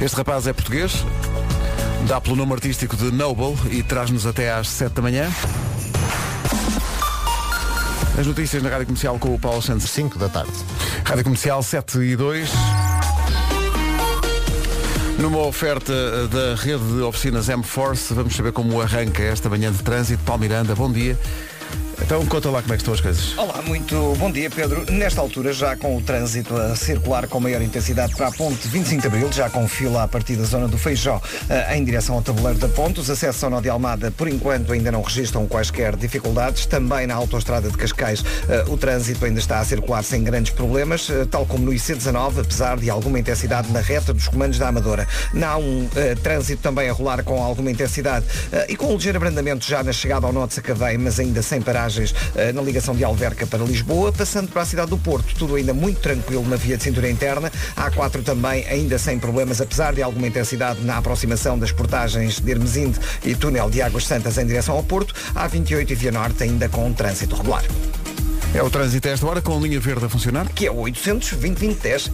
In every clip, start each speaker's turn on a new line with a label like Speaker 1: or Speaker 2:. Speaker 1: Este rapaz é português, dá pelo nome artístico de Noble e traz-nos até às 7 da manhã. As notícias na Rádio Comercial com o Paulo Santos.
Speaker 2: 5 da tarde.
Speaker 1: Rádio Comercial 7 e 2. Numa oferta eh, da rede de oficinas M-Force, vamos saber como arranca esta manhã de trânsito. Palmiranda, bom dia. Então conta lá como é que estão as coisas.
Speaker 3: Olá, muito bom dia, Pedro. Nesta altura, já com o trânsito a circular com maior intensidade para a ponte 25 de Abril, já com fila a partir da zona do Feijó eh, em direção ao tabuleiro da ponte. Os acessos ao Nó de Almada, por enquanto, ainda não registram quaisquer dificuldades. Também na autoestrada de Cascais, eh, o trânsito ainda está a circular sem grandes problemas, eh, tal como no IC19, apesar de alguma intensidade na reta dos comandos da Amadora. Na um trânsito também a rolar com alguma intensidade eh, e com um ligeiro abrandamento já na chegada ao Nó de Sacavém, mas ainda sem parar paragens eh, na ligação de Alverca para Lisboa, passando para a cidade do Porto. Tudo ainda muito tranquilo na via de cintura interna. A A4 também ainda sem problemas, apesar de alguma intensidade na aproximação das portagens de Hermesinde e túnel de Águas Santas em direção ao Porto. A 28 e Via Norte ainda com trânsito regular.
Speaker 1: É o trânsito a esta hora com a linha verde a funcionar.
Speaker 3: Que é o 800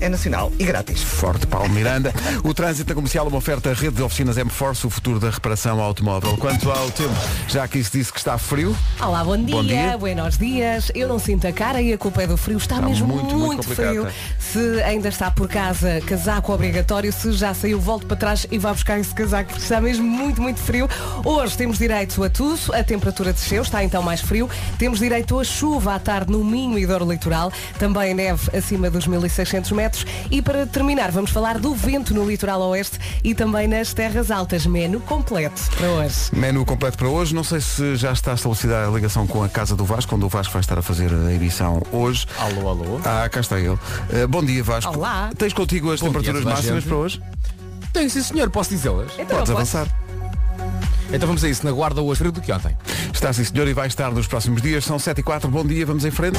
Speaker 3: é nacional e grátis.
Speaker 1: Forte Paulo Miranda. O trânsito na comercial, uma oferta à rede de oficinas M-Force, o futuro da reparação automóvel. Quanto ao tempo, já aqui se disse que está frio,
Speaker 4: Olá, bom dia,
Speaker 1: Bom dia.
Speaker 4: buenos dias. Eu não sinto a cara e a culpa é do frio. Está,
Speaker 1: Está
Speaker 4: mesmo
Speaker 1: muito,
Speaker 4: muito,
Speaker 1: muito complicado,
Speaker 4: frio.
Speaker 1: está.
Speaker 4: Se ainda está por casa, casaco obrigatório. Se já saiu, volte para trás e vá buscar esse casaco, porque está mesmo muito, muito frio. Hoje temos direito a tudo. A temperatura desceu, está então mais frio. Temos direito a chuva à tarde no Minho e Douro Litoral. Também neve acima dos 1600 metros. E para terminar, vamos falar do vento no litoral oeste e também nas terras altas. Menu completo para hoje.
Speaker 1: Menu completo para hoje. Não sei se já está estabelecida a ligação com a Casa do Vasco, onde o Vasco vai estar a fazer a edição hoje.
Speaker 2: Alô, alô.
Speaker 1: Ah, cá está ele. Eh, bom dia, Vasco.
Speaker 4: Olá.
Speaker 1: Tens contigo as
Speaker 2: Bom dia,
Speaker 1: temperaturas
Speaker 2: toda a
Speaker 1: máximas
Speaker 2: gente.
Speaker 1: para hoje?
Speaker 2: Tem, sim senhor, posso dizê-las?
Speaker 4: Então,
Speaker 1: Podes
Speaker 4: eu posso-
Speaker 1: avançar.
Speaker 2: Então vamos a isso, na guarda hoje frio do que ontem.
Speaker 1: Está sim, senhor, e vai estar nos próximos dias. São 7 e 4. Bom dia, vamos em frente.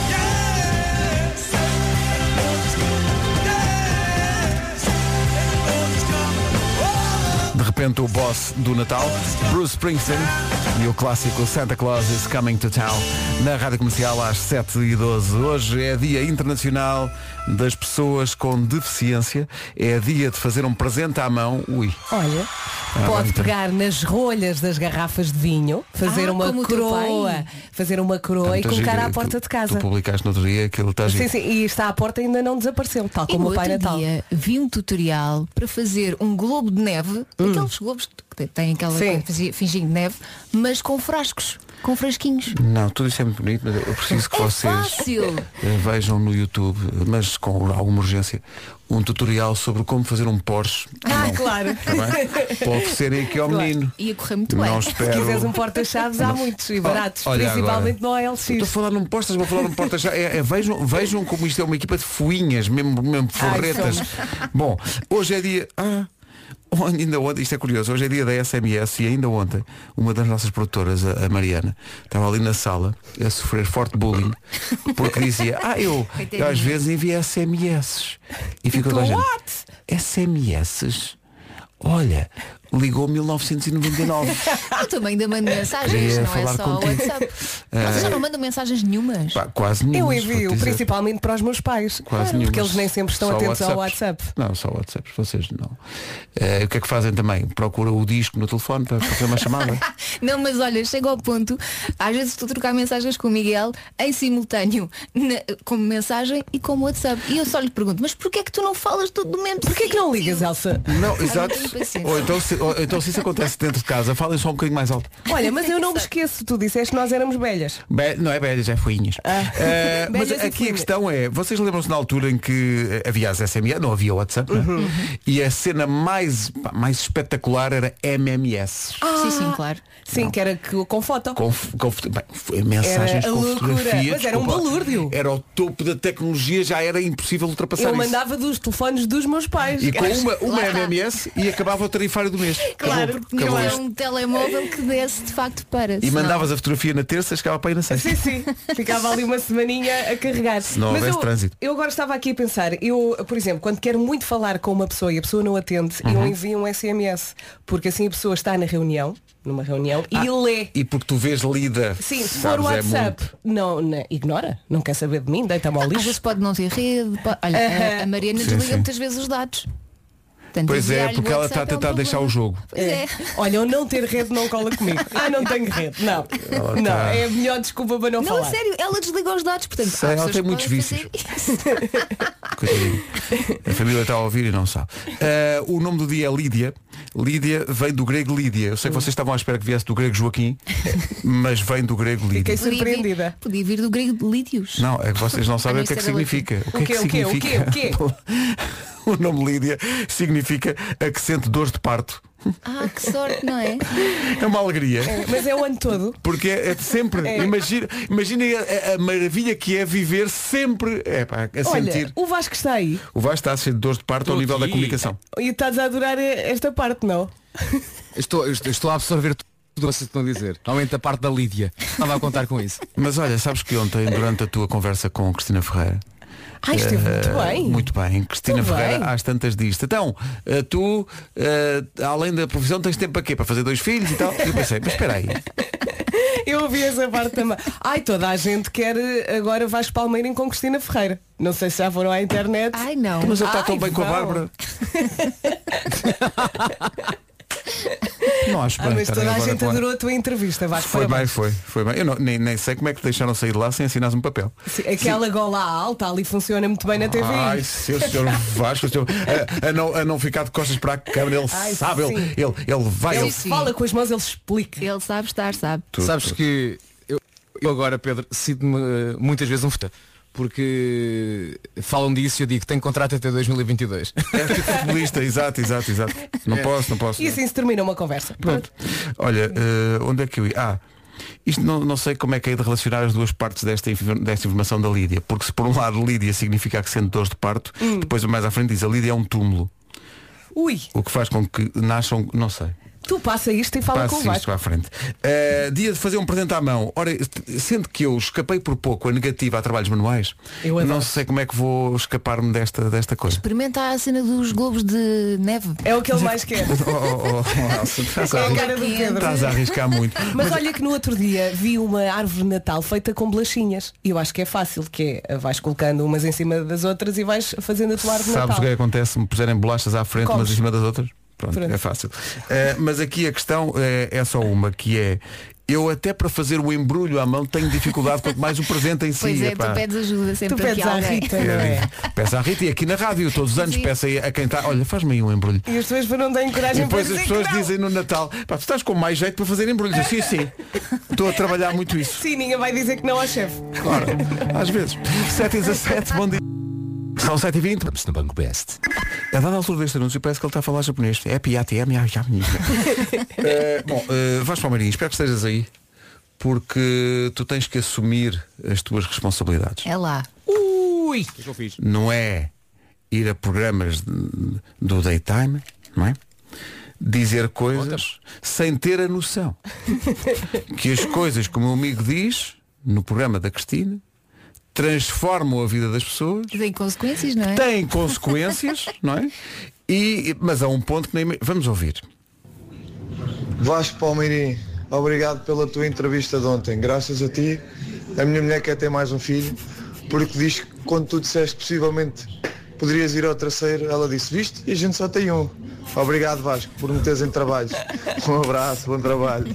Speaker 1: De repente, o boss do Natal, Bruce Springsteen, e o clássico Santa Claus is Coming to Town, na rádio comercial às 7 e 12 Hoje é Dia Internacional das Pessoas com Deficiência. É dia de fazer um presente à mão. Ui.
Speaker 4: Olha,
Speaker 1: bem,
Speaker 4: pode
Speaker 1: então.
Speaker 4: pegar nas rolhas das garrafas de vinho, fazer
Speaker 5: Ah,
Speaker 4: uma
Speaker 5: como o teu
Speaker 4: coroa,
Speaker 5: pai.
Speaker 4: fazer uma coroa e
Speaker 1: Muita
Speaker 4: colocar
Speaker 1: gira.
Speaker 4: à porta de
Speaker 1: Tá Tu
Speaker 4: casa.
Speaker 1: publicaste no outro dia tá que ele está
Speaker 4: Sim, sim, e está à porta ainda não desapareceu, tal
Speaker 5: E no
Speaker 4: como o Pai
Speaker 5: outro
Speaker 4: Natal.
Speaker 5: dia vi um tutorial para fazer um globo de neve, aqueles globos que têm aquela
Speaker 4: Hum. Sim.
Speaker 5: coisa, fingindo de neve, mas com frascos, com frasquinhos.
Speaker 1: Não, tudo isso é muito bonito, mas eu preciso que
Speaker 5: É
Speaker 1: vocês
Speaker 5: fácil.
Speaker 1: eh, vejam no YouTube, mas com alguma urgência, um tutorial sobre como fazer um Porsche.
Speaker 4: Ah, claro.
Speaker 1: Tá bem? Para oferecerem aqui ao
Speaker 4: então,
Speaker 5: Claro.
Speaker 1: é menino.
Speaker 5: Ia correr muito
Speaker 1: Não
Speaker 5: bem.
Speaker 4: Se
Speaker 1: espero.
Speaker 4: quiseres um porta-chaves, há muitos e baratos,
Speaker 1: Olha
Speaker 4: principalmente é?
Speaker 1: agora.
Speaker 4: no
Speaker 1: Estou a
Speaker 4: OLX.
Speaker 1: falar num postas, vou falar num porta já. É, é, vejam, vejam como isto é uma equipa de foinhas, mesmo, mesmo forretas. Bom, hoje é dia. Ah, on- ainda ontem, isto é curioso, hoje é dia da SMS e ainda ontem uma das nossas produtoras, a, a Mariana, estava ali na sala a sofrer forte bullying porque dizia, ah, eu, eu às vezes envio SMS.
Speaker 4: Então,
Speaker 1: E ficou toda a gente. SMS? Olha, ligou 1999.
Speaker 5: Eu também ainda mando mensagens,
Speaker 1: Queria
Speaker 5: não é
Speaker 1: falar
Speaker 5: só
Speaker 1: contigo.
Speaker 5: WhatsApp. Vocês
Speaker 4: Eh,
Speaker 5: já não mandam mensagens nenhumas?
Speaker 1: Pá, quase nenhum.
Speaker 4: Eu
Speaker 1: vou
Speaker 4: envio
Speaker 1: dizer.
Speaker 4: principalmente para os meus pais,
Speaker 1: Quase nenhuma.
Speaker 4: porque eles nem sempre estão
Speaker 1: Só
Speaker 4: atentos ao
Speaker 1: WhatsApps.
Speaker 4: WhatsApp.
Speaker 1: Não, só WhatsApp, vocês não. Eh, o que é que fazem também? Procuram o disco no telefone para fazer uma chamada.
Speaker 5: Não, mas olha, chega ao ponto, às vezes estou a trocar mensagens com o Miguel em simultâneo, na- como mensagem e como WhatsApp. E eu só lhe pergunto, mas porquê é que tu não falas tudo do mesmo?
Speaker 4: Porquê é que não ligas, Elsa?
Speaker 1: Não,
Speaker 5: exato. tenho paciência.
Speaker 1: Ou então, se, ou então se isso acontece dentro de casa, falem só um bocadinho mais alto.
Speaker 4: Olha, mas eu não me esqueço, tu disseste que nós éramos velhas.
Speaker 1: Be- não é velhas, é foinhas. Eh, mas
Speaker 4: Velhas Ah.
Speaker 1: aqui
Speaker 4: e
Speaker 1: a
Speaker 4: foinhas.
Speaker 1: questão é, vocês lembram-se na altura em que eh, havia as SMS, não havia WhatsApp, não é?
Speaker 4: Uhum.
Speaker 1: e a cena mais, pá, mais espetacular era MMS.
Speaker 5: Sim, sim, claro.
Speaker 4: Ah. Sim, que era que, com foto.
Speaker 1: com, f- com f- bem, f- mensagens
Speaker 4: Era a
Speaker 1: com
Speaker 4: loucura,
Speaker 1: fotografias.
Speaker 4: mas era um
Speaker 1: desculpa lá.
Speaker 4: balúrdio.
Speaker 1: Era o topo da tecnologia, já era impossível ultrapassar
Speaker 4: Eu
Speaker 1: isso.
Speaker 4: mandava dos telefones dos meus pais.
Speaker 1: E com uma, uma
Speaker 5: Lá está.
Speaker 1: MMS e acabava o tarifário do mês.
Speaker 5: Claro,
Speaker 1: Acabou,
Speaker 5: porque
Speaker 1: acabou
Speaker 5: não era
Speaker 1: isto.
Speaker 5: um telemóvel que desse de facto para.
Speaker 1: E
Speaker 5: senão-
Speaker 1: mandavas a fotografia na terça, chegava para ir na sexta.
Speaker 4: Sim, sim. Ficava ali uma semaninha a carregar.
Speaker 1: não
Speaker 4: Mas
Speaker 1: houvesse
Speaker 4: eu,
Speaker 1: trânsito.
Speaker 4: Eu agora estava aqui a pensar, eu, por exemplo, quando quero muito falar com uma pessoa e a pessoa não atende,
Speaker 1: Uhum.
Speaker 4: eu envio um SMS. Porque assim a pessoa está na reunião, numa reunião, e lê.
Speaker 1: E porque tu vês lida.
Speaker 4: Sim, se for
Speaker 1: Ah. sabes, é
Speaker 4: WhatsApp,
Speaker 1: muito.
Speaker 4: não, não- ignora, não quer saber de mim, deita-me ao
Speaker 5: Às
Speaker 4: lixo.
Speaker 5: vezes pode não ter rede. po- Olha, a- a Mariana
Speaker 1: Sim,
Speaker 5: desliga
Speaker 1: sim.
Speaker 5: muitas vezes os dados. Portanto,
Speaker 1: Pois é,
Speaker 5: enviar-lhe
Speaker 1: porque ela está
Speaker 5: WhatsApp
Speaker 1: a
Speaker 5: é um
Speaker 1: tentar deixar o
Speaker 5: problema.
Speaker 1: jogo.
Speaker 5: Pois é.
Speaker 4: Olha, eu não ter rede não cola comigo. Ah, não tenho rede. Não. Não,
Speaker 1: tá.
Speaker 4: é a melhor desculpa para não,
Speaker 5: Não, a
Speaker 4: falar.
Speaker 5: sério, ela desliga os dados, portanto,
Speaker 1: Sei,
Speaker 5: há
Speaker 1: ela
Speaker 5: pessoas
Speaker 1: tem
Speaker 5: que
Speaker 1: muitos
Speaker 5: podem fazer isso.
Speaker 1: Coitadinho. A família está a ouvir e não sabe. Ah, o nome do dia é Lídia. Lídia vem do grego Lídia. Eu sei
Speaker 4: Hum.
Speaker 1: que vocês estavam à espera que viesse do grego Joaquim, mas vem do grego Lídia.
Speaker 4: Fiquei surpreendida.
Speaker 5: Podia vir do grego de lítios.
Speaker 1: Não, é que vocês não sabem
Speaker 5: Ah,
Speaker 1: o que é que
Speaker 5: isto era
Speaker 1: significa. O que é
Speaker 4: O
Speaker 1: que
Speaker 4: quê, o quê, o quê,
Speaker 1: significa?
Speaker 4: o quê?
Speaker 1: O nome Lídia significa a que sente dores de parto.
Speaker 5: Ah, que sorte, não é?
Speaker 1: É uma alegria.
Speaker 4: Mas é o ano todo.
Speaker 1: Porque é, é de sempre.
Speaker 4: É.
Speaker 1: Imagina, imagina a, a maravilha que é viver sempre é, pá, a
Speaker 4: Olha,
Speaker 1: sentir.
Speaker 4: o Vasco está aí.
Speaker 1: O Vasco está a sentir dores de parto ao
Speaker 2: Tô
Speaker 1: nível da
Speaker 2: aqui.
Speaker 1: comunicação.
Speaker 4: E estás a adorar esta parte, não?
Speaker 2: Estou, estou estou a absorver tudo o que vocês estão a dizer. Normalmente a parte da Lídia. Estava a contar com isso.
Speaker 1: Mas olha, sabes que ontem, durante a tua conversa com Cristina Ferreira,
Speaker 4: Ah, esteve muito
Speaker 1: eh,
Speaker 4: bem.
Speaker 1: Muito bem. Cristina
Speaker 4: Tudo
Speaker 1: Ferreira,
Speaker 4: bem.
Speaker 1: às tantas diz Então, eh, tu, eh, além da profissão, tens tempo para quê? Para fazer dois filhos e tal? E eu pensei, mas espera aí.
Speaker 4: Eu ouvi essa parte também. Ai, toda a gente quer eh, agora Vasco Palmeirim com Cristina Ferreira. Não sei se já foram à internet.
Speaker 5: Ai não.
Speaker 1: Mas ele está
Speaker 4: Ai,
Speaker 1: tão bem com a
Speaker 4: vão. Ah,
Speaker 1: Bárbara. Não acho
Speaker 4: Ah,
Speaker 1: bem.
Speaker 4: mas
Speaker 1: estarem
Speaker 4: toda a
Speaker 1: agora
Speaker 4: gente
Speaker 1: com
Speaker 4: adorou a tua entrevista, Vasco.
Speaker 1: Foi bem,
Speaker 4: Parabéns.
Speaker 1: foi, foi bem. Eu não- nem, nem sei como é que te deixaram sair de lá sem assinares um papel.
Speaker 4: Sim, Aquela gola alta ali funciona muito bem na TV.
Speaker 1: Ai, seu senhor Vasco, seu- a, a não, a não ficar de costas para a câmera, ele
Speaker 4: Ai,
Speaker 1: sabe, ele,
Speaker 4: sim.
Speaker 1: ele, ele vai,
Speaker 4: ele
Speaker 1: ele
Speaker 5: sim.
Speaker 4: fala com as mãos, ele explica.
Speaker 5: Ele sabe estar, sabe.
Speaker 1: Tudo,
Speaker 2: Sabes
Speaker 1: tudo.
Speaker 2: que eu, eu agora, Pedro, sinto-me eh, muitas vezes um futebol. Porque falam disso e eu digo, tenho contrato até 2022.
Speaker 1: É tipo futebolista, exato, exato, exato. Não posso, não posso.
Speaker 4: E assim se termina uma conversa.
Speaker 1: Pronto. Olha, eh, onde é que eu ia? Ah, isto não, não sei como é que é de relacionar as duas partes desta, inf- desta informação da Lídia. Porque se por um lado Lídia significa que sendo dores de parto,
Speaker 4: Hum.
Speaker 1: depois mais à frente diz a Lídia é um túmulo.
Speaker 4: Ui,
Speaker 1: O que faz com que nasçam, não sei.
Speaker 4: tu passa isto e fala
Speaker 1: Passo
Speaker 4: com o
Speaker 1: isto
Speaker 4: Vasco.
Speaker 1: para a frente. Eh, dia de fazer um presente à mão. Ora, sendo que eu escapei por pouco a negativa a trabalhos manuais,
Speaker 4: Eu adoro.
Speaker 1: não sei como é que vou escapar-me desta, desta coisa.
Speaker 5: Experimenta a cena dos globos de neve.
Speaker 4: É o que ele mais quer.
Speaker 1: Oh, oh, oh, Elsa, estás a
Speaker 4: É a
Speaker 1: arriscar-
Speaker 4: cara do
Speaker 5: Quente.
Speaker 4: Pedro.
Speaker 1: oh, estás a arriscar muito.
Speaker 4: Mas olha que no outro dia vi uma árvore de Natal feita com bolachinhas. E eu acho que é fácil, que é vais colocando umas em cima das outras e vais fazendo a tua árvore de
Speaker 1: Sabes o que é
Speaker 4: Natal.
Speaker 1: que acontece? Me puserem bolachas à frente,
Speaker 4: Comes.
Speaker 1: mas em cima das outras? Pronto,
Speaker 4: Pronto.
Speaker 1: é fácil. Eh, mas aqui a questão eh, é, só uma, que é eu até para fazer o embrulho à mão tenho dificuldade, quanto mais o presente em si.
Speaker 5: Pois é,
Speaker 1: epá.
Speaker 5: tu pedes ajuda
Speaker 4: Tu
Speaker 5: sempre aqui
Speaker 4: pedes
Speaker 5: a
Speaker 4: à
Speaker 5: alguém.
Speaker 4: Rita, não é?
Speaker 1: Peço à Rita e aqui na rádio, todos os anos
Speaker 5: Sim.
Speaker 1: peço aí a quem está, olha, faz-me aí um embrulho.
Speaker 4: E as pessoas não têm
Speaker 1: E
Speaker 4: coragem para
Speaker 1: depois
Speaker 4: dizer
Speaker 1: as pessoas
Speaker 4: que não.
Speaker 1: dizem no Natal, pá, tu estás com mais jeito para fazer embrulhos. Eu, Sim, sim. Estou a trabalhar muito isso.
Speaker 4: Sim, ninguém vai dizer que não ao chefe.
Speaker 1: Claro, às vezes. 7 e 17, bom dia. São 7 e 20
Speaker 2: Estamos no Banco Best.
Speaker 1: A dada altura deste anúncio parece que ele está a falar japonês. É PATM, ya, ya, ya. Uh, Bom, uh, Vasco Palmeirinho, espero que estejas aí, porque tu tens que assumir as tuas responsabilidades.
Speaker 5: É lá.
Speaker 4: Ui!
Speaker 2: O que eu fiz?
Speaker 1: Não é ir a programas de- do daytime, não é? Dizer coisas sem ter a noção que as coisas, como o meu amigo diz, no programa da Cristina, transformam a vida das pessoas
Speaker 5: Tem consequências, não é?
Speaker 1: tem consequências, não é? E, mas há um ponto que nem. Vamos ouvir.
Speaker 6: Vasco Palmeirim, obrigado pela tua entrevista de ontem. Graças a ti, a minha mulher quer ter mais um filho, porque diz que quando tu disseste que possivelmente poderias ir ao terceiro, ela disse, viste? E a gente só tem um. Obrigado Vasco por me teres em trabalho. Um abraço, bom trabalho.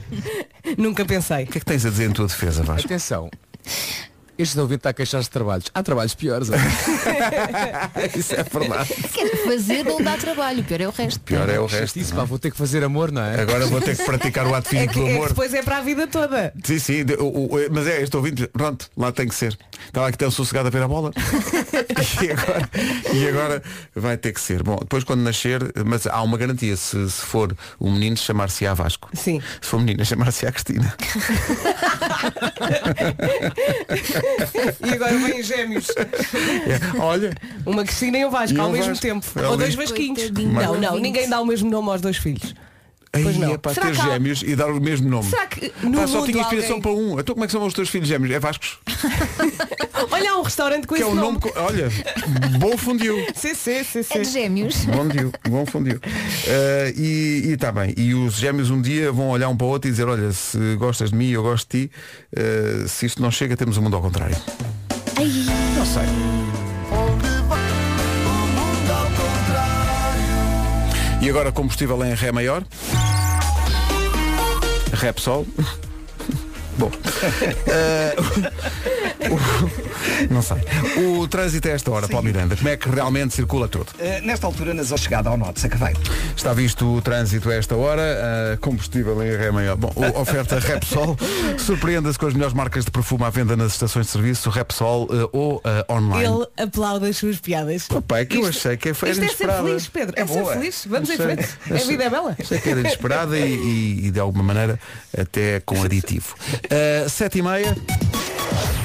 Speaker 4: Nunca pensei.
Speaker 1: O que é que tens a dizer em tua defesa, Vasco?
Speaker 2: Atenção. Este ouvinte está a queixar de trabalhos. Há trabalhos piores.
Speaker 1: Isso é verdade.
Speaker 5: Quer dizer, fazer não dá trabalho, pior é o resto.
Speaker 1: Pior é o resto.
Speaker 2: Isso,
Speaker 1: não
Speaker 2: pá,
Speaker 1: é?
Speaker 2: vou ter que fazer amor, não é?
Speaker 1: Agora vou ter que praticar o ato
Speaker 4: É
Speaker 1: físico
Speaker 4: que,
Speaker 1: do
Speaker 4: é que
Speaker 1: amor.
Speaker 4: depois é para a vida toda.
Speaker 1: Sim, sim, de- o- o- mas é, este ouvinte, pronto, lá tem que ser. Estava aqui tão sossegado a ver a bola. e, agora, e agora vai ter que ser. Bom, depois quando nascer, mas há uma garantia, se, se for um menino chamar-se a Vasco.
Speaker 4: Sim.
Speaker 1: Se for menina chamar-se a Cristina.
Speaker 4: E agora vêm gêmeos.
Speaker 1: É, Olha,
Speaker 4: Uma Cristina e um Vasco
Speaker 1: E um
Speaker 4: ao mesmo
Speaker 1: Vasco.
Speaker 4: tempo.
Speaker 1: Ali.
Speaker 4: Ou dois Vasquinhos.
Speaker 5: Coitadinho
Speaker 4: Não,
Speaker 5: do
Speaker 4: não,
Speaker 5: ouvinte.
Speaker 4: ninguém dá o mesmo nome aos dois filhos. Pois
Speaker 1: aí
Speaker 4: não.
Speaker 1: é para
Speaker 4: Será
Speaker 1: ter
Speaker 4: que há-
Speaker 1: gêmeos e dar o mesmo nome.
Speaker 4: Será que no
Speaker 1: Pá, só
Speaker 4: mundo
Speaker 1: tinha inspiração
Speaker 4: alguém-
Speaker 1: para um. Então como é que são os teus filhos gêmeos? É Vascos?
Speaker 4: Olha, há um restaurante com
Speaker 1: Que é
Speaker 4: esse
Speaker 1: o nome.
Speaker 4: nome.
Speaker 1: co- Olha, bom fundiu.
Speaker 4: Sim, sim, sim,
Speaker 5: É de
Speaker 4: sim.
Speaker 5: gêmeos.
Speaker 1: Bom fundiu, bom fundiu. Eh, e está bem. E os gêmeos um dia vão olhar um para o outro e dizer, olha, se gostas de mim, eu gosto de ti, eh, se isto não chega, temos o mundo ao contrário.
Speaker 5: Ai,
Speaker 1: Não sei. E agora combustível em Ré maior. Repsol. Bom. Eh, o- não sei. O trânsito a esta hora, Paulo Miranda, como é que realmente circula tudo?
Speaker 3: Eh, nesta altura, na zona chegada ao norte, Sacaveiro.
Speaker 1: Está visto o trânsito a esta hora, a combustível em ré maior. Bom, o- oferta Repsol. Surpreenda-se com as melhores marcas de perfume à venda nas estações de serviço, Repsol eh, ou eh, online.
Speaker 4: Ele aplaude as suas piadas.
Speaker 1: Pai, é que eu
Speaker 4: Isto-
Speaker 1: achei que foi
Speaker 4: Isto é ser
Speaker 1: inesperada.
Speaker 4: feliz, Pedro. É,
Speaker 3: É
Speaker 4: ser
Speaker 3: boa.
Speaker 4: feliz. Vamos em
Speaker 1: Achei-
Speaker 4: frente. A vida é bela.
Speaker 1: Achei que era inesperada e, e- e de alguma maneira até com aditivo. Eh, Sete e meia,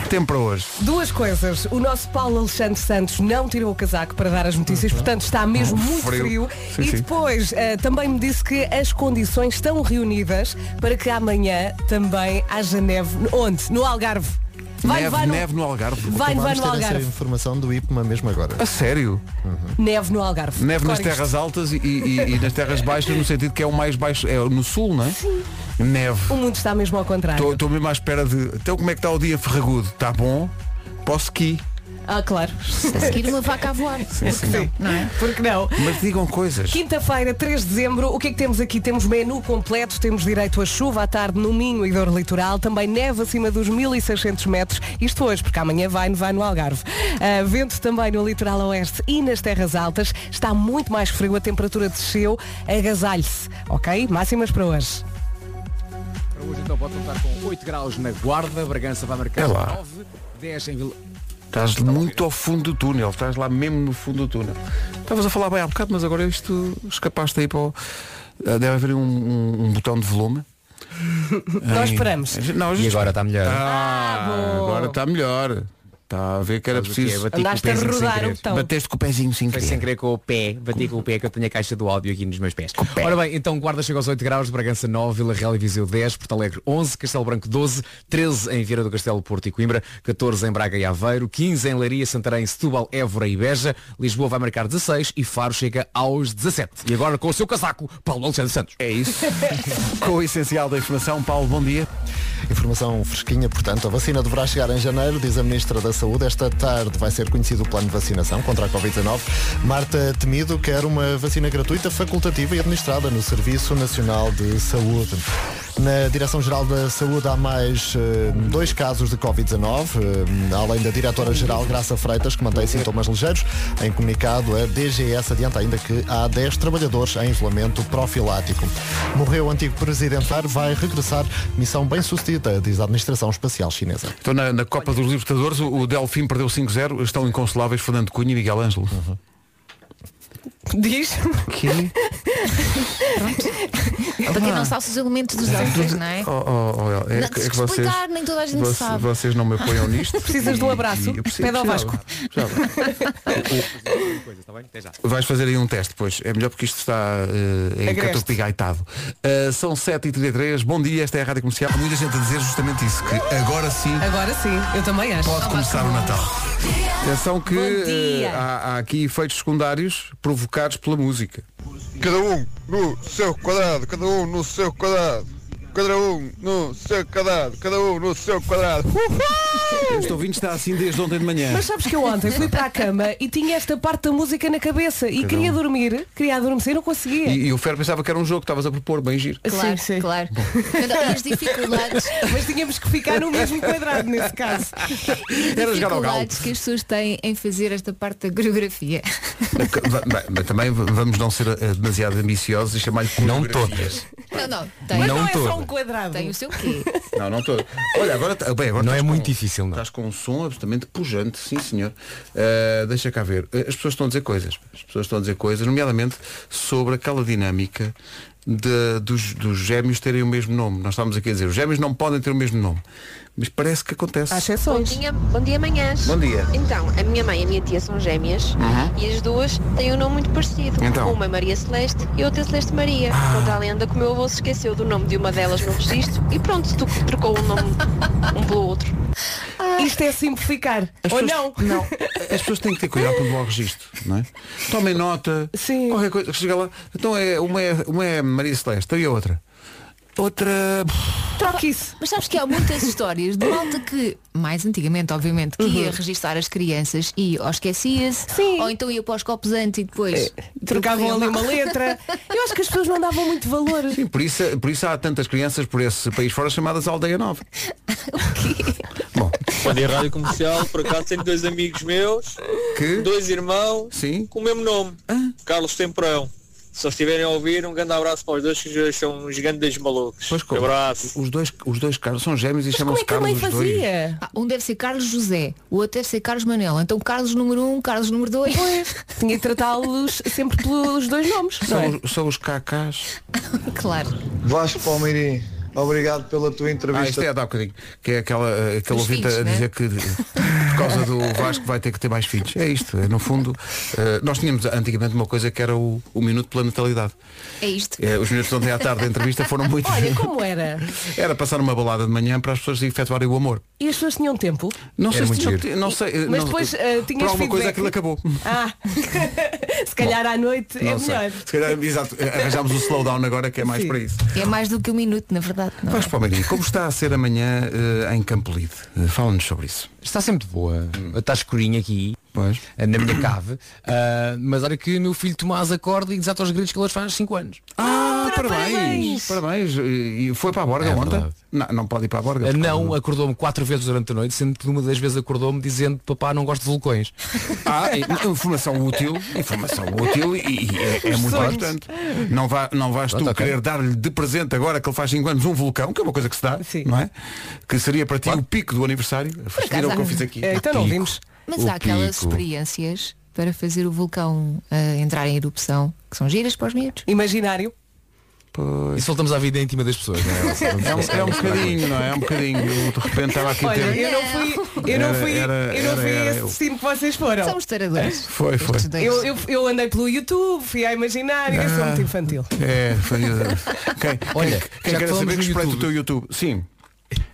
Speaker 1: tempo para hoje.
Speaker 4: Duas coisas. O nosso Paulo Alexandre Santos não tirou o casaco para dar as notícias, portanto está mesmo
Speaker 1: Oh,
Speaker 4: muito frio.
Speaker 1: frio. Sim,
Speaker 4: e
Speaker 1: sim.
Speaker 4: depois eh, também me disse que as condições estão reunidas para que amanhã também haja neve. Onde? No Algarve. Vai,
Speaker 1: neve,
Speaker 4: vai no,
Speaker 1: neve no Algarve.
Speaker 4: vai, vai
Speaker 7: Vamos
Speaker 4: no
Speaker 7: ter essa
Speaker 4: Algarve.
Speaker 7: informação do IPMA mesmo agora.
Speaker 1: A sério?
Speaker 4: Neve no Algarve.
Speaker 1: Neve nas
Speaker 4: Decorem isto.
Speaker 1: terras altas e, e- e nas terras baixas, no sentido que é o mais baixo, é no sul, não é? Neve.
Speaker 4: O mundo está mesmo ao contrário.
Speaker 1: Estou mesmo à espera de. Então como é que está o dia ferragudo? Está bom? Posso que
Speaker 4: Ah, claro.
Speaker 5: A seguir uma vaca a voar.
Speaker 4: Sim. Porque não?
Speaker 1: Mas digam coisas.
Speaker 4: Quinta-feira, 3 de dezembro, o que é que temos aqui? Temos menu completo, temos direito a chuva à tarde no Minho e Dor Litoral, também neve acima dos 1600 metros, isto hoje, porque amanhã vai nevar no Algarve. Ah, vento também no litoral oeste e nas terras altas, está muito mais frio, a temperatura desceu, agasalhe-se, ok? Máximas para hoje.
Speaker 2: Para hoje então pode contar com 8 graus na Guarda, Bragança vai marcar
Speaker 1: É lá.
Speaker 2: 9, 10 em Vila...
Speaker 1: Estás muito ao fundo do túnel, estás lá mesmo no fundo do túnel. Estavas a falar bem há bocado, mas agora isto escapaste aí para o. Ah, Deve haver um, um- um botão de volume.
Speaker 4: Nós esperamos.
Speaker 1: Não, a gente-
Speaker 2: E agora está melhor.
Speaker 1: Ah,
Speaker 4: Ah, bom.
Speaker 1: agora está melhor. Está a ver que era
Speaker 2: Sabes o que é?
Speaker 1: preciso.
Speaker 2: Bati com o
Speaker 4: Andaste a
Speaker 2: pezinho sem
Speaker 4: rodar o
Speaker 2: querer.
Speaker 4: botão.
Speaker 1: Bateste com o pezinho sem
Speaker 2: Foi sem
Speaker 1: querer.
Speaker 2: querer com o pé, bati com o pé que eu tenho a caixa do áudio aqui nos meus pés. Ora bem, então Guarda chega aos 8 graus, Bragança 9, Vila Real e Viseu 10, Porto Alegre 11, Castelo Branco 12, 13 em Vieira do Castelo, Porto e Coimbra, 14 em Braga e Aveiro, 15 em Leiria, Santarém, Setúbal, Évora e Beja, Lisboa vai marcar 16 e Faro chega aos 17. E agora com o seu casaco, Paulo Alexandre Santos.
Speaker 1: É isso. com o essencial da informação, Paulo, bom dia.
Speaker 7: Informação fresquinha, portanto, a vacina deverá chegar em janeiro, diz a Ministra da Saúde. Esta tarde vai ser conhecido o plano de vacinação contra a Covid-19. Marta Temido quer uma vacina gratuita, facultativa e administrada no Serviço Nacional de Saúde. Na Direção-Geral da Saúde há mais eh, dois casos de Covid-19, eh, além da Diretora-Geral Graça Freitas, que mantém sintomas ligeiros. Em comunicado, a DGS adianta ainda que há 10 trabalhadores em isolamento profilático. Morreu o antigo presidente Tar, vai regressar. Missão bem sucedida, diz a Administração Espacial Chinesa.
Speaker 1: Estou Então, na, na Copa dos Libertadores, o, o Delfim perdeu 5-0, estão inconsoláveis Fernando Cunha e Miguel Ângelo.
Speaker 4: Diz?
Speaker 1: Que?
Speaker 5: Para quem não sabe os elementos dos astros, não é?
Speaker 1: Oh, oh, oh, é,
Speaker 5: Não,
Speaker 1: que-
Speaker 5: tens
Speaker 1: é que
Speaker 5: que
Speaker 1: vocês,
Speaker 5: explicar, nem toda a gente
Speaker 1: voce-
Speaker 5: sabe.
Speaker 1: vocês não me apoiam nisto.
Speaker 4: Precisas de um abraço?
Speaker 1: eu preciso-
Speaker 4: Pede ao
Speaker 1: precisava, precisava. O- Vais fazer aí um teste, pois. É melhor porque isto está eh, em
Speaker 4: Agreste.
Speaker 1: catupigaitado. Uh, são 7h33, bom dia, esta é a Rádio Comercial. Há Muita gente a dizer justamente isso, que agora sim
Speaker 4: Agora sim, eu também acho.
Speaker 1: pode começar o Natal. Atenção que
Speaker 4: Bom dia.
Speaker 1: eh, há, há aqui efeitos secundários provocados pela música.
Speaker 6: Cada um no seu quadrado, cada um no seu quadrado. Cada um no seu quadrado, cada um no seu quadrado.
Speaker 1: Este ouvinte está assim desde ontem de manhã.
Speaker 4: Mas sabes que eu ontem fui para a cama e tinha esta parte da música na cabeça e queria dormir, queria adormecer e não conseguia.
Speaker 1: um. E, e o Fer pensava que era um jogo que estavas a propor, bem giro.
Speaker 5: Claro,
Speaker 4: Sim, sim.
Speaker 5: claro. Então, e as dificuldades,
Speaker 4: Mas tínhamos que ficar no mesmo quadrado nesse caso.
Speaker 1: Era jogar ao galo.
Speaker 5: dificuldades que as pessoas têm em fazer esta parte da coreografia.
Speaker 1: Bem, bem, também v- vamos não ser eh, demasiado ambiciosos e chamar-lhe
Speaker 2: Não
Speaker 1: coreografias.
Speaker 5: Não, não, tem,
Speaker 4: Mas não,
Speaker 2: Não
Speaker 4: é só
Speaker 2: todo.
Speaker 4: um quadrado.
Speaker 5: tem o seu quê?
Speaker 1: Não, não estou. Olha, agora, t- bem, agora
Speaker 2: Não é
Speaker 1: estás
Speaker 2: muito
Speaker 1: com-
Speaker 2: difícil, não.
Speaker 1: Estás com um som absolutamente pujante, sim senhor. Eh, deixa cá ver. Eh, As pessoas estão a dizer coisas. As pessoas estão a dizer coisas, nomeadamente sobre aquela dinâmica de- dos, dos gêmeos terem o mesmo nome. Nós estávamos aqui a dizer, os gêmeos não podem ter o mesmo nome. Mas parece que acontece.
Speaker 4: Há
Speaker 8: Bom
Speaker 4: exceções.
Speaker 8: dia, bom dia manhãs.
Speaker 1: Bom dia.
Speaker 8: Então, a minha mãe e a minha tia são gêmeas
Speaker 4: Uhum.
Speaker 8: e as duas têm um nome muito parecido.
Speaker 1: Então?
Speaker 8: Uma é Maria Celeste e outra é Celeste Maria.
Speaker 4: Ah.
Speaker 8: Conta a lenda que o meu avô se esqueceu do nome de uma delas no registro e pronto, tu trocou o nome um pelo outro.
Speaker 4: Isto é simplificar.
Speaker 1: As
Speaker 4: Ou
Speaker 1: pessoas-
Speaker 4: não?
Speaker 1: As pessoas têm que ter cuidado quando vão ao registro, não é? Tomem nota.
Speaker 4: Sim.
Speaker 1: Qualquer coisa. Chega lá. Então é uma é, uma é Maria Celeste e a outra. Outra.
Speaker 4: Troque isso.
Speaker 5: Mas sabes que há muitas histórias de malta que, mais antigamente, obviamente, que
Speaker 8: Uhum.
Speaker 5: ia registar as crianças e ou esquecia-se,
Speaker 4: Sim. É.
Speaker 5: ou então ia para os copos antes e depois.
Speaker 4: Trocavam ali uma letra. Eu acho que as pessoas não davam muito valor.
Speaker 1: Sim, por isso, por isso há tantas crianças por esse país fora chamadas Aldeia Nova. Bom,
Speaker 9: Bom dia, Rádio Comercial. Por acaso tenho dois amigos meus,
Speaker 1: que.
Speaker 9: dois irmãos,
Speaker 1: Sim. Ah.
Speaker 9: com o mesmo nome, Carlos Temporão. Se eles estiverem a ouvir, um grande abraço para os dois, que os dois são uns grandes malucos.
Speaker 1: Pois como?
Speaker 9: abraço.
Speaker 1: Os dois, os dois Carlos são gêmeos e
Speaker 4: Como é
Speaker 1: chamam-se
Speaker 4: que a mãe
Speaker 1: Carlos os dois.
Speaker 4: fazia?
Speaker 5: Ah, um deve ser Carlos José, o outro deve ser Carlos Manel. Então Carlos número um, Carlos número dois.
Speaker 4: Tinha que tratá-los sempre pelos dois nomes. não é?
Speaker 1: São, os- são os cacás.
Speaker 5: claro.
Speaker 6: Vasco Palmeirim, obrigado pela tua
Speaker 1: Ah, isto
Speaker 6: entrevista.
Speaker 1: é a dar um bocadinho. Que é aquela, eh, aquele
Speaker 5: Os
Speaker 1: ouvinte a
Speaker 5: filhos, né?
Speaker 1: dizer que de- por causa do Vasco vai ter que ter mais filhos. É isto, é, no fundo. eh, nós tínhamos antigamente uma coisa que era o, o minuto pela natalidade.
Speaker 5: É isto.
Speaker 1: Eh, os minutos de ontem à tarde da entrevista foram muitos.
Speaker 4: Olha, como era?
Speaker 1: Era passar uma balada de manhã para as pessoas efetuarem o amor.
Speaker 4: E as pessoas tinham tempo?
Speaker 1: Não
Speaker 2: Era
Speaker 1: sei
Speaker 2: muito
Speaker 1: se tinha-
Speaker 2: giro.
Speaker 1: não sei. eh,
Speaker 4: Mas
Speaker 1: não-
Speaker 4: depois eh, tinhas
Speaker 1: Por alguma coisa
Speaker 4: feedback?
Speaker 1: aquilo acabou.
Speaker 4: Ah, se calhar à noite é
Speaker 1: Não sei.
Speaker 4: melhor.
Speaker 1: Se calhar, exato, eh, arranjámos o slowdown agora que é mais
Speaker 4: Sim.
Speaker 1: para isso.
Speaker 5: É mais do que um minuto, na verdade. Não é?
Speaker 1: Vasco Palmeirinho, como está a ser amanhã eh, em Campolide? Eh, Fala-nos sobre isso.
Speaker 2: Está sempre boa. Está escurinho aqui.
Speaker 1: Pois.
Speaker 2: eh, Na minha cave. Ah, mas olha que meu filho Tomás acorda e desata os gritos que ele hoje faz 5 anos.
Speaker 1: Ah, parabéns!
Speaker 4: parabéns!
Speaker 1: Parabéns! E e foi para a Borga
Speaker 2: É
Speaker 1: ontem?
Speaker 2: verdade.
Speaker 1: Não, não pode ir para a Borga.
Speaker 2: Ah,
Speaker 1: por causa
Speaker 2: Não,
Speaker 1: do-
Speaker 2: acordou-me quatro vezes durante a noite, sendo que uma das vezes acordou-me dizendo papá não gosto de vulcões.
Speaker 1: Ah, e- informação útil, informação útil e, e é, é
Speaker 4: Os
Speaker 1: muito
Speaker 4: sonhos.
Speaker 1: importante. Não, vá, não vais tu
Speaker 2: Pronto, ok.
Speaker 1: querer dar-lhe de presente agora que ele faz 5 anos um vulcão, que é uma coisa que se dá,
Speaker 4: Sim.
Speaker 1: não é? Que seria para ti o pico do aniversário. Viram o que eu fiz aqui?
Speaker 4: Eh, Então não
Speaker 1: Pico.
Speaker 4: vimos.
Speaker 5: Mas
Speaker 1: O
Speaker 5: há aquelas
Speaker 1: pico.
Speaker 5: experiências para fazer o vulcão ah, entrar em erupção, que são giras para os miúdos.
Speaker 4: Imaginário.
Speaker 2: E soltamos à vida íntima das pessoas, não é? Elsa? Vamos
Speaker 1: É um,
Speaker 2: soltar
Speaker 1: é um
Speaker 2: isto para a
Speaker 1: bocadinho, não é? É um bocadinho. Eu de repente estava aqui a
Speaker 4: Olha,
Speaker 1: ter.
Speaker 4: eu não fui, eu não
Speaker 1: Era-
Speaker 4: fui,
Speaker 1: era-
Speaker 4: eu não fui
Speaker 1: era-
Speaker 4: a
Speaker 1: era
Speaker 4: esse
Speaker 1: eu.
Speaker 4: destino que vocês foram.
Speaker 5: São os taradores.
Speaker 1: Foi, foi.
Speaker 5: Estes dois.
Speaker 4: Eu, eu, eu andei pelo YouTube, fui a imaginário, eu sou muito infantil.
Speaker 1: É, foi. Quem, Olha,
Speaker 2: Olha,
Speaker 1: quem,
Speaker 2: já que
Speaker 1: quer
Speaker 2: falamos
Speaker 1: saber que
Speaker 2: no
Speaker 1: espreita o
Speaker 2: YouTube.
Speaker 1: teu YouTube? Sim.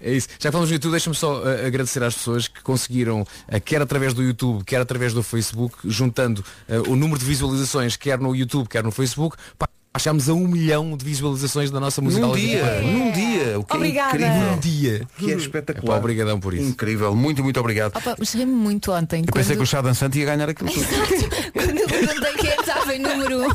Speaker 2: É isso. Já que falamos no YouTube, deixa-me só uh, agradecer às pessoas que conseguiram, uh, quer através do YouTube, quer através do Facebook, juntando uh, o número de visualizações, quer no YouTube, quer no Facebook, pá, chegámos a um milhão de visualizações da nossa música.
Speaker 1: Num dia, num dia. O que
Speaker 4: Obrigada.
Speaker 1: é incrível.
Speaker 2: dia.
Speaker 1: Que é
Speaker 2: É
Speaker 1: espetacular.
Speaker 2: pá, obrigadão por isso.
Speaker 1: Incrível. Muito, muito obrigado.
Speaker 5: Opa, mas ri-me muito ontem.
Speaker 1: Eu
Speaker 5: quando,
Speaker 1: pensei que o chá dançante ia ganhar aquilo tudo.
Speaker 5: quando eu perguntei quem é que estava em número 1.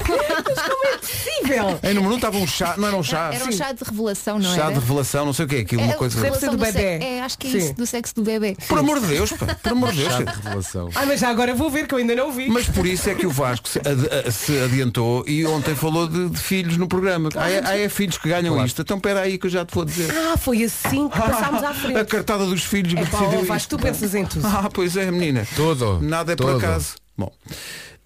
Speaker 4: é Possível!
Speaker 1: Em número 1 estava um chá. Não era um chá.
Speaker 5: Era um
Speaker 1: sim.
Speaker 5: chá de revelação, não
Speaker 1: Chá
Speaker 5: era?
Speaker 1: de revelação, não sei o que é aquilo. Uma
Speaker 5: É,
Speaker 1: coisa.
Speaker 5: revelação É
Speaker 4: Deve ser do
Speaker 5: sexo.
Speaker 4: bebê.
Speaker 5: É, acho que é
Speaker 4: Sim.
Speaker 5: isso, do sexo do bebê.
Speaker 1: Por amor de Deus, pá. Por amor de Deus.
Speaker 2: Chá de revelação.
Speaker 4: Ah, mas já agora vou ver que eu ainda não vi.
Speaker 1: Mas por isso é que o Vasco se, ad- a- se adiantou e ontem falou de, de filhos no programa. Há, há é filhos que ganham isto. Então espera aí que eu já te vou dizer.
Speaker 4: Ah, foi assim que passámos à
Speaker 1: A
Speaker 4: frente.
Speaker 1: cartada dos filhos
Speaker 4: É pá,
Speaker 1: decidiu
Speaker 4: Vasco,
Speaker 1: isto.
Speaker 4: tu pensas em tudo.
Speaker 1: Ah, pois é, menina.
Speaker 2: Todo.
Speaker 1: Nada é por
Speaker 2: todo.
Speaker 1: acaso. Bom,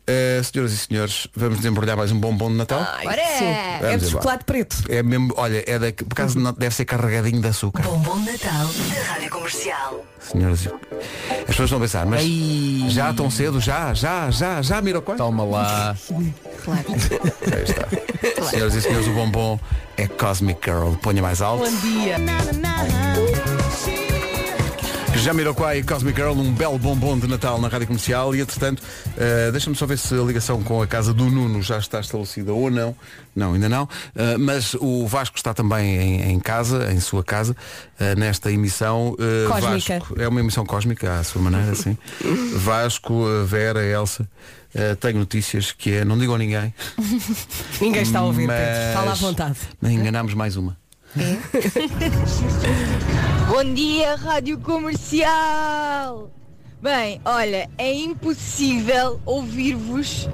Speaker 1: eh, senhoras e senhores, vamos desembrulhar mais um bombom de Natal.
Speaker 5: Ora é.
Speaker 4: É
Speaker 1: Vamos
Speaker 4: de
Speaker 1: embora.
Speaker 4: chocolate preto.
Speaker 1: É mesmo, olha, é da, por acaso não, deve ser carregadinho de açúcar.
Speaker 10: Bombom de Natal da Rádio Comercial.
Speaker 1: Senhoras e as pessoas vão pensar, mas já tão cedo, já, já, já, já, Miroquai?
Speaker 2: Toma lá.
Speaker 5: Claro.
Speaker 1: Aí está. Senhoras e senhores, o bombom é Cosmic Girl. Ponha mais alto.
Speaker 4: Bom dia.
Speaker 1: Jamiroquai e Cosmic Girl, um belo bombom de Natal na Rádio Comercial e, entretanto, eh, deixa-me só ver se a ligação com a casa do Nuno já está estabelecida ou não. Não, ainda não. Eh, mas o Vasco está também em, em casa, em sua casa, eh, nesta emissão. eh,
Speaker 4: Cósmica.
Speaker 1: Vasco, é uma emissão cósmica, à sua maneira, sim. Vasco, a Vera, a Elsa, eh, tenho notícias que é, não digo a ninguém,
Speaker 4: Ninguém está a ouvir,
Speaker 1: Mas-
Speaker 4: Pedro. Tá. Fala à vontade.
Speaker 1: enganámos mais uma.
Speaker 11: Bom dia, Rádio Comercial! Bem, olha, é impossível ouvir-vos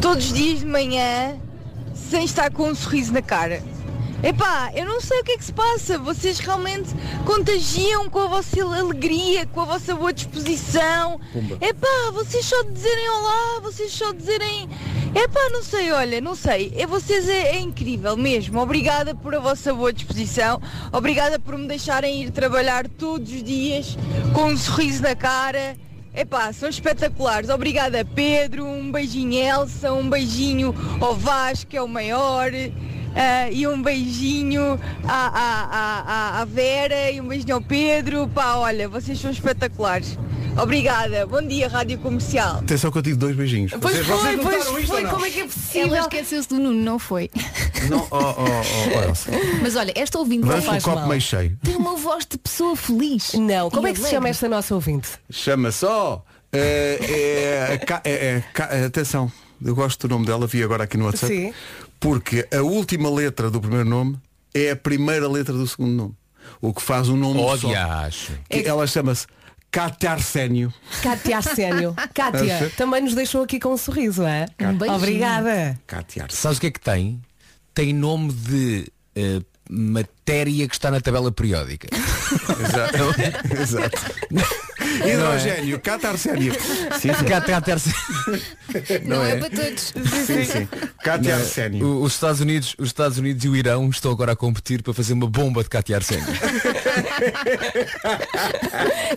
Speaker 11: todos os dias de manhã sem estar com um sorriso na cara. Epá, eu não sei o que é que se passa, vocês realmente contagiam com a vossa alegria, com a vossa boa disposição. Epá, vocês só dizerem olá, vocês só dizerem. Epá, não sei, olha, não sei. É, vocês é, é incrível mesmo. Obrigada por a vossa boa disposição, obrigada por me deixarem ir trabalhar todos os dias com um sorriso na cara. Epá, são espetaculares. Obrigada, Pedro. Um beijinho, Elsa. Um beijinho ao Vasco, que é o maior. Ah, e um beijinho à, à, à, à- à Vera e um beijinho ao Pedro. Pá, olha, vocês são espetaculares. Obrigada. Bom dia, Rádio Comercial.
Speaker 1: Atenção que eu tive dois beijinhos.
Speaker 4: Pois
Speaker 1: Vocês-
Speaker 4: foi,
Speaker 1: vocês
Speaker 4: pois
Speaker 1: notaram isto ou
Speaker 4: foi,
Speaker 1: não?
Speaker 4: como é que é
Speaker 5: Ela
Speaker 4: possível?
Speaker 5: esqueceu-se do Nuno, não foi?
Speaker 1: Não, oh, oh, oh, Elsa.
Speaker 5: Mas olha, esta ouvinte não
Speaker 1: Vamos com o
Speaker 5: faz
Speaker 1: copo
Speaker 5: mal.
Speaker 1: meio cheio.
Speaker 5: Tem uma voz de pessoa feliz.
Speaker 4: Não, como
Speaker 5: E
Speaker 4: é que se chama
Speaker 5: alegre.
Speaker 4: esta nossa ouvinte?
Speaker 1: Chama só. eh, eh, ca- eh, eh, ca- eh, atenção, eu gosto do nome dela, vi agora aqui no WhatsApp.
Speaker 4: Sim.
Speaker 1: Porque a última letra do primeiro nome é a primeira letra do segundo nome. O que faz um nome só.
Speaker 2: Odias.
Speaker 1: É Que Ela chama-se Cátia Arsénio.
Speaker 4: Cátia Arsénio. Cátia,
Speaker 1: Acho-
Speaker 4: também nos deixou aqui com um sorriso, é?
Speaker 5: Um beijinho.
Speaker 4: Obrigada.
Speaker 1: Cátia Arsénio.
Speaker 2: Sabes o que é que tem? Tem nome de eh, matéria que está na tabela periódica.
Speaker 1: Exato. Exato.
Speaker 2: é?
Speaker 1: Hidrogênio, Cátia Arsénio. Sim, sim.
Speaker 2: Cá- cá terça-
Speaker 5: Não,
Speaker 1: Não
Speaker 5: é?
Speaker 1: é?
Speaker 5: para todos.
Speaker 1: Sim, sim. Cátia Arsénio.
Speaker 2: é? O- Os Estados, Unidos, os Estados Unidos e o Irão estão agora a competir para fazer uma bomba de Cátia Arsénio.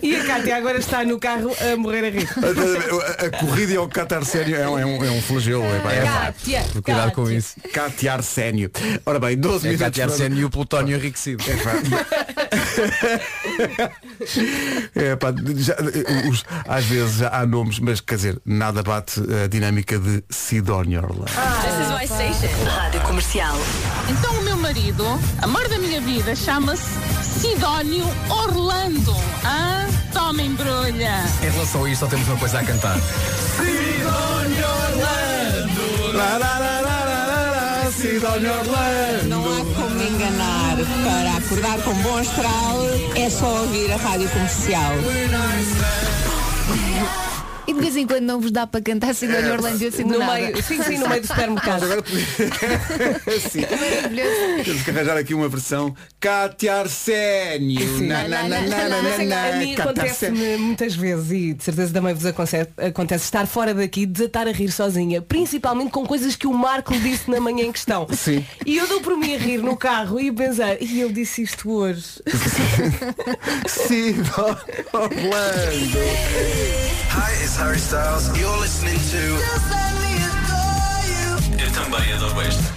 Speaker 4: E a Cátia agora está no carro a morrer a rir.
Speaker 1: A, a- a corrida ao Cátia Arsénio é um, é um, é um flagelo. É, pá, é pá.
Speaker 4: Cátia,
Speaker 2: Cuidado com
Speaker 4: Cátia.
Speaker 2: isso.
Speaker 1: Cátia Arsénio. Ora bem, 12
Speaker 2: É
Speaker 1: minutos.
Speaker 2: Cátia
Speaker 1: para-
Speaker 2: Arsénio e o Plutónio enriquecido.
Speaker 1: É, pá, já, eh, os- às vezes já há nomes, mas quer dizer, nada bate a dinâmica de Sidónia Orlando.
Speaker 11: Ah,
Speaker 10: Rádio Comercial.
Speaker 11: Então o meu marido, amor da minha vida, chama-se Sidónio Orlando. Ah, toma embrulha.
Speaker 2: Em relação a isto, só temos uma coisa a cantar.
Speaker 1: Sidónia Orlando.
Speaker 11: Não há como me enganar. Para acordar com bom astral, é só ouvir a rádio comercial.
Speaker 5: E de vez em quando não vos dá para cantar Cidónio Orlando assim do
Speaker 4: É, No
Speaker 5: nada.
Speaker 4: meio, sim, sim, no meio do supermercado.
Speaker 1: Agora Sim.
Speaker 5: Maravilhoso.
Speaker 1: Temos que arranjar aqui uma versão Cátia Arsénio. Na, na, na, na, na,
Speaker 4: Mas
Speaker 1: na,
Speaker 4: é que a
Speaker 1: na,
Speaker 4: mim
Speaker 1: Cátia Arsénio.
Speaker 4: acontece-me muitas vezes e de certeza também vos aconse- acontece estar fora daqui, desatar a rir sozinha, principalmente com coisas que o Marco disse na manhã em questão.
Speaker 1: Sim.
Speaker 4: E eu dou por mim a rir no carro e a pensar, e ele disse isto hoje.
Speaker 1: Sidónia Orlando.
Speaker 12: Eu também adoro esta.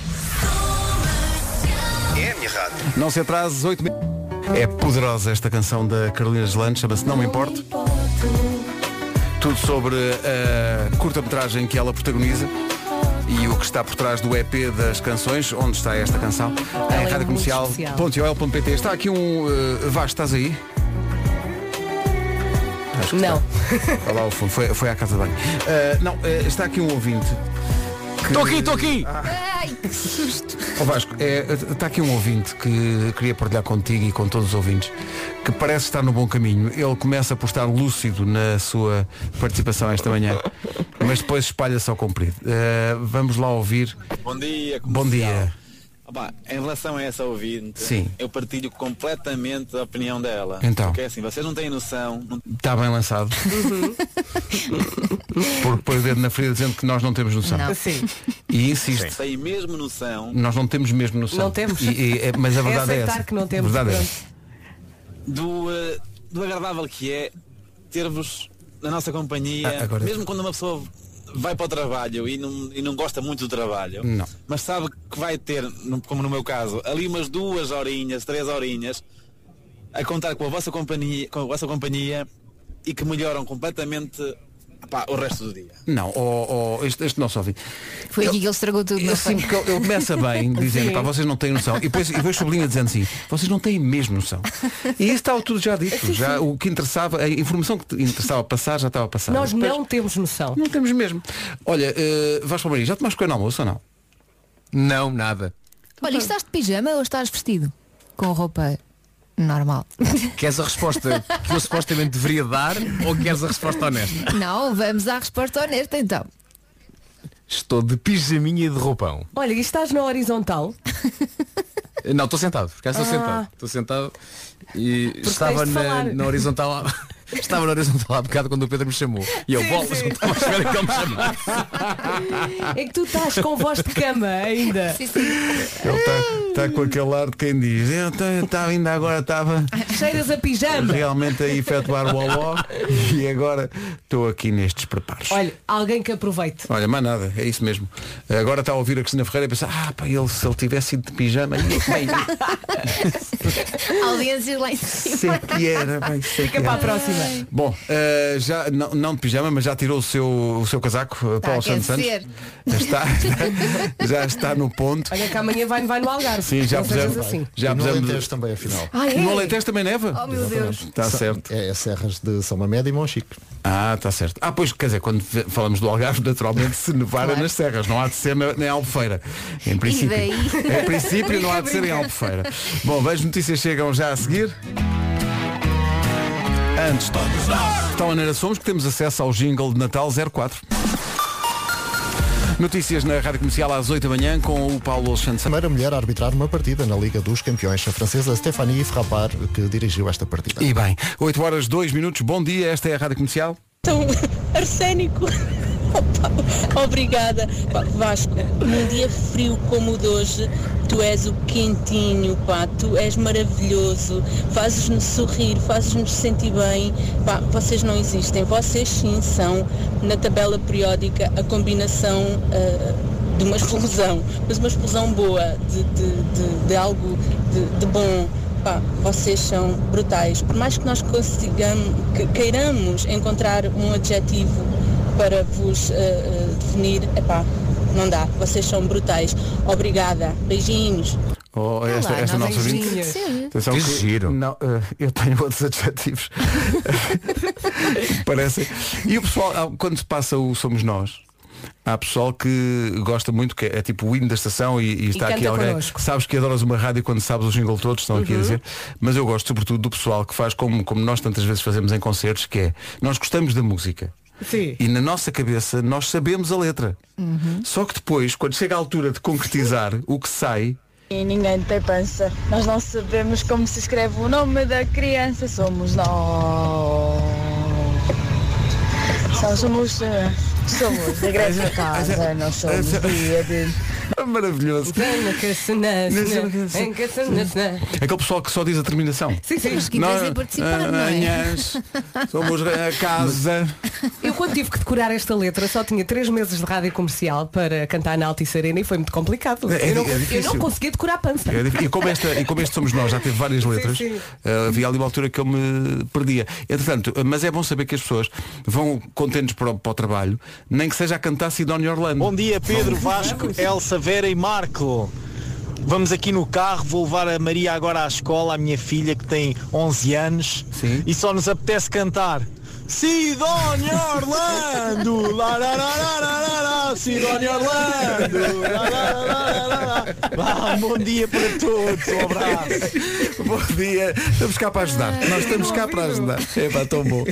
Speaker 12: É a minha rádio.
Speaker 1: Não se atrases, 8 mil. É poderosa esta canção da Carolina Gelante, chama-se Não Me Importo. Tudo sobre a curta-metragem que ela protagoniza e o que está por trás do EP das canções, onde está esta canção,
Speaker 4: é
Speaker 1: em
Speaker 4: muito
Speaker 1: radiocomercial.ol.pt. Está aqui um. Uh, Vasco, estás aí? Acho que
Speaker 4: Não.
Speaker 1: Está lá ao fundo, foi, foi à casa de banho. Uh, não, uh, está aqui um ouvinte.
Speaker 2: Estou aqui, estou aqui!
Speaker 5: Ai, que susto.
Speaker 1: Ó Vasco, é, está aqui um ouvinte que queria partilhar contigo e com todos os ouvintes, que parece estar no bom caminho. Ele começa por estar lúcido na sua participação esta manhã, mas depois espalha-se ao comprido. Eh, vamos lá ouvir.
Speaker 12: Bom dia.
Speaker 1: Bom dia.
Speaker 12: Opa, em relação a essa ouvinte,
Speaker 1: Sim.
Speaker 12: eu partilho completamente a opinião dela.
Speaker 1: Então.
Speaker 12: Porque é assim, vocês não têm noção, não
Speaker 1: Está bem lançado. Porque põe o dedo na ferida dizendo que nós não temos noção.
Speaker 4: Sim.
Speaker 1: E insiste.
Speaker 12: têm mesmo noção
Speaker 1: Nós não temos mesmo noção.
Speaker 4: Não temos.
Speaker 1: E- e- é- mas a
Speaker 4: É
Speaker 1: verdade é,
Speaker 4: aceitar
Speaker 1: essa.
Speaker 4: que não temos,
Speaker 1: Verdade é
Speaker 4: pronto.
Speaker 1: essa.
Speaker 12: do, eh, do agradável que é ter-vos na nossa companhia,
Speaker 1: Ah, agora-
Speaker 12: mesmo quando uma pessoa vai para o trabalho e não, e não gosta muito do trabalho,
Speaker 1: Não.
Speaker 12: mas sabe que vai ter, no- como no meu caso, ali umas duas horinhas, três horinhas, a contar com a vossa companhia, com a vossa companhia e que melhoram completamente pá, o resto do dia.
Speaker 1: Não, ó, ó, este, este nosso ouvinte.
Speaker 5: Foi aqui que ele estragou tudo,
Speaker 1: Eu
Speaker 5: não foi?
Speaker 1: sinto que ele ele começa bem dizendo, pá, vocês não têm noção. E depois, e depois sublinha dizendo assim, vocês não têm mesmo noção. E isso está tudo já dito. Já, o que interessava, a informação que te interessava passar já estava passada.
Speaker 4: Nós não temos noção.
Speaker 1: Não temos mesmo. Olha, uh, Vasco Maria, já tomaste pequeno almoço ou não?
Speaker 2: Não, nada.
Speaker 5: Olha, estás de pijama ou estás vestido? Com roupa normal.
Speaker 2: Queres a resposta que eu supostamente deveria dar ou queres a resposta honesta?
Speaker 5: Não, vamos à resposta honesta então.
Speaker 2: Estou de pijaminha e de roupão.
Speaker 4: Olha, e estás na horizontal?
Speaker 2: Não, estou sentado, porque estou sentado. Estou sentado e estava
Speaker 4: Ah. tens de
Speaker 2: na,
Speaker 4: falar.
Speaker 2: na horizontal. há- Estava na horizontal há bocado quando o Pedro me chamou. E eu,
Speaker 4: Sim,
Speaker 2: bolas,
Speaker 4: sim.
Speaker 2: não estava a esperar que ele me chamasse.
Speaker 4: É que tu estás com voz de cama ainda.
Speaker 5: Sim, sim.
Speaker 1: Ele está com aquele ar de quem diz, eu estava ainda agora, estava
Speaker 4: Cheiras a pijama.
Speaker 1: realmente a efetuar o oló e agora estou aqui nestes preparos.
Speaker 4: Olha, alguém que aproveite.
Speaker 1: Olha, mais nada, é isso mesmo. Agora está a ouvir a Cristina Ferreira e pensar, ah, pá, ele, se ele tivesse ido de pijama, ia bem,
Speaker 5: Audiências lá em cima.
Speaker 1: sei que era, bem, sei
Speaker 4: Fica
Speaker 1: que
Speaker 4: para a
Speaker 1: era.
Speaker 4: próxima.
Speaker 5: bem.
Speaker 1: Bom, eh, já, não, não de pijama, mas já tirou o seu, o seu casaco, eh,
Speaker 5: Tá,
Speaker 1: Paulo Santos Santos.
Speaker 4: aquecer.
Speaker 1: Já está, já está no ponto.
Speaker 4: Olha que amanhã vai, vai no Algarve.
Speaker 1: Sim, já
Speaker 4: Não sejas
Speaker 1: pusemos.
Speaker 4: assim.
Speaker 1: Já
Speaker 7: E no
Speaker 1: pusemos.
Speaker 7: Alentejo também, afinal.
Speaker 4: Ah, é?
Speaker 1: No Alentejo também neva? Tá
Speaker 4: Oh, meu Deus.
Speaker 1: Está
Speaker 7: São-
Speaker 1: certo.
Speaker 7: É, Serras de São Mamed e Monchique.
Speaker 1: Ah, está certo. Ah, pois, quer dizer, quando ve- falamos do Algarve, naturalmente se nevar é nas serras, não há de ser na, na Albufeira. Em princípio.
Speaker 5: daí?
Speaker 1: Em princípio não há de ser em
Speaker 5: Brinca, brinca.
Speaker 1: Albufeira. Bom, as notícias chegam já a seguir. Antes, todos nós. De tal maneira somos que temos acesso ao jingle de Natal 04. Notícias na Rádio Comercial às 8 da manhã com o Paulo Alexandre.
Speaker 7: Primeira mulher a arbitrar uma partida na Liga dos Campeões. A francesa Stéphanie Frappard, que dirigiu esta partida.
Speaker 1: E bem, 8 horas 2 minutos. Bom dia, esta é a Rádio Comercial.
Speaker 13: Então, arsénico. Opa, Obrigada. Pá, Vasco, num dia frio como o de hoje, tu és o quentinho, pá, tu és maravilhoso, fazes-nos sorrir, fazes-nos sentir bem, pá, vocês não existem, vocês sim são, na tabela periódica, a combinação ah, de uma explosão, mas uma explosão boa, de, de- de- de algo de, de bom, Pá, vocês são brutais. Por mais que nós consigamos, que- queiramos encontrar um adjetivo para vos eh, eh, definir, epá, não dá. Vocês são brutais. Obrigada. Beijinhos.
Speaker 1: Oh, esta,
Speaker 13: Olá,
Speaker 1: esta
Speaker 13: nós
Speaker 1: nossa ouvinte.
Speaker 13: beijinhos. Sim.
Speaker 1: Atenção
Speaker 2: Que
Speaker 1: giro. Não, eh, eu tenho outros adjetivos. Parecem. E o pessoal, ah, quando se passa o Somos Nós, há pessoal que gosta muito, que é tipo o hino da estação e, e está
Speaker 4: canta
Speaker 1: aqui alguém.
Speaker 4: connosco.
Speaker 1: Sabes que adoras uma rádio quando sabes o jingle todos, estão aqui a dizer. Mas eu gosto sobretudo do pessoal que faz como, como nós tantas vezes fazemos em concertos, que é nós gostamos da música.
Speaker 4: Sim.
Speaker 1: E na nossa cabeça nós sabemos a letra. Só que depois, quando chega a altura de concretizar o que sai,
Speaker 14: E ninguém tem pança. Nós não sabemos como se escreve o nome da criança. Somos nós. Só somos. eh, Somos da Igreja
Speaker 2: é,
Speaker 14: Casa. Não somos dia de.
Speaker 1: É Maravilhoso.
Speaker 4: Então, né?
Speaker 1: Aquele pessoal que só diz a terminação.
Speaker 4: Sim, sim. Mas que
Speaker 1: Nós,
Speaker 4: interessa é participar, não é?
Speaker 1: Anhãs, somos a casa.
Speaker 4: Eu quando tive que decorar esta letra só tinha três meses de rádio comercial para cantar na Alta e Serena e foi muito complicado.
Speaker 1: É- é-
Speaker 4: eu, não,
Speaker 1: é
Speaker 4: eu
Speaker 1: difícil.
Speaker 4: não consegui decorar a pança.
Speaker 1: É difícil. E como, esta, e como este somos nós, já teve várias letras,
Speaker 4: ah, sim.
Speaker 1: eh, havia ali uma altura que eu me perdia. Entretanto, mas é bom saber que as pessoas vão contentes para o, para o trabalho, nem que seja a cantar Sidónia Orlando.
Speaker 15: Bom dia Pedro, Vasco, Elsa, Vera e Marco. Vamos aqui no carro, vou levar a Maria agora à escola, a minha filha que tem 11 anos e só nos apetece cantar. Sidónia Orlando! Larararararará, Sidónia Orlando! larararararará. Vá, bom dia para todos, um abraço!
Speaker 1: Bom dia, estamos cá para ajudar. Nós estamos cá para ajudar. É pá, tão bom.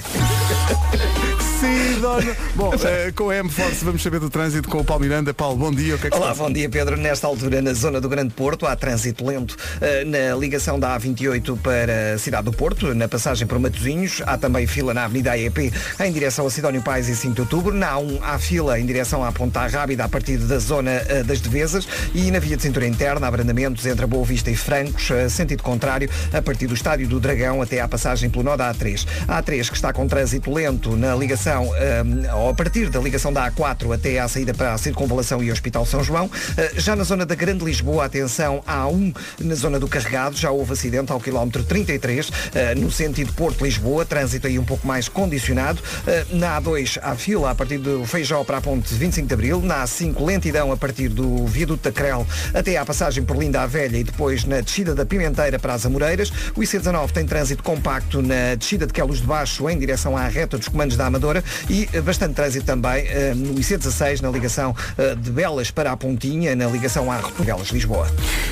Speaker 1: Sim, dona. Bom,
Speaker 3: É
Speaker 1: eh, com a M-Force vamos saber do trânsito com o Paulo Miranda. Paulo, bom dia. O que é que
Speaker 3: Olá,
Speaker 1: se passa?
Speaker 3: bom dia Pedro. Nesta altura, na zona do Grande Porto, há trânsito lento eh, na ligação da A28 para a cidade do Porto, na passagem por Matosinhos. Há também fila na Avenida AEP em direção a Sidónio Pais e 5 de Outubro. Na A1 há fila em direção à Ponta Rábida a partir da zona eh, das Devesas e na via de cintura interna, abrandamentos entre a Boa Vista e Francos, eh, sentido contrário, a partir do Estádio do Dragão até à passagem pelo nó da A3. A A3 que está com trânsito lento na ligação, eh, ou a partir da ligação da A4 até à saída para a Circunvalação e Hospital São João. Eh, Já na zona da Grande Lisboa, atenção, há um na zona do Carregado, já houve acidente ao quilómetro 33, eh, no sentido Porto-Lisboa, trânsito aí um pouco mais condicionado. Eh, Na A2, há fila a partir do Feijó para a ponte 25 de Abril, na A5, lentidão a partir do viaduto da Crel até à passagem por Linda a Velha e depois na descida da Pimenteira para as Amoreiras. O IC19 tem trânsito compacto na descida de Queluz de Baixo em direção à reta dos comandos da Amadora e eh, bastante trânsito também eh, no IC16 na ligação eh, de Belas para a Pontinha, na ligação à Rota Belas Lisboa.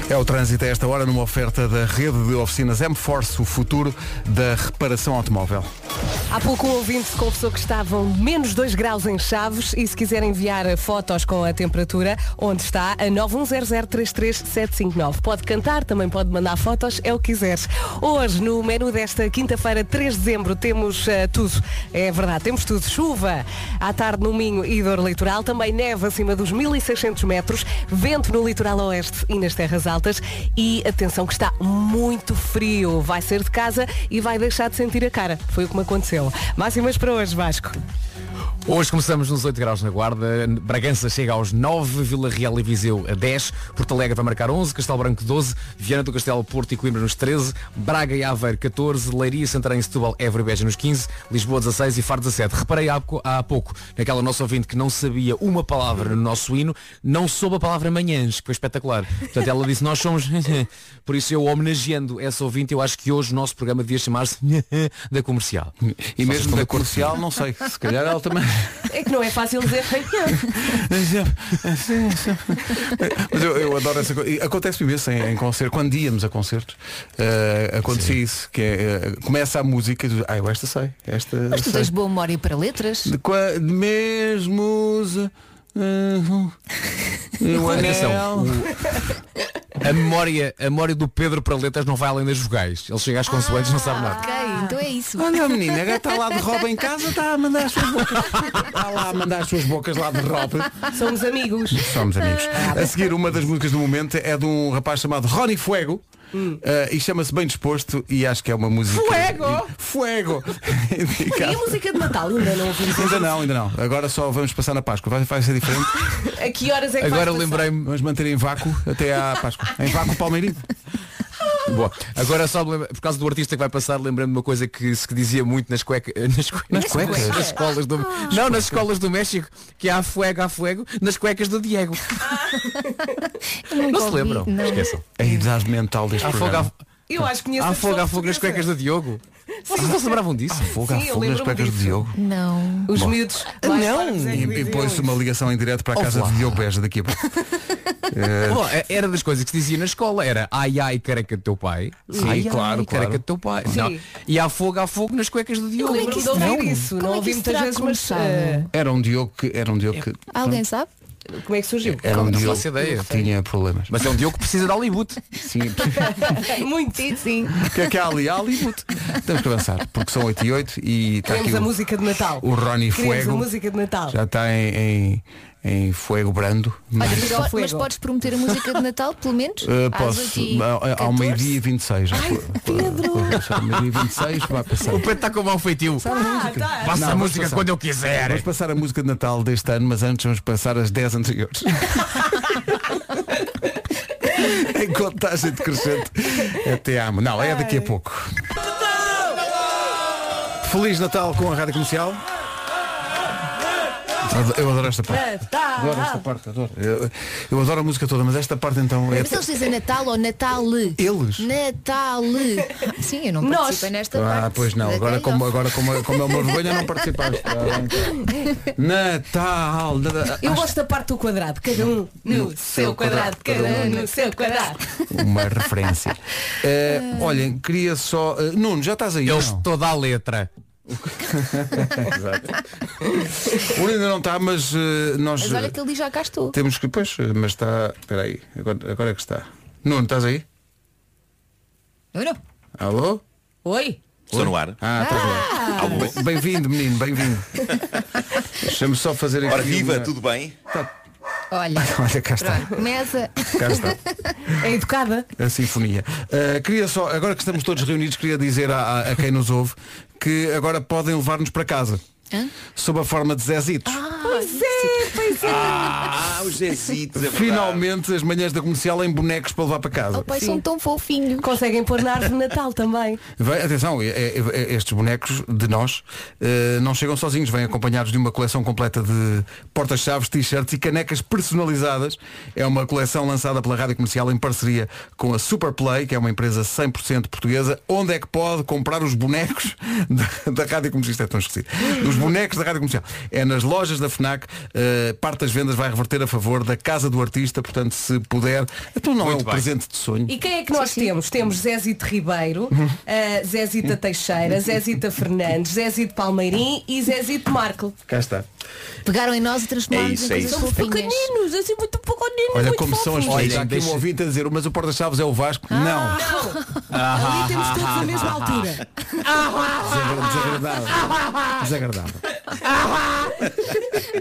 Speaker 1: É o trânsito a esta hora numa oferta da rede de oficinas M-Force, o futuro da reparação automóvel.
Speaker 4: Há pouco um ouvinte se confessou que estavam menos 2 graus em Chaves e se quiser enviar fotos com a temperatura, onde está, a 910033759. Pode cantar, também pode mandar fotos, é o que quiseres. Hoje, no menu desta quinta-feira, 3 de dezembro, temos eh, tudo. É verdade, temos tudo. Chuva à tarde no Minho e dor litoral, também neve acima dos 1600 metros, vento no litoral oeste e nas terras altas e atenção que está muito frio. Vai ser de casa e vai deixar de sentir a cara. Foi o que me aconteceu. Máximas para hoje, Vasco.
Speaker 2: Hoje começamos nos 8 graus na Guarda, Bragança chega aos 9, Vila Real e Viseu a 10, Porto Alegre vai marcar 11, Castelo Branco 12, Viana do Castelo, Porto e Coimbra nos 13, Braga e Aveiro 14, Leiria, Santarém, Setúbal, Évora e Beja nos 15, Lisboa 16 e Faro 17. Reparei há, pouco- há pouco naquela nossa ouvinte que não sabia uma palavra no nosso hino, não soube a palavra manhãs, que foi espetacular. Portanto, ela disse nós somos... Por isso eu homenageando essa ouvinte, eu acho que hoje o nosso programa devia chamar-se da comercial.
Speaker 1: E mesmo da comercial, não sei, se calhar ela também...
Speaker 4: É que não é fácil dizer
Speaker 1: Mas eu, eu adoro essa coisa. E Acontece imenso em, em concerto. Quando íamos a concertos, eh, acontecia isso, que é, eh, começa a música e tu, ah, eu esta sei, esta
Speaker 5: Mas tu
Speaker 1: sei.
Speaker 5: tens boa memória para letras?
Speaker 1: De qua- de eh, mesmos
Speaker 5: é
Speaker 1: uh, o
Speaker 2: Atenção,
Speaker 1: anel.
Speaker 2: A memória, a memória do Pedro para letras não vai além das vogais. Ele chega às consoantes, não sabe nada.
Speaker 5: Ok, então é isso.
Speaker 1: Olha a menina, a gata lá de roupa em casa está a mandar as suas bocas. Está lá a mandar as suas bocas lá de roupa.
Speaker 4: Somos amigos.
Speaker 1: Somos amigos. A seguir, uma das músicas do momento é de um rapaz chamado Ronnie Fuego. eh, e chama-se Bem Disposto e acho que é uma música.
Speaker 4: Fuego!
Speaker 1: Fuego!
Speaker 4: E a música de Natal ainda não ouvimos.
Speaker 1: Ainda não, ainda não. Agora só vamos passar na Páscoa. Vai, vai ser diferente.
Speaker 4: A que horas é que vais passar?
Speaker 1: Vamos manter em vácuo até à Páscoa. Em vácuo palmeirinho. Ah.
Speaker 2: Boa. Agora só me lembra- por causa do artista que vai passar, lembrando me uma coisa que se dizia muito nas cuecas. Nas, cuecas,
Speaker 1: Nas cuecas? Ah.
Speaker 2: Nas escolas do, não, nas escolas do México, que há fuego, há fuego, nas cuecas do Diego. Não se lembram. Esqueçam.
Speaker 1: É A idade mental deste
Speaker 2: Há fogo, há,
Speaker 1: programa.
Speaker 4: Eu acho que conheço
Speaker 2: há
Speaker 4: a
Speaker 2: Ah, fogo,
Speaker 4: pessoa
Speaker 2: há fogo nas
Speaker 4: que conhece.
Speaker 2: cuecas do Diogo. Vocês não se lembravam disso?
Speaker 1: Há Ah, fogo, há
Speaker 4: Sim, eu
Speaker 1: fogo nas
Speaker 4: lembro-me
Speaker 1: cuecas de
Speaker 4: disso.
Speaker 2: ah,
Speaker 1: Diogo.
Speaker 5: Não.
Speaker 4: Os
Speaker 1: Bom.
Speaker 4: miúdos.
Speaker 1: Ah,
Speaker 4: Vai falar
Speaker 1: Não!
Speaker 4: com o Zé
Speaker 1: E, e
Speaker 4: Luís
Speaker 1: pôs-se uma ligação em direto para a casa de Diogo Beja daqui a pouco. Eh,
Speaker 2: Bom, é- era das coisas que se dizia na escola, era ai ai careca do teu pai.
Speaker 1: Sim,
Speaker 2: ai,
Speaker 1: claro,
Speaker 2: ai,
Speaker 1: claro.
Speaker 2: careca do teu pai.
Speaker 1: Sim. é
Speaker 2: Não. E há fogo, há fogo nas cuecas do
Speaker 4: Eu
Speaker 2: Diogo.
Speaker 4: lembro-me de ouvir isso.
Speaker 5: Como
Speaker 4: Não
Speaker 5: é que
Speaker 4: ouvi
Speaker 5: isso
Speaker 4: muitas
Speaker 5: terá
Speaker 4: vezes, mas
Speaker 5: começado?
Speaker 4: eh,
Speaker 1: Era um Diogo que. Era um
Speaker 4: É.
Speaker 1: Diogo que.
Speaker 5: Alguém sabe?
Speaker 4: como é que surgiu?
Speaker 1: Era um
Speaker 2: Não
Speaker 1: Diogo
Speaker 2: faço ideia.
Speaker 1: que tinha problemas.
Speaker 2: Mas é um Diogo que precisa de Hollywood.
Speaker 1: Sim,
Speaker 5: Muito. Sim, sim.
Speaker 1: O que é que há ali? Há ali puto. Temos que avançar, porque são 8 e 8 e está aqui
Speaker 4: Queremos a
Speaker 1: o,
Speaker 4: música de Natal.
Speaker 1: o Ronnie
Speaker 4: Queremos a
Speaker 1: Fuego.
Speaker 4: música de Natal.
Speaker 1: Já está em, em, em fuego brando.
Speaker 5: Olha,
Speaker 1: Mas,
Speaker 5: mas, po- mas podes prometer a música de Natal, pelo menos?
Speaker 1: eh,
Speaker 5: Às
Speaker 1: posso,
Speaker 5: oito e
Speaker 1: ao- ao
Speaker 5: 14?
Speaker 1: meio-dia e 26. já foi- foi- Ao meio-dia e 26 vai passar.
Speaker 2: O Pedro está com mau feitio.
Speaker 5: Ah,
Speaker 2: Passa
Speaker 1: Ah, tá, é. Não,
Speaker 2: a
Speaker 1: vamos
Speaker 2: música
Speaker 1: passar.
Speaker 2: quando eu quiser.
Speaker 1: Vamos passar a música de Natal deste ano, mas antes vamos passar as 10 anteriores. em contagem decrescente. Até amo. Não, é daqui a pouco. Feliz Natal com a Rádio Comercial. Eu adoro esta parte. Adoro esta parte, adoro. Eu, eu adoro a música toda, mas esta parte então é.
Speaker 5: Mas eles dizem Natal ou Natal? Eles? Natal. Sim, eu não
Speaker 4: Nós.
Speaker 5: participo nesta
Speaker 1: Ah,
Speaker 5: parte.
Speaker 1: pois não,
Speaker 5: da
Speaker 1: agora
Speaker 5: Day
Speaker 1: como,
Speaker 5: Off.
Speaker 1: agora como, como é uma vergonha não participaste. Está bem. Natal! nada-
Speaker 4: Eu gosto da parte do quadrado. Cada um no seu quadrado. Cada um no seu quadrado.
Speaker 1: uma referência. Eh, olhem, queria só. eh, Nuno, já estás aí?
Speaker 2: Eu
Speaker 1: não?
Speaker 2: estou da letra.
Speaker 1: O Nuno ainda não está, mas eh, nós
Speaker 5: Mas olha
Speaker 1: eh,
Speaker 5: que ali já cá estou.
Speaker 1: temos que. Pois, eh, mas está. Espera aí, agora, agora é que está. Nuno, estás aí?
Speaker 5: Nuno?
Speaker 1: Alô?
Speaker 4: Oi?
Speaker 12: Estou no ar.
Speaker 1: Ah, estás lá.
Speaker 5: Ah!
Speaker 1: Bem- Bem-vindo, menino, bem-vindo. Deixa-me só fazer aqui.
Speaker 16: Ora viva,
Speaker 1: uma-
Speaker 16: tudo bem?
Speaker 5: Olha.
Speaker 1: Olha, cá está.
Speaker 5: Pronto, começa.
Speaker 1: Cá está.
Speaker 4: É educada.
Speaker 1: A sinfonia. Uh, queria só, agora que estamos todos reunidos, queria dizer a, a- a quem nos ouve que agora podem levar-nos para casa.
Speaker 5: Hã?
Speaker 1: Sob a forma de Zezitos.
Speaker 4: Pois é, pois é.
Speaker 16: Ah, os Zezitos, é verdade.
Speaker 1: Finalmente as manhãs da comercial em bonecos para levar para casa.
Speaker 4: Oh,
Speaker 5: Pai, são tão fofinhos.
Speaker 4: Conseguem pôr na árvore de Natal também.
Speaker 1: Vai- atenção, é- é- é- estes bonecos de nós eh, não chegam sozinhos, vêm acompanhados de uma coleção completa de portas-chaves, t-shirts e canecas personalizadas. É uma coleção lançada pela Rádio Comercial em parceria com a Superplay, que é uma empresa 100% portuguesa. Onde é que pode comprar os bonecos da, da Rádio Comercial? Isto é tão esquecido. Os bonecos da Rádio Comercial. É nas lojas da FNAC. eh, parte das vendas vai reverter a favor da casa do artista. Portanto, se puder, então não é um presente de sonho.
Speaker 4: E quem é que nós temos? Temos Zezito Ribeiro, eh, Zezita Teixeira, Zezita Fernandes, Zezito Palmeirim e Zezito Marco.
Speaker 1: Cá está.
Speaker 5: Pegaram em nós e transformaram-nos
Speaker 16: É
Speaker 5: em
Speaker 16: isso, é
Speaker 5: coisas
Speaker 16: isso.
Speaker 4: Somos
Speaker 5: fofinhas.
Speaker 4: pequeninos, assim muito pequeninos.
Speaker 1: Olha
Speaker 4: muito
Speaker 1: como são as
Speaker 4: fofinhos.
Speaker 1: coisas.
Speaker 2: Olhem,
Speaker 1: Há aqui
Speaker 2: deixa-
Speaker 1: um ouvinte a dizer, mas o porta-chaves é o Vasco. Não.
Speaker 4: Ah.
Speaker 2: Ah.
Speaker 4: Ali temos todos a mesma altura.
Speaker 1: Desagra- Desagradável. Desagradável.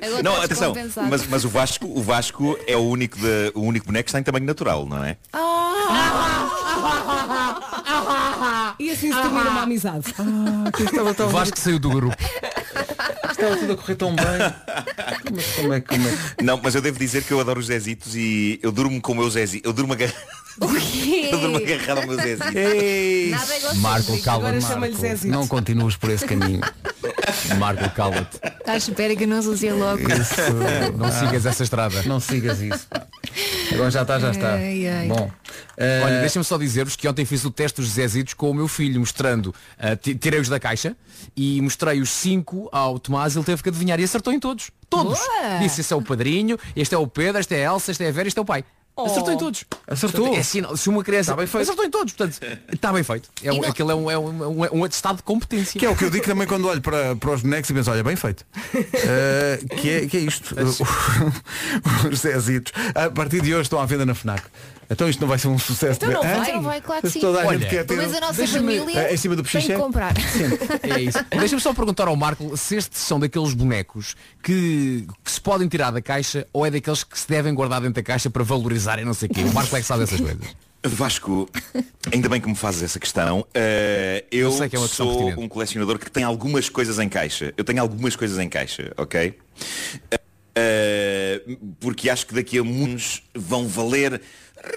Speaker 5: Agora
Speaker 16: Não,
Speaker 5: estás
Speaker 16: atenção,
Speaker 5: compensado.
Speaker 16: mas, mas o, Vasco, o Vasco é o único, de, o único boneco que está em tamanho natural, não é?
Speaker 5: Ah.
Speaker 1: Ah.
Speaker 4: E assim se termina uma amizade.
Speaker 2: O Vasco saiu do grupo.
Speaker 1: estava tudo a correr tão bem. Mas como é que como é? que-
Speaker 16: Não, mas eu devo dizer que eu adoro os Zezitos e eu durmo com o meu Zezito. Eu durmo agarrado. Eu durmo agarrado ao meu Zezito.
Speaker 1: Nada é Marco, calma-te. Marco. Não continuas por esse caminho. Marco, cala-te.
Speaker 5: Está Tá à espera que eu não associa logo.
Speaker 1: Isso,
Speaker 2: Não sigas essa estrada.
Speaker 1: Não sigas isso. pá. Agora já está, já está.
Speaker 5: Ai, ai.
Speaker 1: Bom. eh,
Speaker 2: Olha, deixem-me só dizer-vos que ontem fiz o teste dos Zezitos com o meu filho, mostrando, ah, ti- tirei-os da caixa e mostrei os cinco ao Tomás, ele teve que adivinhar e acertou em todos. Todos!
Speaker 5: Boa!
Speaker 2: Disse esse é o padrinho, este é o Pedro, este é a Elsa, este é a Vera, este é o pai.
Speaker 5: Oh.
Speaker 2: Acertou em todos.
Speaker 1: Acertou.
Speaker 2: Portanto, é sinal- se uma criança.
Speaker 1: Está
Speaker 4: Tá
Speaker 1: bem feito.
Speaker 2: Acertou em todos, portanto, está bem feito. É
Speaker 1: E
Speaker 2: um,
Speaker 1: não-
Speaker 2: aquele é um, é um, é um, é um atestado de competência.
Speaker 1: Que é o que eu digo também quando olho para, para os bonecos e penso, olha, bem feito. Uh, que, é, que é isto. Uh, os Zezitos. A partir de hoje estão à venda na FNAC. Então isto não vai ser um sucesso.
Speaker 5: Então não
Speaker 1: Hã?
Speaker 5: vai. Então vai, claro que sim.
Speaker 1: Toda a
Speaker 5: Olha,
Speaker 1: gente quer ter um-
Speaker 5: mas a nossa
Speaker 1: Deixa-me-
Speaker 5: família
Speaker 1: eh, em cima do
Speaker 5: tem que
Speaker 1: pichiché?
Speaker 5: comprar.
Speaker 1: Sim.
Speaker 2: É isso. Deixa-me só perguntar ao Marco se estes são daqueles bonecos que, que se podem tirar da caixa ou é daqueles que se devem guardar dentro da caixa para valorizar e não sei o quê. O Marco é que sabe essas coisas.
Speaker 16: Vasco, ainda bem que me fazes essa questão. Eh, eu
Speaker 2: Eu sei que é uma questão
Speaker 16: sou
Speaker 2: pertinente.
Speaker 16: um colecionador que tem algumas coisas em caixa. Eu tenho algumas coisas em caixa, ok? Eh, porque acho que daqui a muitos vão valer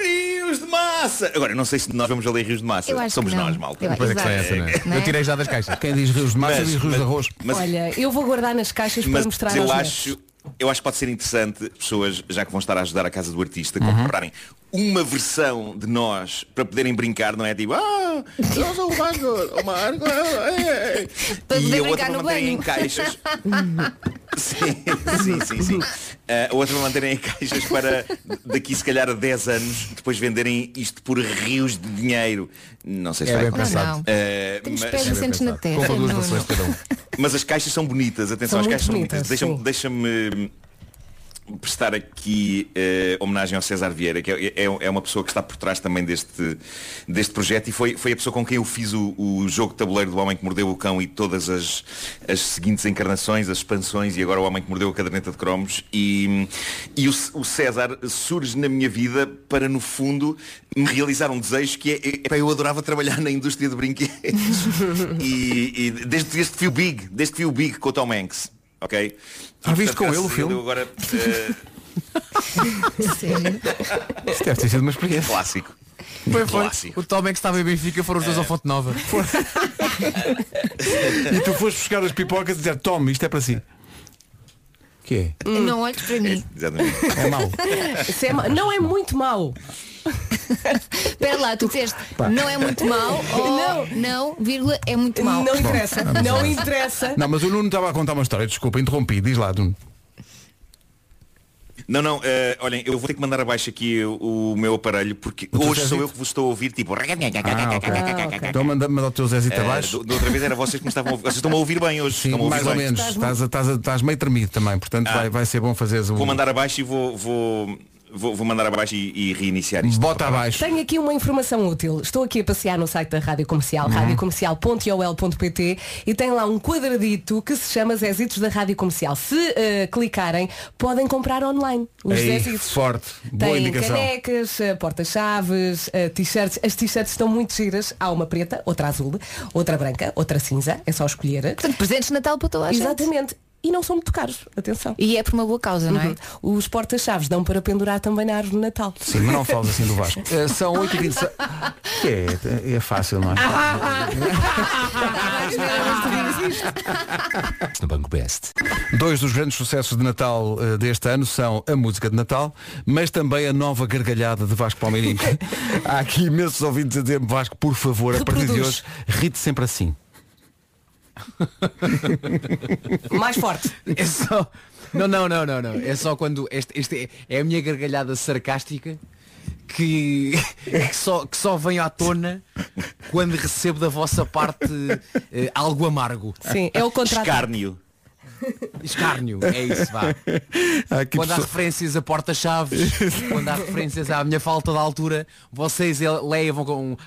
Speaker 16: rios de massa. Agora, eu não sei se nós vamos valer rios de massa.
Speaker 4: Eu acho que
Speaker 16: Somos
Speaker 4: não.
Speaker 16: nós, malta.
Speaker 4: Eu acho- Pois é que exato. sei essa, né? Não é? Eu tirei
Speaker 2: já das caixas.
Speaker 1: Quem diz rios de massa
Speaker 16: Mas-
Speaker 1: diz rios
Speaker 16: mas-
Speaker 1: de arroz.
Speaker 16: mas-
Speaker 4: Olha, eu vou guardar nas caixas para mostrar aos
Speaker 16: eu
Speaker 4: meus.
Speaker 16: acho, eu acho que pode ser interessante pessoas, já que vão estar a ajudar a casa do artista,
Speaker 5: Uhum.
Speaker 16: comprarem uma versão de nós para poderem brincar, não é? Tipo, ah, eu sou o Marco, o Marco, é, é, é."
Speaker 5: Para
Speaker 16: e
Speaker 5: poder
Speaker 16: a outra
Speaker 5: brincar
Speaker 16: para
Speaker 5: no
Speaker 16: manterem em
Speaker 5: banho.
Speaker 16: caixas. sim, sim, sim, sim. Ah, a outra para manterem em caixas para daqui se calhar a 10 anos depois venderem isto por rios de dinheiro. Não sei se
Speaker 2: É
Speaker 16: vai
Speaker 2: bem
Speaker 16: acontecer.
Speaker 2: pensado. É Não, não.
Speaker 16: Ah,
Speaker 5: Temos
Speaker 16: mas-
Speaker 5: pés assentes na terra. não, não.
Speaker 2: um.
Speaker 16: mas as caixas são bonitas,
Speaker 5: São
Speaker 16: atenção, as caixas
Speaker 5: muito bonitas,
Speaker 16: são bonitas. Deixa-me deixa-me, hum, prestar aqui eh, homenagem ao César Vieira, que é, é- é uma pessoa que está por trás também deste, deste projeto e foi, foi a pessoa com quem eu fiz o, o jogo de tabuleiro do Homem que Mordeu o Cão e todas as, as seguintes encarnações, as expansões e agora o Homem que Mordeu a Caderneta de Cromos. E, e o, C- o César surge na minha vida para, no fundo, me realizar um desejo que é, é- é- eu adorava trabalhar na indústria de brinquedos. e, e desde, desde que vi o Big, desde que vi o Big com o Tom Hanks, ok?
Speaker 1: Ah, viste com ele o
Speaker 16: Graças a
Speaker 1: filme?
Speaker 16: eu Agora, eh,
Speaker 1: Isto deve ter sido uma experiência.
Speaker 16: Clássico.
Speaker 2: Foi, foi.
Speaker 16: Clássico.
Speaker 2: O Tom é que estava em Benfica, foram os dois ao Fonte Nova.
Speaker 1: E tu foste buscar as pipocas e dizer, tome, isto é para si. Que é?
Speaker 5: Não olhes para mim.
Speaker 16: Exatamente.
Speaker 1: É mau.
Speaker 4: Isso é ma- Não é muito mau.
Speaker 5: Espera lá, tu disseste
Speaker 1: Pá.
Speaker 5: não é muito mau ou não, vírgula, é muito mau.
Speaker 4: Não interessa.
Speaker 1: vamos
Speaker 4: Não
Speaker 1: lá.
Speaker 4: interessa.
Speaker 1: Não, mas o Nuno estava a contar uma história, desculpa, interrompi, diz lá, Nuno.
Speaker 16: Não, não, eh, olhem, eu vou ter que mandar abaixo aqui o, o meu aparelho porque
Speaker 1: O teu
Speaker 16: hoje sou
Speaker 1: Zezito?
Speaker 16: eu que vos estou a ouvir tipo.
Speaker 1: Ah, ok. Então manda, manda o teu Zezito
Speaker 16: Eh,
Speaker 1: abaixo.
Speaker 16: do- da outra vez era vocês que me estavam a ouvir. Vocês estão a ouvir bem hoje.
Speaker 1: Sim,
Speaker 16: estão a ouvir
Speaker 1: mais ou
Speaker 16: bem.
Speaker 1: menos. Estás, a- estás, a- estás meio tremido também, portanto vai, vai ser bom fazeres um o.
Speaker 16: Ah. Vou mandar abaixo e vou, vou, vou, vou mandar abaixo e, e reiniciar isto.
Speaker 1: Bota abaixo.
Speaker 4: Tenho aqui uma informação útil. Estou aqui a passear no site da Rádio Comercial,
Speaker 1: Uhum.
Speaker 4: radiocomercial.iol.pt e tem lá um quadradito que se chama Zezitos da Rádio Comercial. Se eh, clicarem, podem comprar online os
Speaker 1: Ei,
Speaker 4: Zezitos.
Speaker 1: forte. Boa
Speaker 4: Tem
Speaker 1: indicação.
Speaker 4: canecas, eh, porta-chaves, eh, t-shirts. As t-shirts estão muito giras. Há uma preta, outra azul, outra branca, outra cinza. É só escolher.
Speaker 5: Portanto, presentes de Natal para toda a gente.
Speaker 4: Exatamente. E não são muito caros. Atenção.
Speaker 5: E é por uma boa causa, não é?
Speaker 4: Uhum. Os porta-chaves dão para pendurar também na árvore de Natal.
Speaker 1: Sim, mas não falas assim do Vasco. Eh, são 8h26. Que é, é fácil, não é?
Speaker 4: Ah,
Speaker 2: No Banco Best.
Speaker 1: Dois dos grandes sucessos de Natal eh, deste ano são a música de Natal, mas também a nova gargalhada de Vasco Palmeirinho. Há aqui imensos ouvintes a dizer Vasco, por favor, a partir de
Speaker 4: Reproduz.
Speaker 1: hoje, rite sempre assim.
Speaker 4: Mais forte.
Speaker 2: É só. Não, não, não, não, não. É só quando. Este, este é, é a minha gargalhada sarcástica que, que, só, que só vem à tona quando recebo da vossa parte eh, algo amargo.
Speaker 4: Sim, é o contrato.
Speaker 16: Escárnio.
Speaker 2: Escárnio, é isso, vá.
Speaker 1: Há aqui
Speaker 2: quando há
Speaker 1: pessoa-
Speaker 2: referências a porta-chaves, quando há referências à minha falta de altura, vocês ele- levam com um.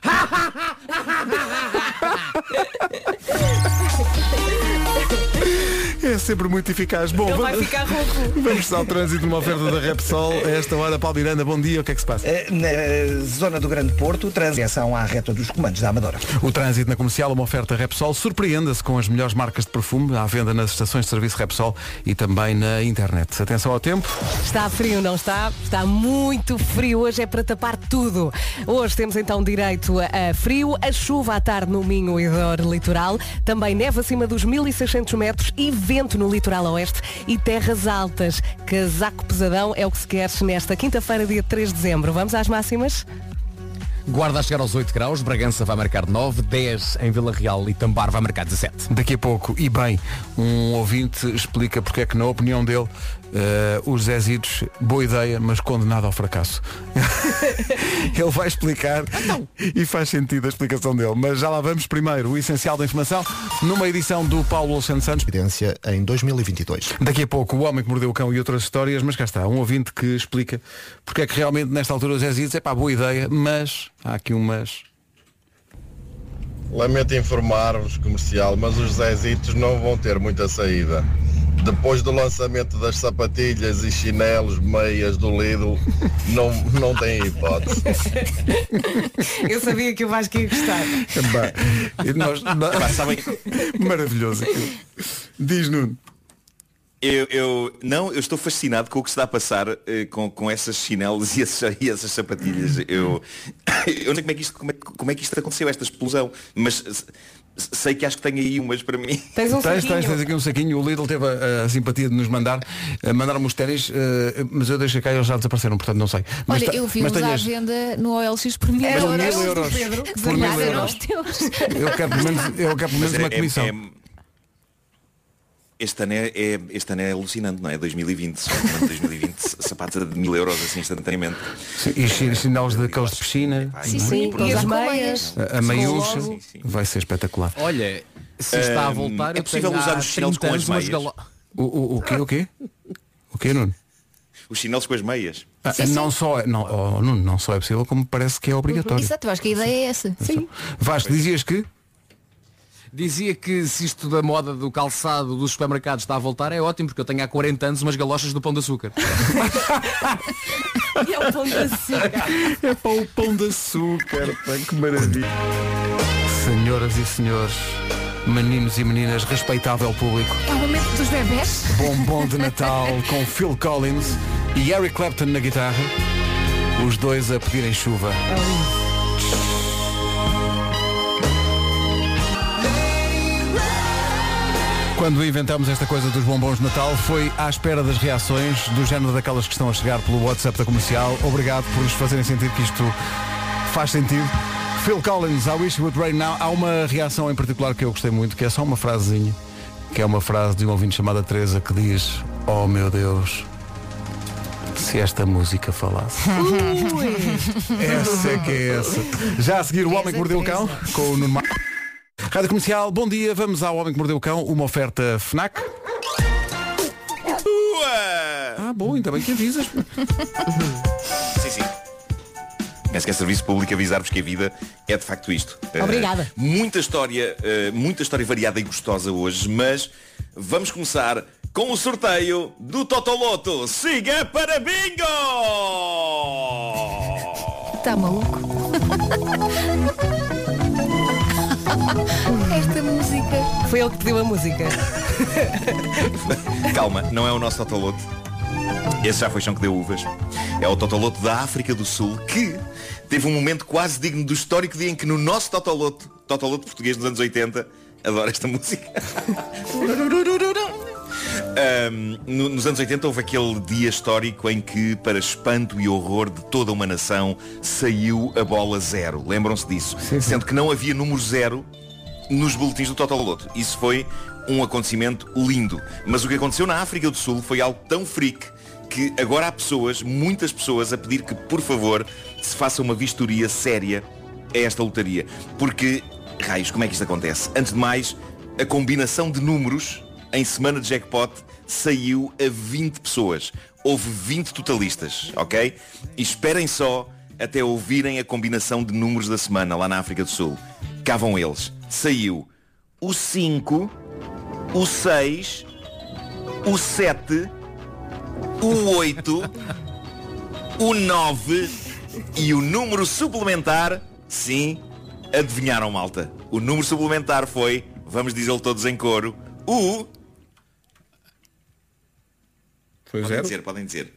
Speaker 1: É sempre muito eficaz. Bom,
Speaker 4: Ele vai ficar rouco.
Speaker 1: vamos ao trânsito numa oferta da Repsol. A esta hora, Paulo Miranda, bom dia, o que é que se passa?
Speaker 3: Eh, Na zona do Grande Porto, transição à reta dos comandos da Amadora.
Speaker 1: O trânsito na comercial, uma oferta Repsol, surpreenda-se com as melhores marcas de perfume à venda nas estações de serviço Repsol e também na internet. Atenção ao tempo.
Speaker 4: Está frio, não está? Está muito frio. Hoje é para tapar tudo. Hoje temos então direito a a frio, a chuva à tarde no Minho e dor litoral, também neve acima dos 1600 metros e vento no litoral oeste e terras altas. Casaco pesadão é o que se quer nesta quinta-feira, dia 3 de dezembro. Vamos às máximas?
Speaker 2: Guarda a chegar aos 8 graus, Bragança vai marcar 9, 10 em Vila Real e Tambar vai marcar 17.
Speaker 1: Daqui a pouco, e bem, um ouvinte explica porque é que, na opinião dele, eh, os Zezitos, boa ideia, mas condenado ao fracasso. Ele vai explicar e faz sentido a explicação dele. Mas já lá vamos primeiro, o essencial da informação, numa edição do Paulo Alexandre Santos.
Speaker 7: Evidência em 2022.
Speaker 1: Daqui a pouco, o homem que mordeu o cão e outras histórias, mas cá está, um ouvinte que explica porque é que realmente, nesta altura, os Zezitos, é pá, boa ideia, mas há aqui umas.
Speaker 17: Lamento informar-vos, comercial, mas os Zezitos não vão ter muita saída. Depois do lançamento das sapatilhas e chinelos, meias do Lidl, não, não tem hipótese.
Speaker 4: Eu sabia que o Vasco ia gostar.
Speaker 1: Bem, nós-
Speaker 16: Epá, sabem-
Speaker 1: Maravilhoso. aquilo. Diz Nuno.
Speaker 16: Eu, eu- não, eu estou fascinado com o que se dá a passar eh, com, com essas chinelas e essas, e essas sapatilhas. Eu, eu não sei como é, que isto, como, é, que- como é que isto aconteceu, esta explosão, mas eh, se- sei que acho que tenho aí umas para mim.
Speaker 1: tens, tens, tens aqui um saquinho. O Lidl teve a, a simpatia de nos mandar. eh, Mandaram-me os ténis, eh, mas eu deixei cá e eles já desapareceram, portanto não sei. Mas
Speaker 5: Olha,
Speaker 1: ta-
Speaker 5: eu vi
Speaker 1: mas
Speaker 5: uns à
Speaker 1: tenhas-
Speaker 5: venda no OLX por mil
Speaker 1: Mas
Speaker 5: euros.
Speaker 1: mil euros. Por mil
Speaker 5: Zangaram
Speaker 1: euros.
Speaker 5: os teus.
Speaker 1: Eu quero pelo menos, eu quero pelo menos
Speaker 16: Mas é-
Speaker 1: uma
Speaker 16: é-
Speaker 1: comissão.
Speaker 16: é- este, ano é, é- este ano é alucinante, não é? 2020, só que no ano de 2020, sapata de mil euros assim instantaneamente.
Speaker 1: E chi- chinelos daqueles de piscina.
Speaker 16: Sim,
Speaker 1: não é?
Speaker 16: sim,
Speaker 4: e as
Speaker 5: Com
Speaker 4: meias?
Speaker 5: meias.
Speaker 1: A, a maiúcha vai ser espetacular.
Speaker 2: Olha, se está a voltar,
Speaker 16: é
Speaker 2: eu
Speaker 16: possível
Speaker 2: tenho
Speaker 16: usar
Speaker 2: há
Speaker 16: os chinelos
Speaker 2: 30
Speaker 16: com
Speaker 2: anos
Speaker 16: as
Speaker 2: umas
Speaker 16: meias?
Speaker 2: galo-
Speaker 1: O, o, o quê? O quê? O quê, Nuno?
Speaker 16: Os chinelos com as meias.
Speaker 1: Ah, não só é, não, oh, Nuno, não só é possível, como parece que é obrigatório.
Speaker 5: Exato, eu acho que a ideia é essa. Sim.
Speaker 1: Vasco, dizias que?
Speaker 2: Dizia que se isto da moda do calçado dos supermercados está a voltar é ótimo porque eu tenho há 40 anos umas galochas do pão de açúcar.
Speaker 4: E é o pão de açúcar.
Speaker 1: É para o pão de açúcar, pá, que maravilha. Senhoras e senhores, meninos e meninas, respeitável público,
Speaker 5: É o momento dos bebés.
Speaker 1: bombom de Natal com Phil Collins e Eric Clapton na guitarra, os dois a pedirem chuva. Quando inventámos esta coisa dos bombons de Natal foi à espera das reações do género daquelas que estão a chegar pelo WhatsApp da comercial. Obrigado por nos fazerem sentir que isto faz sentido. Phil Collins, I wish it would rain now. Há uma reação em particular que eu gostei muito, que é só uma frasezinha, que é uma frase de um ouvinte chamada Teresa que diz: Oh meu Deus, se esta música falasse. Essa é que é essa. Já a seguir, o Homem que Mordeu o Cão, com o Nuno Mar... Rádio Comercial, bom dia, vamos ao Homem que Mordeu o Cão, uma oferta FNAC. Ah, bom, ainda bem que avisas.
Speaker 16: Sim, sim. Penso que é serviço público avisar-vos que a vida é de facto isto. Eh,
Speaker 4: Obrigada.
Speaker 16: muita história, eh, muita história variada e gostosa hoje, mas vamos começar com o sorteio do Totoloto. Siga para Bingo!
Speaker 5: Está tá maluco? Esta música.
Speaker 4: Foi ele que pediu a música.
Speaker 16: Calma, não é o nosso Totoloto. Esse já foi chão que deu uvas. É o Totoloto da África do Sul que teve um momento quase digno do histórico dia em que no nosso Totoloto, Totoloto português dos anos 80, adoro esta música. Ahm, no- nos anos 80 houve aquele dia histórico em que, para espanto e horror de toda uma nação, saiu a bola zero. Lembram-se disso? Sendo que não havia número zero nos boletins do Total Loto. Isso foi um acontecimento lindo. Mas o que aconteceu na África do Sul foi algo tão freak que agora há pessoas, muitas pessoas, a pedir que, por favor, se faça uma vistoria séria a esta lotaria. Porque, raios, como é que isto acontece? Antes de mais, a combinação de números em semana de jackpot saiu a 20 pessoas. Houve 20 totalistas, ok? E esperem só até ouvirem a combinação de números da semana lá na África do Sul. Cá vão eles. Saiu o 5, o 6, o 7, o 8, o 9 e o número suplementar, sim, adivinharam malta. O número suplementar foi, vamos dizê-lo todos em coro, o.
Speaker 1: Foi
Speaker 16: podem
Speaker 1: zero?
Speaker 16: dizer, podem dizer.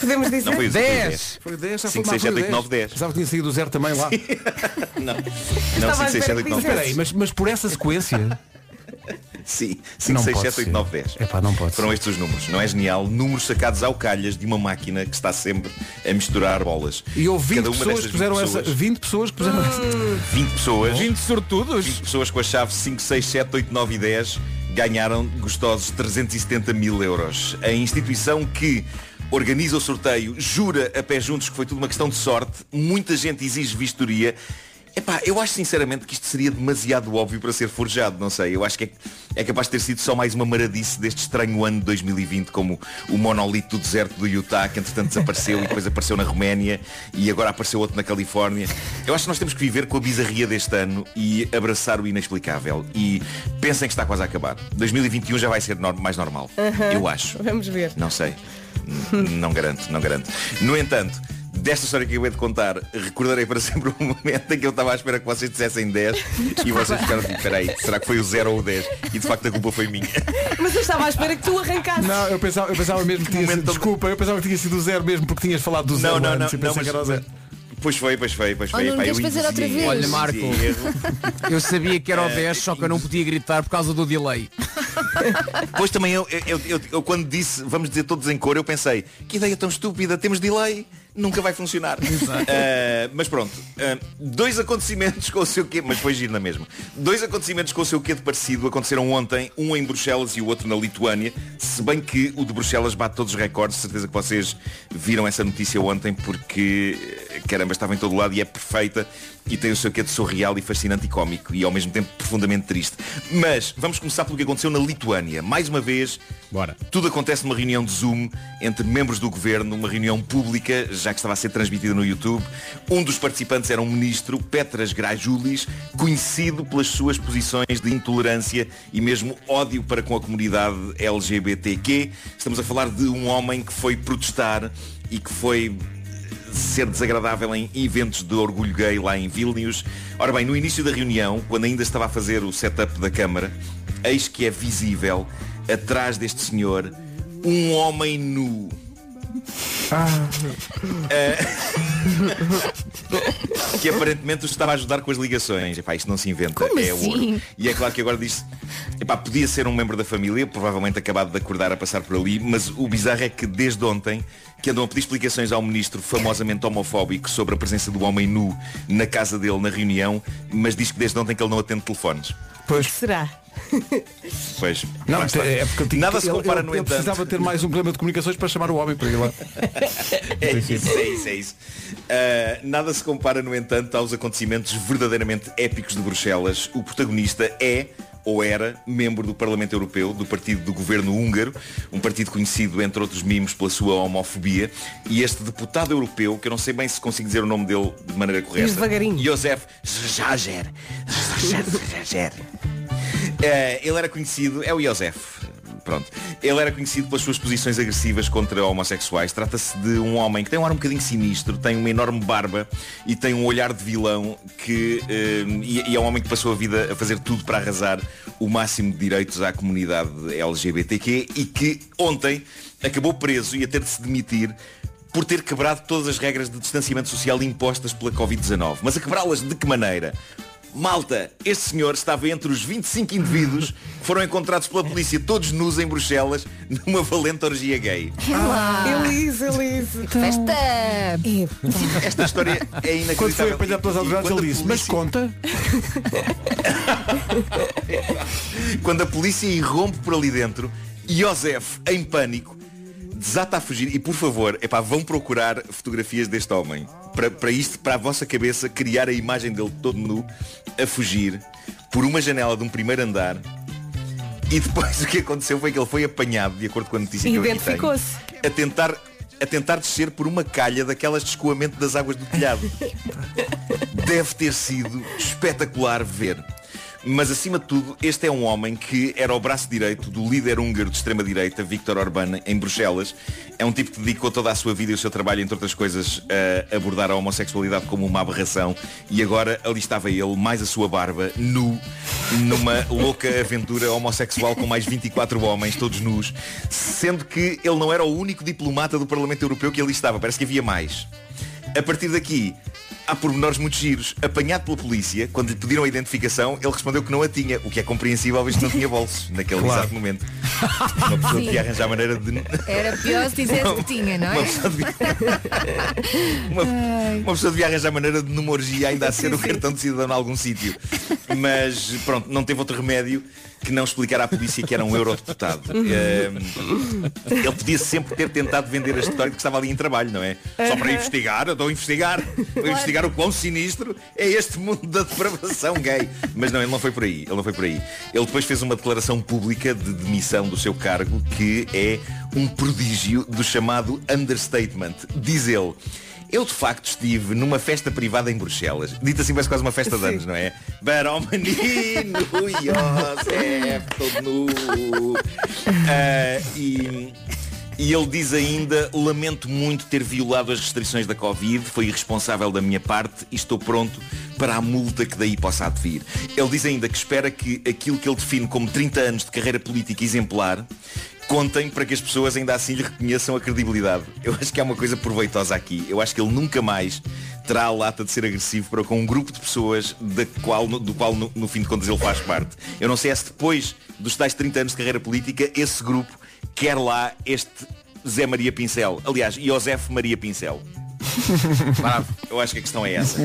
Speaker 4: Podemos dizer
Speaker 16: Não foi o
Speaker 1: 10. Foi 10, já foi
Speaker 16: 5, 6, 7, 8, 9, 10.
Speaker 1: Pensava que tinha saído o zero também lá.
Speaker 16: Não. Não,
Speaker 1: Estava
Speaker 16: 5, 6, 7, 8, 9, 10.
Speaker 1: Peraí, mas, mas por essa sequência.
Speaker 16: Sim, 5,
Speaker 1: Não
Speaker 16: 6,
Speaker 1: pode
Speaker 16: 7, 8,
Speaker 1: ser.
Speaker 16: 9, 10.
Speaker 1: Epá, não pode
Speaker 16: Foram estes os números, não é genial? Números sacados ao calhas de uma máquina que está sempre a misturar bolas.
Speaker 1: E houve 20
Speaker 16: Cada uma
Speaker 1: pessoas
Speaker 16: destas
Speaker 1: que puseram
Speaker 16: 20
Speaker 1: essa.
Speaker 16: pessoas-
Speaker 1: 20 pessoas que puseram essa.
Speaker 16: 20 pessoas.
Speaker 1: 20
Speaker 16: sortudos. 20 pessoas com a chave 5, 6, 7, 8, 9 e 10 ganharam gostosos 370 mil euros. A instituição que organiza o sorteio jura a pé juntos que foi tudo uma questão de sorte. Muita gente exige vistoria. Epá, eu acho sinceramente que isto seria demasiado óbvio para ser forjado, não sei. Eu acho que é, é capaz de ter sido só mais uma maradice deste estranho ano de 2020, como o monolito do deserto do Utah, que entretanto desapareceu e depois apareceu na Roménia e agora apareceu outro na Califórnia. Eu acho que nós temos que viver com a bizarria deste ano e abraçar o inexplicável. E pensem que está quase a acabar. 2021 já vai ser norm- mais normal.
Speaker 4: Aham.
Speaker 16: Eu acho.
Speaker 4: Vamos ver.
Speaker 16: Não sei. N- Não garanto, não garanto. No entanto, desta história que eu acabei de contar, recordarei para sempre o momento em que eu estava à espera que vocês dissessem 10 e vocês ficaram tipo, peraí, será que foi o 0 ou o 10? E de facto a culpa foi minha.
Speaker 4: Mas eu estava à espera que tu arrancasses.
Speaker 1: Não, eu pensava, eu pensava mesmo que tinha sido. Desculpa, eu pensava que tinha sido o zero mesmo porque tinhas falado do zero.
Speaker 16: Não, não, não,
Speaker 1: antes e pensei
Speaker 16: não,
Speaker 1: que era o
Speaker 16: mas-
Speaker 1: zero.
Speaker 16: Pois foi, pois foi, pois foi.
Speaker 5: Oh, Nuno,
Speaker 16: Epá, eu
Speaker 5: queres fazer outra
Speaker 16: insisti,
Speaker 5: vez?
Speaker 2: Olha, Marco.
Speaker 16: insisti, erro.
Speaker 2: Eu sabia que era o
Speaker 16: Eh,
Speaker 2: 10, só que eu não podia gritar por causa do delay.
Speaker 16: Pois também eu, eu, eu- eu quando disse vamos dizer todos em cor, eu pensei, que ideia tão estúpida, temos delay, nunca vai funcionar. Ah, mas pronto, ah, dois acontecimentos com o seu quê, mas foi giro na mesma. Dois acontecimentos com o seu quê de parecido aconteceram ontem, um em Bruxelas e o outro na Lituânia, se bem que o de Bruxelas bate todos os recordes, certeza que vocês viram essa notícia ontem porque eh, caramba, estava em todo lado e é perfeita e tem o seu quê de surreal e fascinante e cómico e ao mesmo tempo profundamente triste. Mas vamos começar pelo que aconteceu na Lituânia. Mais uma vez, Bora. tudo acontece numa reunião de Zoom entre membros do governo, uma reunião pública, já que estava a ser transmitida no YouTube. Um dos participantes era um ministro, Petras Grajulis, conhecido pelas suas posições de intolerância e mesmo ódio para com a comunidade LGBTQ. Estamos a falar de um homem que foi protestar e que foi ser desagradável em eventos de orgulho gay lá em Vilnius. Ora bem, no início da reunião, quando ainda estava a fazer o setup da Câmara, eis que é visível, atrás deste senhor, um homem nu. Ah, que aparentemente os estava a ajudar com as ligações. Epá, isto não se inventa.
Speaker 5: Como
Speaker 16: é
Speaker 5: assim?
Speaker 16: ouro. E é claro que agora diz epá, podia ser um membro da família, provavelmente acabado de acordar a passar por ali, mas o bizarro é que desde ontem que andam a pedir explicações ao ministro famosamente homofóbico sobre a presença do homem nu na casa dele na reunião, mas diz que desde ontem que ele não atende telefones.
Speaker 1: Pois.
Speaker 4: Será?
Speaker 16: Pois.
Speaker 1: Não,
Speaker 16: lá está.
Speaker 1: é porque eu tinha
Speaker 16: Nada se
Speaker 1: ele-
Speaker 16: compara
Speaker 1: ele-
Speaker 16: no
Speaker 1: ele
Speaker 16: entanto.
Speaker 1: precisava ter mais um problema de comunicações para chamar o homem para ir lá.
Speaker 16: é isso, é isso, é isso. Ah, nada se compara, no entanto, aos acontecimentos verdadeiramente épicos de Bruxelas. O protagonista é ou era membro do Parlamento Europeu, do partido do governo húngaro, um partido conhecido, entre outros mimos, pela sua homofobia, e este deputado europeu, que eu não sei bem se consigo dizer o nome dele de maneira correta, devagarinho. Josef Zajer. Eh, ele era conhecido, é o Iosef. Pronto. Ele era conhecido pelas suas posições agressivas contra homossexuais. Trata-se de um homem que tem um ar um bocadinho sinistro, tem uma enorme barba e tem um olhar de vilão que eh, e, e é um homem que passou a vida a fazer tudo para arrasar o máximo de direitos à comunidade LGBTQ e que ontem acabou preso e a ter de se demitir por ter quebrado todas as regras de distanciamento social impostas pela Covid-19. Mas a quebrá-las de que maneira? Malta, este senhor estava entre os 25 indivíduos que foram encontrados pela polícia todos nus em Bruxelas numa valente orgia gay.
Speaker 4: Ah, Elise, Elise.
Speaker 5: Então,
Speaker 4: Festa!
Speaker 5: é,
Speaker 16: Esta história é inacreditável.
Speaker 1: Quando foi apanhado pelas
Speaker 16: E- e
Speaker 1: autoridades,
Speaker 16: quando
Speaker 1: ele
Speaker 16: a
Speaker 1: disse, mas conta.
Speaker 16: Quando a polícia irrompe por ali dentro, Iosef, em pânico, desata a fugir. E por favor, epá, vão procurar fotografias deste homem. Para, para isto, para a vossa cabeça, criar a imagem dele todo nu, a fugir, por uma janela de um primeiro andar. E depois o que aconteceu foi que ele foi apanhado, de acordo com a notícia que eu aqui tenho,
Speaker 4: Identificou-se.
Speaker 16: a tentar, a tentar descer por uma calha daquelas de escoamento das águas do telhado. Deve ter sido espetacular ver. Mas acima de tudo, este é um homem que era o braço direito do líder húngaro de extrema-direita, Viktor Orbán, em Bruxelas. É um tipo que dedicou toda a sua vida e o seu trabalho, entre outras coisas, a abordar a homossexualidade como uma aberração. E agora ali estava ele, mais a sua barba, nu, numa louca aventura homossexual com mais 24 homens, todos nus. Sendo que ele não era o único diplomata do Parlamento Europeu que ali estava. Parece que havia mais. A partir daqui, há pormenores muito giros. Apanhado pela polícia, quando lhe pediram a identificação, ele respondeu que não a tinha, o que é compreensível, visto que não tinha bolsos, naquele
Speaker 5: Claro.
Speaker 16: exato momento. Uma pessoa
Speaker 5: Sim.
Speaker 16: devia arranjar maneira de...
Speaker 5: Era pior se dissesse que tinha, não
Speaker 16: Uma
Speaker 5: é?
Speaker 16: pessoa devia, uma, uma pessoa devia arranjar maneira de numa orgia ainda a ser o cartão de cidadão em algum sítio. Mas pronto, não teve outro remédio que não explicar à polícia que era um eurodeputado.
Speaker 5: Uhum.
Speaker 16: Ehm, ele podia sempre ter tentado vender a história de que estava ali em trabalho, não é? Só para
Speaker 5: Uhum.
Speaker 18: Aham.
Speaker 16: investigar, eu estou a investigar, vou investigar o quão sinistro é este mundo da depravação gay. Mas não, ele não foi por aí, ele não foi por aí. Ele depois fez uma declaração pública de demissão do seu cargo que é um prodígio do chamado understatement. Diz ele. Eu de facto estive numa festa privada em Bruxelas. Dito assim parece quase uma festa de anos, não é? Barão menino, Josef, todo nu. Ah, e, e ele diz ainda, lamento muito ter violado as restrições da Covid, foi irresponsável da minha parte e estou pronto para a multa que daí possa advir. Ele diz ainda que espera que aquilo que ele define como 30 anos de carreira política exemplar contem para que as pessoas ainda assim lhe reconheçam a credibilidade. Eu acho que há uma coisa proveitosa aqui. Eu acho que ele nunca mais terá a lata de ser agressivo para com um grupo de pessoas da qual, no- do qual, no, no fim de contas, ele faz parte. Eu não sei é se depois dos tais 30 anos de carreira política, esse grupo quer lá este Zé Maria Pincel. Aliás, Josef Maria Pincel. Bravo. Eu acho que a questão é essa.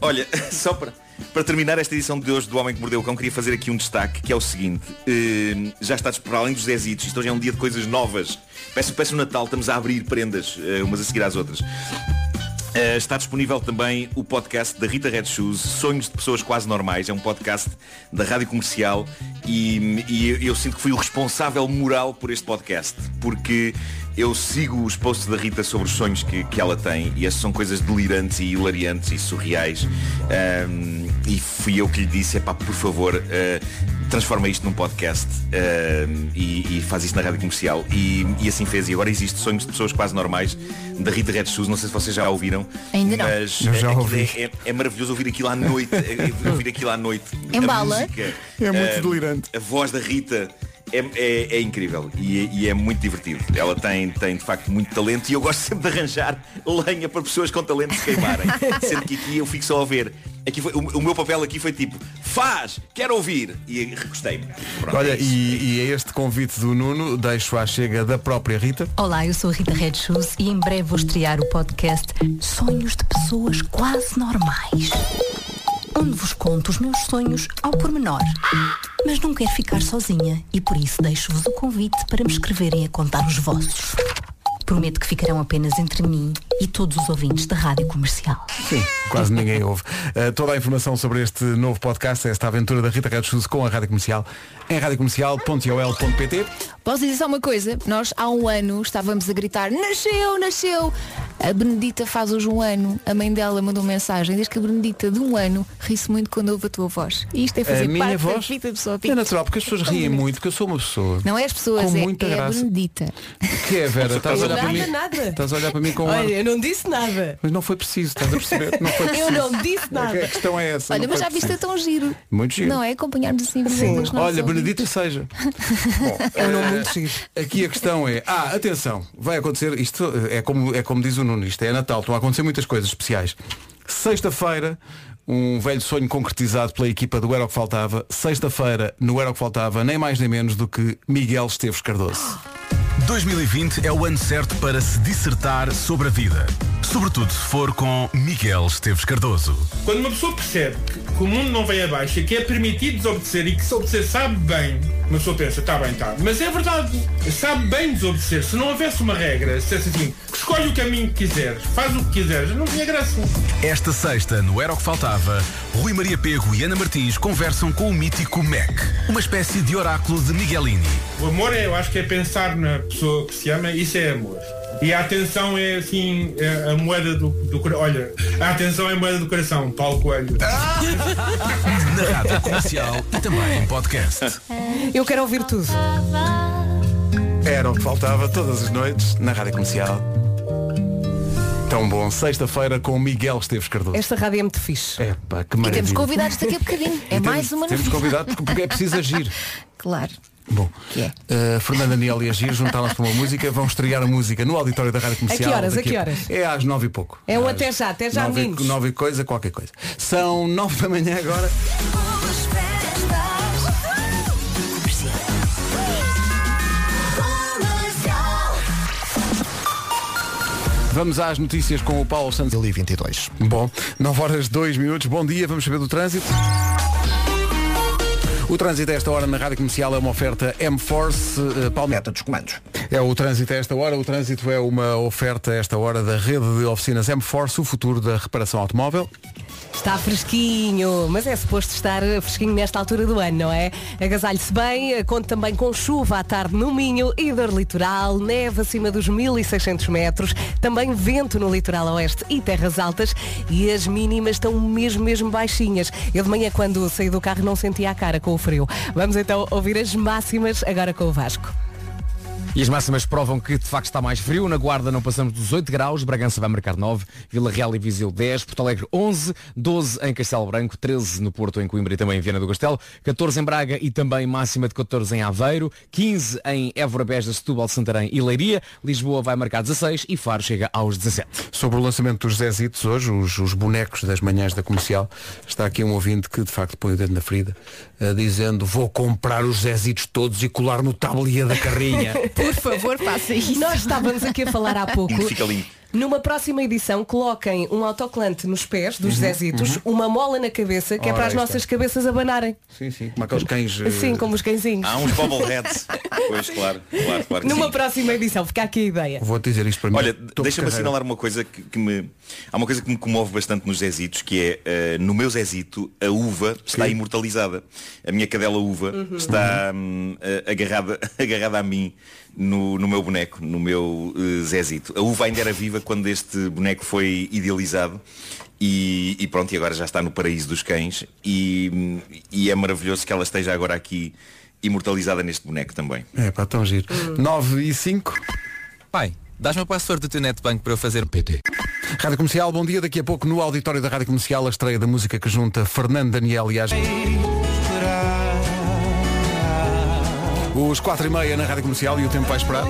Speaker 16: Olha, só para, para terminar esta edição de hoje do Homem que Mordeu o Cão, queria fazer aqui um destaque, que é o seguinte. Hum, já está disp- para além dos 10 hits, isto hoje é um dia de coisas novas. Parece, parece o Natal, estamos a abrir prendas, eh, umas a seguir às outras. Uh, está disponível também o podcast da Rita Red Shoes, Sonhos de Pessoas Quase Normais. É um podcast da Rádio Comercial e, e eu, eu sinto que fui o responsável moral por este podcast, porque eu sigo os posts da Rita sobre os sonhos que, que ela tem e essas são coisas delirantes e hilariantes e surreais. Um, e fui eu que lhe disse, epá, por favor, uh, transforma isto num podcast ahm, e, e faz isto na rádio comercial. E, e assim fez. E agora existe Sonhos de Pessoas Quase Normais, da Rita Red Shoes. Não sei se vocês já a ouviram.
Speaker 5: Ainda não.
Speaker 16: Mas
Speaker 5: Eu
Speaker 16: é-
Speaker 5: já
Speaker 16: aquilo
Speaker 5: ouvi.
Speaker 16: É, é- é maravilhoso ouvir aquilo à noite. é- é ouvir aquilo à noite.
Speaker 5: Embala.
Speaker 16: A música,
Speaker 1: É muito
Speaker 16: ahm,
Speaker 1: delirante.
Speaker 16: A voz da Rita. É, é- é incrível e, é- e é muito divertido. Ela tem, tem de facto muito talento e eu gosto sempre de arranjar lenha para pessoas com talento se queimarem. Sendo que aqui eu fico só a ver. Aqui foi, o, o meu papel aqui foi tipo, faz, quero ouvir. E recostei-me. Pronto, é
Speaker 1: Olha,
Speaker 16: isso.
Speaker 1: e, e a este convite do Nuno, deixo à chega da própria Rita.
Speaker 10: Olá, eu sou a Rita Red Shoes e em breve vou estrear o podcast Sonhos de Pessoas Quase Normais. Onde vos conto os meus sonhos ao pormenor. Mas não quero ficar sozinha e por isso deixo-vos o convite para me escreverem a contar os vossos. Prometo que ficarão apenas entre mim e todos os ouvintes da Rádio Comercial.
Speaker 1: Sim, quase ninguém ouve. Uh, toda a informação sobre este novo podcast, esta aventura da Rita Red Shoes com a Rádio Comercial, em radiocomercial.ol.pt.
Speaker 5: Posso dizer só uma coisa? Nós há um ano estávamos a gritar Nasceu, nasceu! A Benedita faz hoje um ano. A mãe dela mandou mensagem. Diz que a Benedita de um ano ri-se muito quando ouve a tua voz. E isto é fazer
Speaker 1: a minha
Speaker 5: parte
Speaker 1: voz
Speaker 5: da vida da pessoa.
Speaker 1: é natural, porque as pessoas riem muito, porque eu sou uma pessoa.
Speaker 5: Não é as pessoas,
Speaker 1: Com
Speaker 5: é,
Speaker 1: muita
Speaker 5: é a
Speaker 1: graça.
Speaker 5: Benedita.
Speaker 1: Que é, Vera? Estás a olhar para
Speaker 4: nada,
Speaker 1: mim.
Speaker 4: nada.
Speaker 1: Estás a olhar para mim com um ar.
Speaker 4: Olha, eu não disse nada.
Speaker 1: Mas não foi preciso, estás a perceber? Não foi
Speaker 4: Eu
Speaker 1: preciso.
Speaker 4: não disse nada.
Speaker 1: A questão é essa.
Speaker 5: Olha,
Speaker 1: não
Speaker 5: mas
Speaker 1: foi
Speaker 5: já viste é
Speaker 1: preciso.
Speaker 5: tão giro.
Speaker 1: Muito giro.
Speaker 5: Não é? Acompanharmos assim os nossos
Speaker 1: Olha,
Speaker 5: ouvintes.
Speaker 1: Benedita seja.
Speaker 5: É
Speaker 1: Eh,
Speaker 5: um
Speaker 1: Aqui a questão é, ah, atenção, vai acontecer, isto eh, é como, é como diz o Nuno, isto é Natal, estão a acontecer muitas coisas especiais. Sexta-feira, um velho sonho concretizado pela equipa do Era o que Faltava. Sexta-feira, no Era o que Faltava, nem mais nem menos do que Miguel Esteves Cardoso.
Speaker 19: 2020 é o ano certo para se dissertar sobre a vida. Sobretudo se for com Miguel Esteves Cardoso.
Speaker 20: Quando uma pessoa percebe que, que o mundo não vem abaixo, e que é permitido desobedecer e que se obedecer sabe bem, uma pessoa pensa, está bem, está. Mas é verdade, sabe bem desobedecer. Se não houvesse uma regra, se dissesse assim, escolhe o caminho que quiseres, faz o que quiseres, não tinha graça.
Speaker 19: Esta sexta, no Era o que Faltava, Rui Maria Pego e Ana Martins conversam com o mítico MEC, uma espécie de oráculo de Miguelini.
Speaker 20: O amor é, eu acho que é pensar na pessoa que se ama, isso é amor. E a atenção é assim é a moeda do, do cora- Olha, a atenção é a moeda do coração, Paulo Coelho.
Speaker 21: Ah! Na rádio comercial e também em podcast.
Speaker 4: Eu quero ouvir tudo.
Speaker 1: Era o que faltava todas as noites na Rádio Comercial. Tão bom, sexta-feira com Miguel Esteves Cardoso.
Speaker 4: Esta rádio é muito fixe.
Speaker 1: É pá, que
Speaker 5: E
Speaker 1: maravilha.
Speaker 5: temos convidados daqui a bocadinho. É
Speaker 1: E
Speaker 5: mais
Speaker 1: temos-
Speaker 5: uma
Speaker 1: Temos
Speaker 5: novidade.
Speaker 1: convidado porque- porque é preciso agir.
Speaker 5: Claro.
Speaker 1: Bom, eh, Fernando Daniel e Agir juntaram-se para uma música, vão estrear a música no auditório da Rádio Comercial.
Speaker 4: A que horas, a
Speaker 1: daqui
Speaker 4: que horas?
Speaker 1: É às nove e pouco.
Speaker 4: É um até já, até já,
Speaker 1: nove,
Speaker 4: meninos.
Speaker 1: e- nove e coisa, qualquer coisa. São nove da manhã agora. Vamos às notícias com o Paulo Santos. Ali 22. Bom, 9 horas 2 minutos. Bom dia, vamos saber do trânsito. O trânsito a esta hora na Rádio Comercial é uma oferta M-Force eh, Palmeta dos Comandos. É o trânsito a esta hora. O trânsito é uma oferta a esta hora da rede de oficinas M-Force, o futuro da reparação automóvel.
Speaker 4: Está fresquinho, mas é suposto estar fresquinho nesta altura do ano, não é? Agasalhe-se bem, eh, conte também com chuva à tarde no Minho e dor litoral, neve acima dos 1600 metros, também vento no litoral oeste e terras altas e as mínimas estão mesmo, mesmo baixinhas. Eu de manhã quando saí do carro não sentia a cara com o frio. Vamos então ouvir as máximas agora com o Vasco.
Speaker 2: E as máximas provam que de facto está mais frio. Na Guarda não passamos dos 8 graus, Bragança vai marcar 9, Vila Real e Viseu 10, Porto Alegre 11, 12 em Castelo Branco, 13 no Porto, em Coimbra e também em Viana do Castelo, 14 em Braga e também máxima de 14 em Aveiro, 15 em Évora Beja, Setúbal, Santarém e Leiria, Lisboa vai marcar 16 e Faro chega aos 17.
Speaker 1: Sobre o lançamento dos Zezitos hoje, os, os bonecos das manhãs da comercial, está aqui um ouvinte que de facto põe o dedo na ferida, eh, dizendo vou comprar os Zezitos todos e colar no tablier da carrinha.
Speaker 4: Por favor, faça isso. Nós estávamos aqui a falar há pouco.
Speaker 1: Fica ali.
Speaker 4: Numa próxima edição, coloquem um autocolante nos pés dos
Speaker 1: Uhum,
Speaker 4: Zezitos,
Speaker 1: uhum.
Speaker 4: uma mola na cabeça, que é
Speaker 1: Ora,
Speaker 4: para as
Speaker 1: aí está.
Speaker 4: nossas cabeças abanarem.
Speaker 1: Sim, sim, como aqueles cães. eh,
Speaker 4: Assim como os cãezinhos.
Speaker 16: Há uns bobbleheads. pois, claro, claro, claro que
Speaker 4: Numa
Speaker 16: sim.
Speaker 4: próxima edição, fica aqui a ideia.
Speaker 1: Vou dizer isto para mim.
Speaker 16: Olha,
Speaker 1: topo de
Speaker 16: deixa-me
Speaker 1: carreira.
Speaker 16: assinalar uma coisa que, que me. Há uma coisa que me comove bastante nos Zezitos, que é eh, no meu Zezito a uva está imortalizada. A minha cadela uva
Speaker 22: Uhum.
Speaker 16: está hum, eh, agarrada, agarrada a mim no, no meu boneco, no meu eh, Zezito. A uva ainda era viva quando este boneco foi idealizado. E, e pronto, e agora já está no paraíso dos cães e, hum, e é maravilhoso que ela esteja agora aqui imortalizada neste boneco também.
Speaker 1: É pá, tão giro. 9 e 5.
Speaker 22: Pai, dás-me a password do teu netbank para eu fazer PT.
Speaker 1: Rádio Comercial, bom dia. Daqui a pouco no auditório da Rádio Comercial a estreia da música que junta Fernando Daniel e Agir. Os 4 e meia na Rádio Comercial e o tempo vai esperar.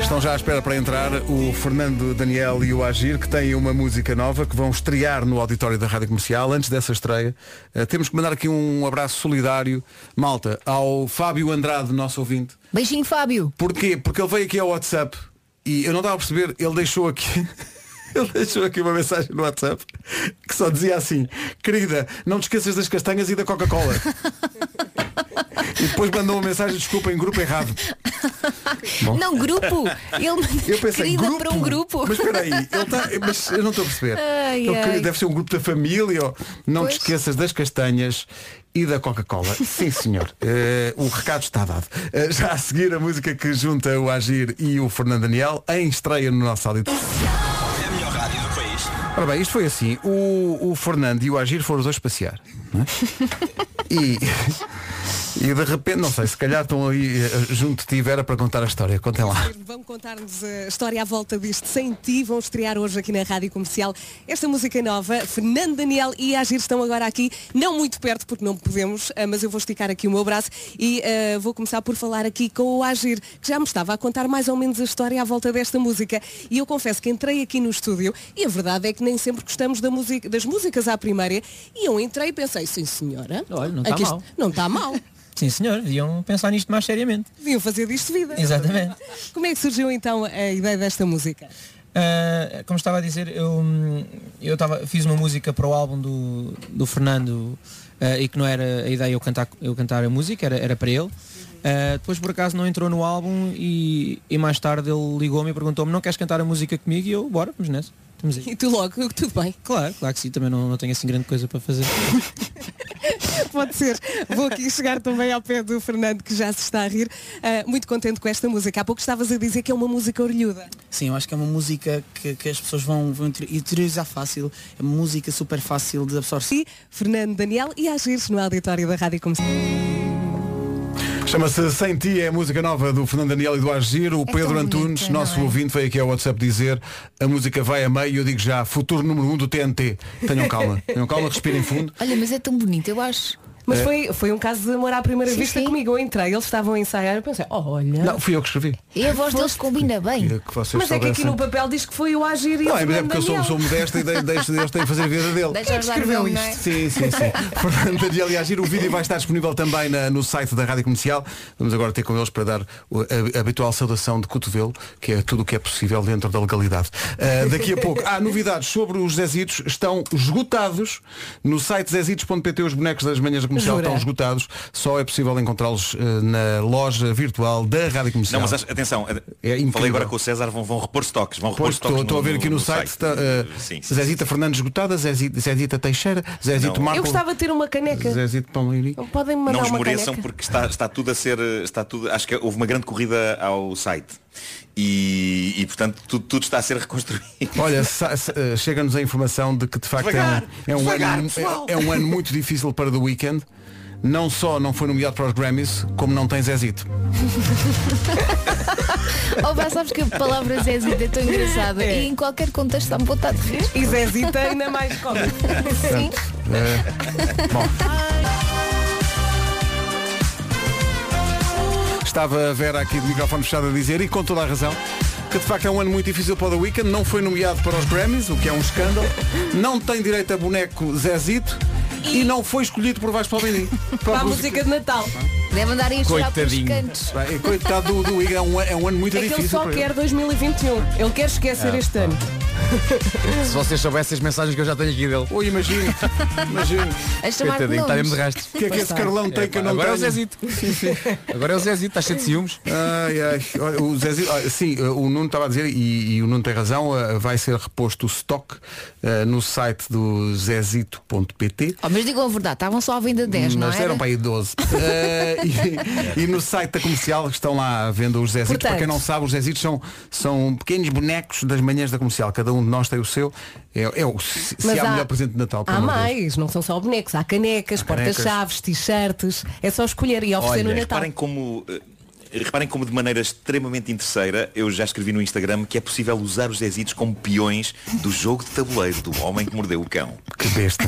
Speaker 1: Estão já à espera para entrar o Fernando Daniel e o Agir, que têm uma música nova que vão estrear no auditório da Rádio Comercial. Antes dessa estreia, eh, temos que mandar aqui um abraço solidário, malta, ao Fábio Andrade, nosso ouvinte.
Speaker 5: Beijinho, Fábio.
Speaker 1: Porquê? Porque ele veio aqui ao WhatsApp e eu não estava a perceber, ele deixou aqui. Ele deixou aqui uma mensagem no WhatsApp que só dizia assim, querida, não te esqueças das castanhas e da Coca-Cola. e depois mandou uma mensagem, desculpa, em grupo errado. Bom.
Speaker 5: Não, grupo. Ele manda
Speaker 1: Eu pensei,
Speaker 5: querida
Speaker 1: grupo?
Speaker 5: para um grupo.
Speaker 1: Mas espera aí, ele tá, mas eu não estou a perceber.
Speaker 5: Ai,
Speaker 1: Então,
Speaker 5: ai.
Speaker 1: querido, deve ser um grupo da família. ou- Não
Speaker 5: Pois.
Speaker 1: te esqueças das castanhas e da Coca-Cola. Sim, senhor. Eh, o recado está dado. Eh, já a seguir a música que junta o Agir e o Fernando Daniel em estreia no nosso auditório. Ora bem, isto foi assim. O, o Fernando e o Agir foram os dois passear. não é? E, e de repente, não sei, se calhar estão aí eh, junto de ti, Vera, para contar a história. Contem lá.
Speaker 4: Vão contar-nos a história à volta disto sem ti. Vão estrear hoje aqui na Rádio Comercial esta música nova. Fernando Daniel e Agir estão agora aqui, não muito perto porque não podemos, ah, mas eu vou esticar aqui o meu braço e ah, vou começar por falar aqui com o Agir, que já me estava a contar mais ou menos a história à volta desta música. E eu confesso que entrei aqui no estúdio e a verdade é que nem sempre gostamos da música- das músicas à primeira. E eu entrei e pensei, sim senhora,
Speaker 23: Olha, não está
Speaker 4: aqui isto-
Speaker 23: mal.
Speaker 4: não está mal.
Speaker 23: Sim, senhor, deviam pensar nisto mais seriamente.
Speaker 4: Deviam fazer disto vida.
Speaker 23: Exatamente.
Speaker 4: Como é que surgiu então a ideia desta música?
Speaker 23: Ah, como estava a dizer, eu, hum, eu estava, fiz uma música para o álbum do, do Fernando ah, e que não era a ideia eu cantar, eu cantar a música, era, era para ele. Ah, depois por acaso não entrou no álbum e, e mais tarde ele ligou-me e perguntou-me não queres cantar a música comigo e eu, bora, vamos nessa. Estamos aí.
Speaker 4: E tu logo, tudo bem.
Speaker 23: Claro, claro que sim, também não, não tenho assim grande coisa para fazer.
Speaker 4: pode ser. Vou aqui chegar também ao pé do Fernando, que já se está a rir. Ah, muito contente com esta música. Há pouco estavas a dizer que é uma música orelhuda.
Speaker 12: Sim, eu acho que é uma música que, que as pessoas vão, vão inter- interiorizar fácil. É uma música super fácil de absorver.
Speaker 4: E Fernando Daniel e Agir no auditório da Rádio Comercial.
Speaker 1: Chama-se Sem Ti, é a música nova do Fernando Daniel e do Agir. O Pedro Antunes, nosso ouvinte, veio aqui ao WhatsApp dizer a música vai a meio e eu digo já, futuro número 1 um do TNT. Tenham calma, tenham calma, respirem fundo.
Speaker 5: Olha, mas é tão bonito, eu acho.
Speaker 4: Mas
Speaker 1: É.
Speaker 4: foi, foi um caso de amor à primeira
Speaker 5: Sim,
Speaker 4: vista comigo. Eu entrei, eles estavam a ensaiar, eu pensei, oh, olha.
Speaker 1: Não, fui eu que escrevi.
Speaker 5: E a voz deles combina bem.
Speaker 1: Queria que vocês
Speaker 4: Mas é que aqui
Speaker 1: soubessem.
Speaker 4: no papel diz que foi o Agir e
Speaker 1: Não,
Speaker 4: o
Speaker 1: é, mas é
Speaker 4: Fernando
Speaker 1: porque eu sou,
Speaker 4: Daniel.
Speaker 1: sou modesto e de- deixo Deus tem a fazer a vida dele.
Speaker 4: Deixa Quem é que ajudar escreveu ele, não é? isto?
Speaker 1: Sim, sim, sim. Fernando Daniel e Agir, o vídeo vai estar disponível também na- no site da Rádio Comercial. Vamos agora ter com eles para dar o- a, a habitual saudação de cotovelo, que é tudo o que é possível dentro da legalidade. Ah, daqui a pouco há novidades sobre os Zezitos, estão esgotados no site zezitos.pt, os bonecos das manhãs da comercial
Speaker 16: Jura?
Speaker 1: estão esgotados, só é possível encontrá-los eh, na loja virtual da Rádio Comercial. É
Speaker 16: Não, mas acho- atenção, é falei agora com o César, vão, vão repor estoques. Vão repor
Speaker 1: Pois,
Speaker 16: estoques
Speaker 1: estou estou a ver aqui no, site, tá, eh,
Speaker 16: Sim, sim,
Speaker 1: Zezita Fernandes Esgotada, Zezita, Zezita Teixeira, Zezito
Speaker 16: Não.
Speaker 1: Marco,
Speaker 4: Eu gostava de ter uma caneca.
Speaker 1: Zezito Palmeiri.
Speaker 4: Podem-me mandar
Speaker 16: não
Speaker 4: uma
Speaker 16: esmoreçam
Speaker 4: caneca.
Speaker 16: porque está, está tudo a ser está tudo acho que houve uma grande corrida ao site e, e, portanto tudo, tudo está a ser reconstruído
Speaker 1: Olha, sa- sa- eh, chega-nos a informação de que de facto
Speaker 16: Devagar,
Speaker 1: é, um, é, um
Speaker 16: devagar,
Speaker 1: ano,
Speaker 16: pessoal.
Speaker 1: é, é um ano muito difícil para The Weeknd. Não só não foi nomeado para os Grammys, como não tem Zezito.
Speaker 5: Oh, vá, sabes que a palavra Zezita é tão engraçada. E em qualquer contexto está-me vontade de rir.
Speaker 4: E Zezita ainda mais come.
Speaker 5: Sim. É.
Speaker 1: Eh, bom. Estava a Vera aqui de microfone fechado a dizer, e com toda a razão, que de facto é um ano muito difícil para o The Weeknd, não foi nomeado para os Grammys, o que é um escândalo, não tem direito a boneco Zezito e, não foi escolhido por Vasco Palmini.
Speaker 4: Para a música de Natal.
Speaker 5: Deve andar aí a chorar pelos cantos.
Speaker 1: Bem, Coitado do, do Weeknd, é um, é um ano muito
Speaker 4: é que ele
Speaker 1: difícil.
Speaker 4: só
Speaker 1: para
Speaker 4: quer 2021. Ele quer esquecer
Speaker 2: Ah,
Speaker 4: este ano.
Speaker 2: Se vocês soubessem as mensagens que eu já tenho aqui dele.
Speaker 1: Oi, imagino. Imagino.
Speaker 4: A chamar
Speaker 2: Coitadinho,
Speaker 4: por
Speaker 2: está mesmo de
Speaker 4: nomes.
Speaker 2: rastro.
Speaker 4: O que é que esse Carlão tem que eu não
Speaker 2: Agora é o
Speaker 4: tenho?
Speaker 2: Zezito. Agora é o Zezito, está cheio de ciúmes.
Speaker 1: Ai, ai. Olha, o Zezito, olha, sim, o Nuno estava a dizer, e, e o Nuno tem razão, eh, vai ser reposto o stock eh, no site do zezito.pt.
Speaker 5: Oh, mas digam a verdade, estavam só à venda 10, não
Speaker 1: Mas
Speaker 5: é?
Speaker 1: eram para aí 12. Eh, e, e no site da comercial estão lá à venda os Zezitos.
Speaker 5: Portanto.
Speaker 1: Para quem não sabe, os Zezitos são, são pequenos bonecos das manhãs da comercial. Cada um de nós tem o seu. É, é o, se se
Speaker 4: Mas
Speaker 1: há
Speaker 4: há-
Speaker 1: melhor presente de Natal. pelo
Speaker 4: Há
Speaker 1: amor de Deus.
Speaker 4: mais, não são só bonecos, há canecas,
Speaker 1: canecas.
Speaker 4: porta-chaves, t-shirts, é só escolher e oferecer no Natal.
Speaker 16: reparem como eh, reparem como de maneira extremamente interesseira eu já escrevi no Instagram que é possível usar os Zezitos como peões do jogo de tabuleiro do homem que mordeu o cão
Speaker 1: que besta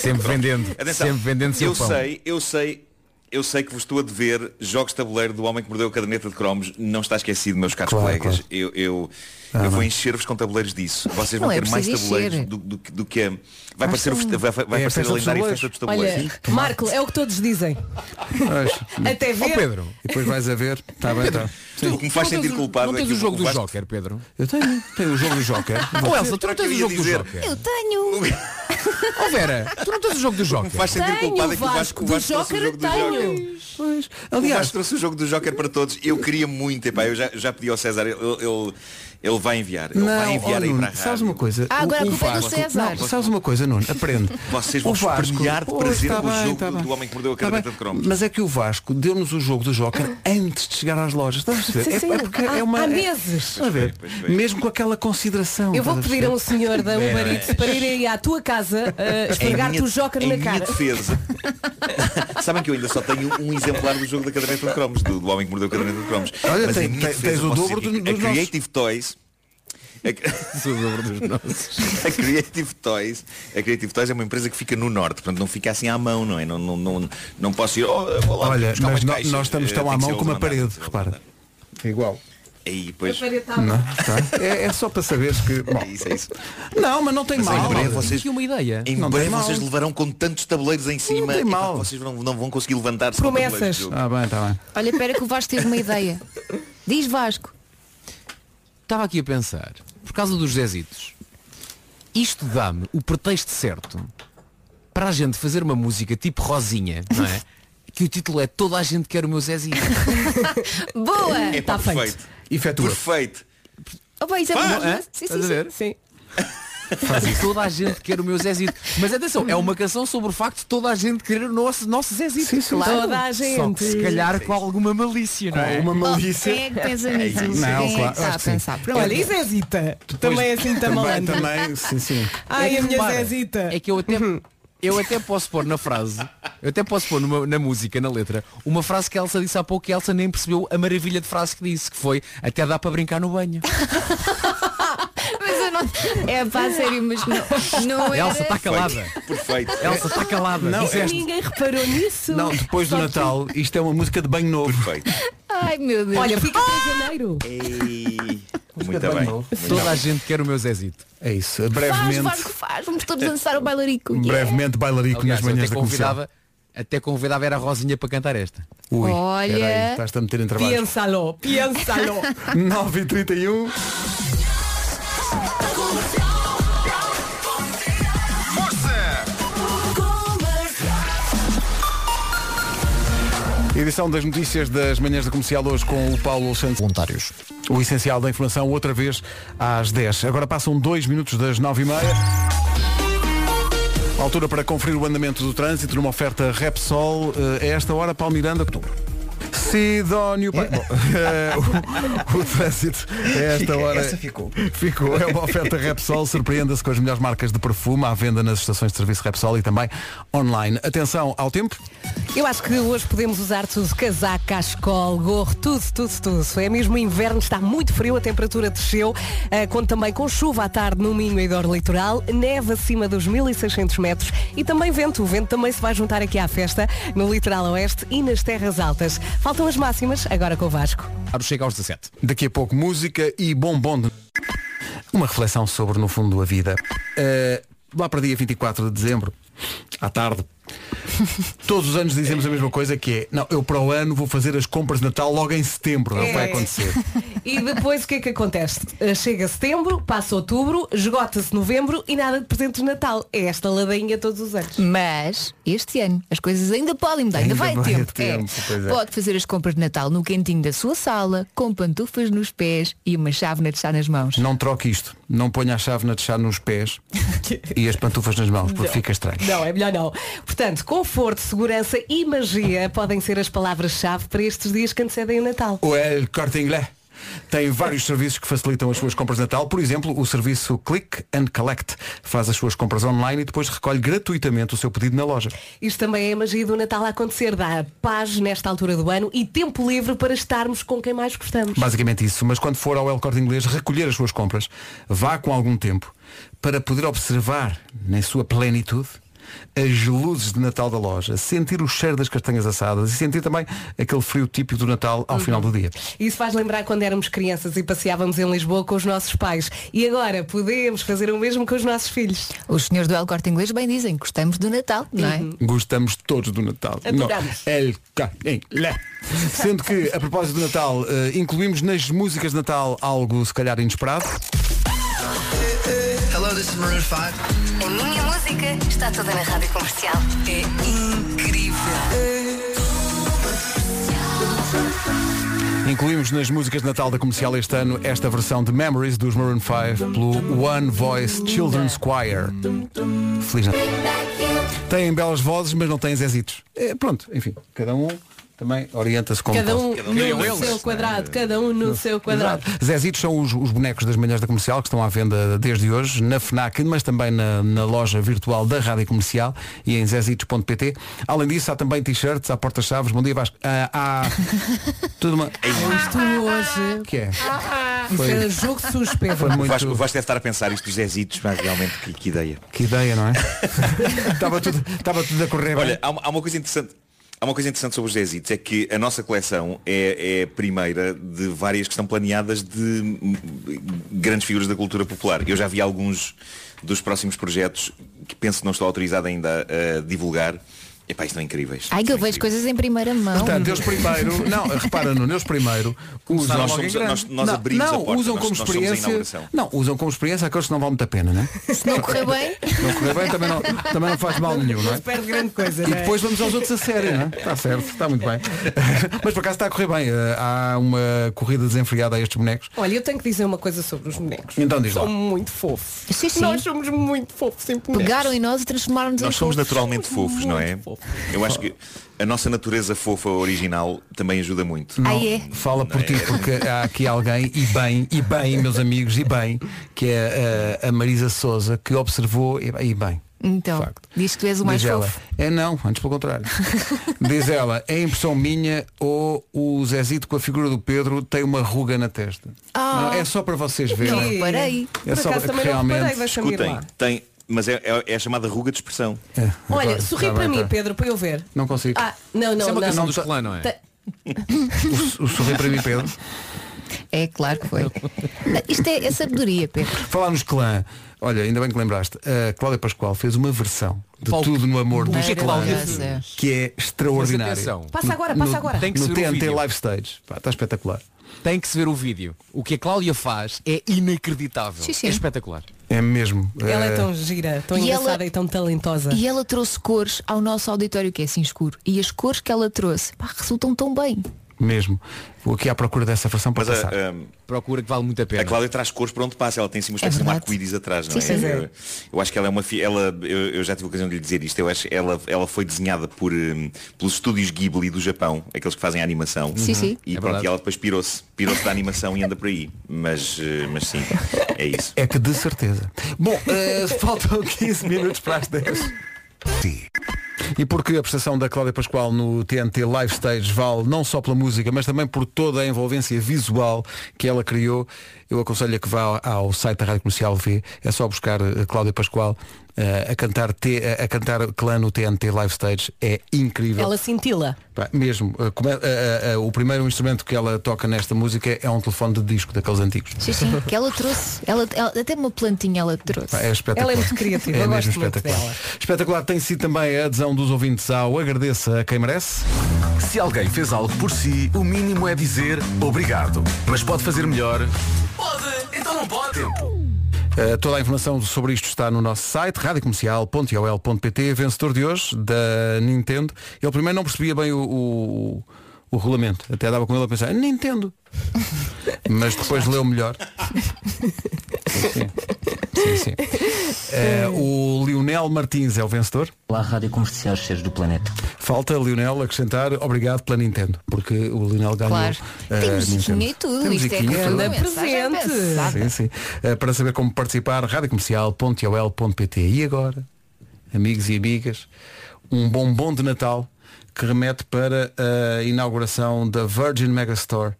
Speaker 2: Sempre vendendo.
Speaker 16: Atenção,
Speaker 2: Sempre vendendo seu
Speaker 16: eu
Speaker 2: pão.
Speaker 16: sei, eu sei, eu sei que vos estou a dever jogos de tabuleiro do homem que mordeu a caderneta de cromos. Não está esquecido, meus caros
Speaker 1: Claro,
Speaker 16: colegas.
Speaker 1: claro.
Speaker 16: Eu, eu,
Speaker 1: Ah,
Speaker 16: eu vou
Speaker 1: bem.
Speaker 16: encher-vos com tabuleiros disso. Vocês
Speaker 4: Não
Speaker 16: vão
Speaker 4: é
Speaker 16: ter mais
Speaker 4: preciso
Speaker 16: tabuleiros
Speaker 4: encher.
Speaker 16: do, do, que- do que a. Vai
Speaker 4: Acho
Speaker 16: parecer, o
Speaker 4: que
Speaker 16: festa- vai, vai
Speaker 4: é a
Speaker 16: parecer
Speaker 1: festa
Speaker 16: a
Speaker 1: dos
Speaker 16: lendária
Speaker 1: tabuleiros.
Speaker 16: festa dos tabuleiros.
Speaker 4: Olha, Marco, é o que todos dizem.
Speaker 1: Pois. Oh,
Speaker 4: Até ver.
Speaker 1: E depois vais a ver. Está bem, tá. Sim.
Speaker 16: o que me faz sentir culpado é
Speaker 2: não tens
Speaker 16: que
Speaker 2: o jogo do
Speaker 16: Vasco-
Speaker 2: Joker, Pedro?
Speaker 1: Eu tenho. Tenho o jogo do Joker.
Speaker 2: Oh, Elsa, tu não tens o jogo é? do Joker?
Speaker 5: Eu tenho. um.
Speaker 2: Oh, Vera, tu não tens o jogo do Joker?
Speaker 16: Faz sentir
Speaker 5: Tenho,
Speaker 16: culpado é que o Vasco,
Speaker 5: Vasco,
Speaker 16: o
Speaker 5: do
Speaker 16: Vasco trouxe o
Speaker 5: Joker
Speaker 16: jogo do
Speaker 5: tenho.
Speaker 16: Joker. Aliás, o Vasco trouxe o jogo do Joker para todos. Eu queria muito, epá, eu já, já pedi ao César, ele, ele, ele vai enviar. Ele vai
Speaker 1: Não,
Speaker 16: enviar
Speaker 1: oh,
Speaker 16: aí
Speaker 1: Nuno,
Speaker 16: para a
Speaker 1: sabes
Speaker 16: rádio.
Speaker 1: uma coisa?
Speaker 5: Ah, agora a
Speaker 1: o, o
Speaker 5: culpa é do
Speaker 1: Vasco,
Speaker 5: César.
Speaker 1: Não, sabes uma coisa, Nuno? Aprende.
Speaker 16: Vocês vão
Speaker 1: O Vasco-
Speaker 16: espernear de
Speaker 1: Pois,
Speaker 16: prazer
Speaker 1: tá
Speaker 16: com o
Speaker 1: bem,
Speaker 16: jogo
Speaker 1: tá bem.
Speaker 16: do homem que mordeu a
Speaker 1: Tá
Speaker 16: caderneta
Speaker 1: bem.
Speaker 16: de cromos.
Speaker 1: Mas é que o Vasco deu-nos o jogo do Joker antes de chegar às lojas. Estás a perceber?
Speaker 4: Ah. Sim,
Speaker 1: É-
Speaker 4: sim.
Speaker 1: É, porque
Speaker 4: Há-
Speaker 1: é uma.
Speaker 4: há
Speaker 1: é-
Speaker 4: meses.
Speaker 1: estás a ver? Mesmo com aquela consideração.
Speaker 4: Eu vou
Speaker 1: estás
Speaker 4: pedir a um
Speaker 1: perceber?
Speaker 4: senhor da Uber
Speaker 1: É.
Speaker 4: Eats para ir aí à tua casa uh,
Speaker 16: Em
Speaker 4: esfregar-te
Speaker 16: minha-
Speaker 4: o Joker
Speaker 16: em
Speaker 4: na
Speaker 16: minha
Speaker 4: cara.
Speaker 16: defesa. Sabem que eu ainda só tenho um exemplar do jogo da caderneta de cromos, do, do homem que mordeu a caderneta de cromos.
Speaker 1: Olha,
Speaker 16: Mas
Speaker 1: tem-
Speaker 16: em minha
Speaker 1: tem-
Speaker 16: defesa,
Speaker 1: tens o
Speaker 16: posso
Speaker 1: dobro
Speaker 16: dizer
Speaker 1: do-
Speaker 16: que
Speaker 1: dos
Speaker 16: A Creative Toys. A... a Creative Toys a Creative Toys é uma empresa que fica no norte portanto não fica assim à mão não é não não não, não posso ir "Oh, vou lá
Speaker 1: Olha,
Speaker 16: buscar
Speaker 1: mas
Speaker 16: umas
Speaker 1: no-
Speaker 16: caixas."
Speaker 1: nós estamos
Speaker 16: Eh,
Speaker 1: tão
Speaker 16: tem
Speaker 1: à
Speaker 16: que ser
Speaker 1: mão
Speaker 16: eles
Speaker 1: como
Speaker 16: a
Speaker 1: a
Speaker 16: mandar.
Speaker 1: parede, repara. É igual.
Speaker 16: Aí, pois.
Speaker 1: Não, tá. é, é só para saberes que. Bom. Não, mas não tem
Speaker 16: é Mas é em
Speaker 1: mal.
Speaker 16: breve vocês-
Speaker 1: uma ideia.
Speaker 16: Em
Speaker 1: não
Speaker 16: breve
Speaker 1: tem mal.
Speaker 16: vocês levarão com tantos tabuleiros em cima
Speaker 5: tem
Speaker 16: epá,
Speaker 5: mal.
Speaker 16: vocês não, não vão conseguir levantar
Speaker 1: Ah, bem, está bem.
Speaker 5: Olha, espera que o Vasco teve uma ideia. Diz Vasco.
Speaker 2: Estava aqui a pensar, por causa dos Zezitos, isto dá-me o pretexto certo para a gente fazer uma música tipo Rosinha, não é? Que o título é Toda a gente quer o meu Zezito.
Speaker 5: Boa!
Speaker 2: É
Speaker 5: Está
Speaker 2: pá,
Speaker 5: feito.
Speaker 2: perfeito.
Speaker 16: Perfeito.
Speaker 5: Oh, bem, isso é
Speaker 2: Faz,
Speaker 5: muito
Speaker 2: não é?
Speaker 5: Sim, sim,
Speaker 2: Estás a
Speaker 5: sim.
Speaker 2: ver?
Speaker 4: Sim.
Speaker 1: Faz isso.
Speaker 2: Toda a gente quer o meu Zezito. Mas atenção, é uma canção sobre o facto de toda a gente querer o nosso, nosso Zezito.
Speaker 4: Sim, sim, Claro. toda a
Speaker 2: Só
Speaker 4: gente.
Speaker 2: que se calhar com alguma malícia, não é?
Speaker 1: Com alguma malícia. Oh, quem é que pensa nisso? É isso. Não, Quem é que claro, está a acho que sim. pensar? Pronto.
Speaker 2: É.
Speaker 4: Olha, e Zezita? Também é assim muito
Speaker 1: também,
Speaker 4: malandro.
Speaker 1: também, sim, sim.
Speaker 4: Ai, a minha
Speaker 2: Repara,
Speaker 4: Zezita. Uhum.
Speaker 2: É que eu até, eu até posso pôr na frase, eu até posso pôr numa- na música, na letra, uma frase que a Elsa disse há pouco que a Elsa nem percebeu a maravilha de frase que disse, que foi até dá para brincar no banho.
Speaker 5: Mas eu não. É pá, sério, mas não, não era.
Speaker 2: Elsa está tá calada.
Speaker 16: Perfeito.
Speaker 2: Elsa está calada.
Speaker 1: Não, é-
Speaker 2: Disseste.
Speaker 4: Ninguém reparou nisso.
Speaker 1: Não, depois do
Speaker 4: Só
Speaker 1: Natal, isto é uma música de banho novo.
Speaker 16: Perfeito.
Speaker 5: Ai meu Deus. Ah!
Speaker 4: Olha, fica até janeiro.
Speaker 1: É
Speaker 16: Muito bem.
Speaker 2: Toda a gente quer o meu Zezito.
Speaker 1: É isso.
Speaker 5: Faz,
Speaker 1: Brevemente,
Speaker 5: faz, faz. Vamos todos dançar o bailarico. Yeah.
Speaker 1: brevemente bailarico
Speaker 2: Aliás,
Speaker 1: nas manhãs
Speaker 2: até
Speaker 1: da comercial.
Speaker 2: convidava, até convidava era a Rosinha para cantar esta.
Speaker 1: Ui,
Speaker 5: Olha.
Speaker 1: peraí, estás-te a meter em trabalho.
Speaker 4: Piénsalo, piénsalo.
Speaker 1: 9 e 31 Edição das notícias das manhãs da comercial hoje com o Paulo Alexandre.
Speaker 7: Voluntários.
Speaker 1: O essencial da informação outra vez às 10. Agora passam 2 minutos das 9 e meia. Altura para conferir o andamento do trânsito numa oferta Repsol. Eh, A esta hora, Paulo Miranda, outubro. Sidónio.
Speaker 3: É.
Speaker 1: Pai- Bom, eh, o, o trânsito a esta
Speaker 3: Fica-
Speaker 1: hora.
Speaker 3: essa ficou.
Speaker 1: Ficou. É uma oferta Repsol. Surpreenda-se com as melhores marcas de perfume à venda nas estações de serviço Repsol e também online. Atenção ao tempo.
Speaker 4: Eu acho que hoje podemos usar tudo, casaco, cascol, gorro, tudo, tudo, tudo. É mesmo inverno, está muito frio, a temperatura desceu, eh, conta também com chuva à tarde no Minho e Dor Litoral, neve acima dos 1600 metros e também vento. O vento também se vai juntar aqui à festa, no litoral oeste e nas terras altas. Faltam as máximas, agora com o Vasco.
Speaker 2: Aro chega aos 17.
Speaker 1: Daqui a pouco música e bombom. de- Uma reflexão sobre, no fundo, a vida. Eh, lá para dia 24 de dezembro, à tarde, todos os anos dizemos a mesma coisa que é, não, eu para o ano vou fazer as compras de Natal logo em setembro, é o que vai
Speaker 4: É.
Speaker 1: acontecer.
Speaker 4: E depois o que é que acontece? Eh, Chega setembro, passa outubro, esgota-se novembro e nada de presentes de Natal. É esta ladainha todos os anos.
Speaker 5: Mas este ano as coisas ainda podem mudar, ainda,
Speaker 4: Ainda
Speaker 5: vai a
Speaker 4: vai a
Speaker 5: tempo. É.
Speaker 4: tempo, pois é.
Speaker 5: Pode fazer as compras de Natal no cantinho da sua sala, com pantufas nos pés e uma chávena de chá nas mãos.
Speaker 1: Não troque isto, não ponha a chave na de chá nos pés e as pantufas nas mãos, porque
Speaker 4: Não.
Speaker 1: fica estranho.
Speaker 4: Não, é melhor não. Portanto, conforto, segurança e magia podem ser as palavras-chave para estes dias que antecedem o Natal.
Speaker 1: O El Corte Inglés tem vários serviços que facilitam as suas compras de Natal. Por exemplo, o serviço Click and Collect faz as suas compras online e depois recolhe gratuitamente o seu pedido na loja.
Speaker 4: Isto também é a magia do Natal a acontecer, dá paz nesta altura do ano e tempo livre para estarmos com quem mais gostamos.
Speaker 1: Basicamente isso. Mas quando for ao El Corte Inglês recolher as suas compras, vá com algum tempo para poder observar, na sua plenitude, as luzes de Natal da loja, sentir o cheiro das castanhas assadas e sentir também aquele frio típico do Natal ao final do dia.
Speaker 4: Isso faz lembrar quando éramos crianças e passeávamos em Lisboa com os nossos pais. E agora podemos fazer o mesmo com os nossos filhos.
Speaker 5: Os senhores do El Corte Inglês bem dizem, gostamos do Natal, não é?
Speaker 16: Uhum.
Speaker 1: Uhum. Gostamos todos do Natal.
Speaker 5: Adoramos.
Speaker 1: Não. El Cailé. Sendo que, a propósito do Natal, eh, incluímos nas músicas de Natal algo se calhar inesperado.
Speaker 9: Hello, this is Maroon 5.
Speaker 10: A minha música está toda na rádio comercial. É incrível.
Speaker 1: Incluímos nas músicas de Natal da comercial este ano esta versão de Memories dos Maroon 5 pelo One Voice Children's Choir. Feliz Natal. Têm belas vozes, mas não têm zezitos. Eh, pronto, enfim, cada um também orienta-se como
Speaker 4: cada um
Speaker 1: pode.
Speaker 4: no seu quadrado, cada um no seu quadrado.
Speaker 1: Zezitos são os, os bonecos das manhãs da comercial que estão à venda desde hoje na FNAC, mas também na, na loja virtual da Rádio Comercial e em zezitos.pt. Além disso, há também t-shirts, há porta-chaves, bom dia Vasco. Ah, há tudo uma.
Speaker 4: Isto hoje.
Speaker 1: que é?
Speaker 4: Isso
Speaker 1: Foi-
Speaker 4: é jogo suspeito.
Speaker 16: O Vasco, o Vasco deve estar a pensar isto dos Zezitos, mas realmente que, que ideia.
Speaker 1: Que ideia, não é? Estava tudo, estava tudo a correr bem.
Speaker 16: Olha, há uma, há uma coisa interessante. Há uma coisa interessante sobre os Zezitos, é que a nossa coleção é, é a primeira de várias que estão planeadas de hum, grandes figuras da cultura popular. Eu já vi alguns dos próximos projetos que penso que não estou autorizado ainda a, a divulgar, Epá, isto é incríveis.
Speaker 5: Ai, que eu vejo coisas em primeira mão.
Speaker 1: Portanto, eles primeiro, não, repara no eles primeiro, usam
Speaker 16: Nós somos- nós- nós
Speaker 1: não,
Speaker 16: abrimos
Speaker 1: não,
Speaker 16: a porta,
Speaker 1: usam
Speaker 16: nós-
Speaker 1: como
Speaker 16: nós somos a
Speaker 1: experiência,
Speaker 16: inauguração.
Speaker 1: não, usam como experiência aqueles que não vale muito a pena, né?
Speaker 5: Se não correr bem.
Speaker 1: Não correr bem também não, também não faz mal nenhum, não é?
Speaker 4: Perde grande coisa.
Speaker 1: E
Speaker 4: não é?
Speaker 1: depois vamos aos outros a sério, não é? Está certo, está muito bem. Mas por acaso está a correr bem. Eh, Há uma corrida desenfreada a estes bonecos.
Speaker 4: Olha, eu tenho que dizer uma coisa sobre os bonecos.
Speaker 1: Então diz lá.
Speaker 4: São muito fofos.
Speaker 5: Sim, sim.
Speaker 4: Nós somos muito fofos
Speaker 1: Tá
Speaker 4: em bonecos.
Speaker 5: Pegaram em nós e transformaram-nos em
Speaker 16: Nós somos
Speaker 5: fofos.
Speaker 16: naturalmente fofos, não é? Eu acho que a nossa natureza fofa original também ajuda muito.
Speaker 1: Não, Fala por ti, porque há aqui alguém, e bem, e bem, meus amigos, e bem, que é eh, a Marisa Souza, que observou, e e bem.
Speaker 5: Então, diz que tu és o mais
Speaker 1: Diz ela,
Speaker 5: fofo.
Speaker 1: é não, antes pelo contrário. Diz ela, é impressão minha ou o Zezito com a figura do Pedro tem uma ruga na testa.
Speaker 5: Ah.
Speaker 1: Não, é só para vocês
Speaker 5: Eu não
Speaker 1: verem.
Speaker 5: reparei.
Speaker 1: É só para que realmente.
Speaker 16: Escutem, tem, mas é, é- é a chamada ruga de expressão.
Speaker 1: tá
Speaker 4: Olha, sorri para mim, Pedro, para eu ver.
Speaker 1: Não consigo.
Speaker 4: Ah, não, não,
Speaker 16: Isso é uma
Speaker 4: não.
Speaker 16: canção dos Clã, não é?
Speaker 4: Tá-
Speaker 1: O, o sorrir para mim, Pedro.
Speaker 5: É claro que foi. Ah, Isto é, é sabedoria, Pedro.
Speaker 1: Falar nos clã. Olha, ainda bem que lembraste. A Cláudia Pascoal fez uma versão de Tudo no Amor dos
Speaker 4: Maravilhosa.
Speaker 1: Clã, que é extraordinária.
Speaker 2: Mas atenção.
Speaker 4: Passa agora, passa
Speaker 1: No-
Speaker 4: agora.
Speaker 2: Tem que
Speaker 1: no
Speaker 2: ser o
Speaker 1: TNT
Speaker 2: vídeo.
Speaker 1: Live Stage. Pá, tá está espetacular.
Speaker 2: Tem que se ver o vídeo. O que a Cláudia faz é inacreditável.
Speaker 5: Sim, sim.
Speaker 2: É espetacular.
Speaker 1: É mesmo.
Speaker 4: Ela
Speaker 1: Eh,
Speaker 4: é tão gira, tão
Speaker 5: E
Speaker 4: engraçada
Speaker 5: ela-
Speaker 4: e tão talentosa.
Speaker 5: E ela trouxe cores ao nosso auditório que é assim escuro. E as cores que ela trouxe pá, resultam tão bem.
Speaker 1: Mesmo. Vou aqui à procura dessa versão para
Speaker 16: Mas eh, a,
Speaker 1: passar.
Speaker 2: Procura que vale muito a pena.
Speaker 16: A Cláudia traz cores para onde passa, ela tem assim uma
Speaker 1: É
Speaker 16: espécie de um
Speaker 1: verdade.
Speaker 16: arco-íris atrás, não
Speaker 1: Sim, sim, sim.
Speaker 16: é? Eu, eu acho que ela é uma fi- ela eu, eu já tive a ocasião de lhe dizer isto, eu acho que ela, ela foi desenhada por, hum, pelos estúdios Ghibli do Japão, aqueles que fazem a animação.
Speaker 5: Sim, sim.
Speaker 16: E
Speaker 5: É
Speaker 16: pronto,
Speaker 5: verdade.
Speaker 16: e ela depois pirou-se, pirou-se da animação e anda por aí. Mas, eh, mas sim, é isso.
Speaker 1: É que de certeza. Bom, eh, faltam 15 minutos para as 10. E porque a prestação da Cláudia Pascoal no TNT Live Stage vale não só pela música, mas também por toda a envolvência visual que ela criou, eu aconselho a que vá ao site da Rádio Comercial V, é só buscar a Cláudia Pascoal eh, a cantar T- a, a cantar clã no TNT Live Stage, é incrível.
Speaker 4: Ela cintila.
Speaker 1: Pá, mesmo, eh, come- eh, eh, eh, o primeiro instrumento que ela toca nesta música é um telefone de disco daqueles antigos.
Speaker 5: Sim, sim. Que é ela trouxe. Ela, ela- até uma plantinha ela trouxe.
Speaker 1: Pá, É espetacular. É mesmo espetacular. Espetacular tem sido também a adesão dos ouvintes ao Agradeça a quem merece.
Speaker 19: Se alguém fez algo por si, o mínimo é dizer obrigado. Mas pode fazer melhor. Pode, então não pode.
Speaker 1: Uh, toda a informação sobre isto está no nosso site, radiocomercial.ol.pt, vencedor de hoje, da Nintendo. Ele primeiro não percebia bem o, o, o regulamento, até dava com ele a pensar, Nintendo. Mas depois leu melhor. Sim, sim. Uh, o Lionel Martins é o vencedor.
Speaker 9: Olá, Rádio Comercial, seres do planeta.
Speaker 1: Falta Lionel acrescentar obrigado pela Nintendo, porque o Lionel ganhou.
Speaker 5: Claro.
Speaker 1: eh,
Speaker 5: Tem musiquinha
Speaker 1: Nintendo.
Speaker 5: e tudo.
Speaker 1: Tem
Speaker 5: Isto é
Speaker 1: musiquinha e tudo.
Speaker 5: grande presente.
Speaker 1: Sim, sim. Eh, para saber como participar, radiocomercial.ol.pt. E agora, amigos e amigas, um bombom de Natal que remete para a inauguração da Virgin Megastore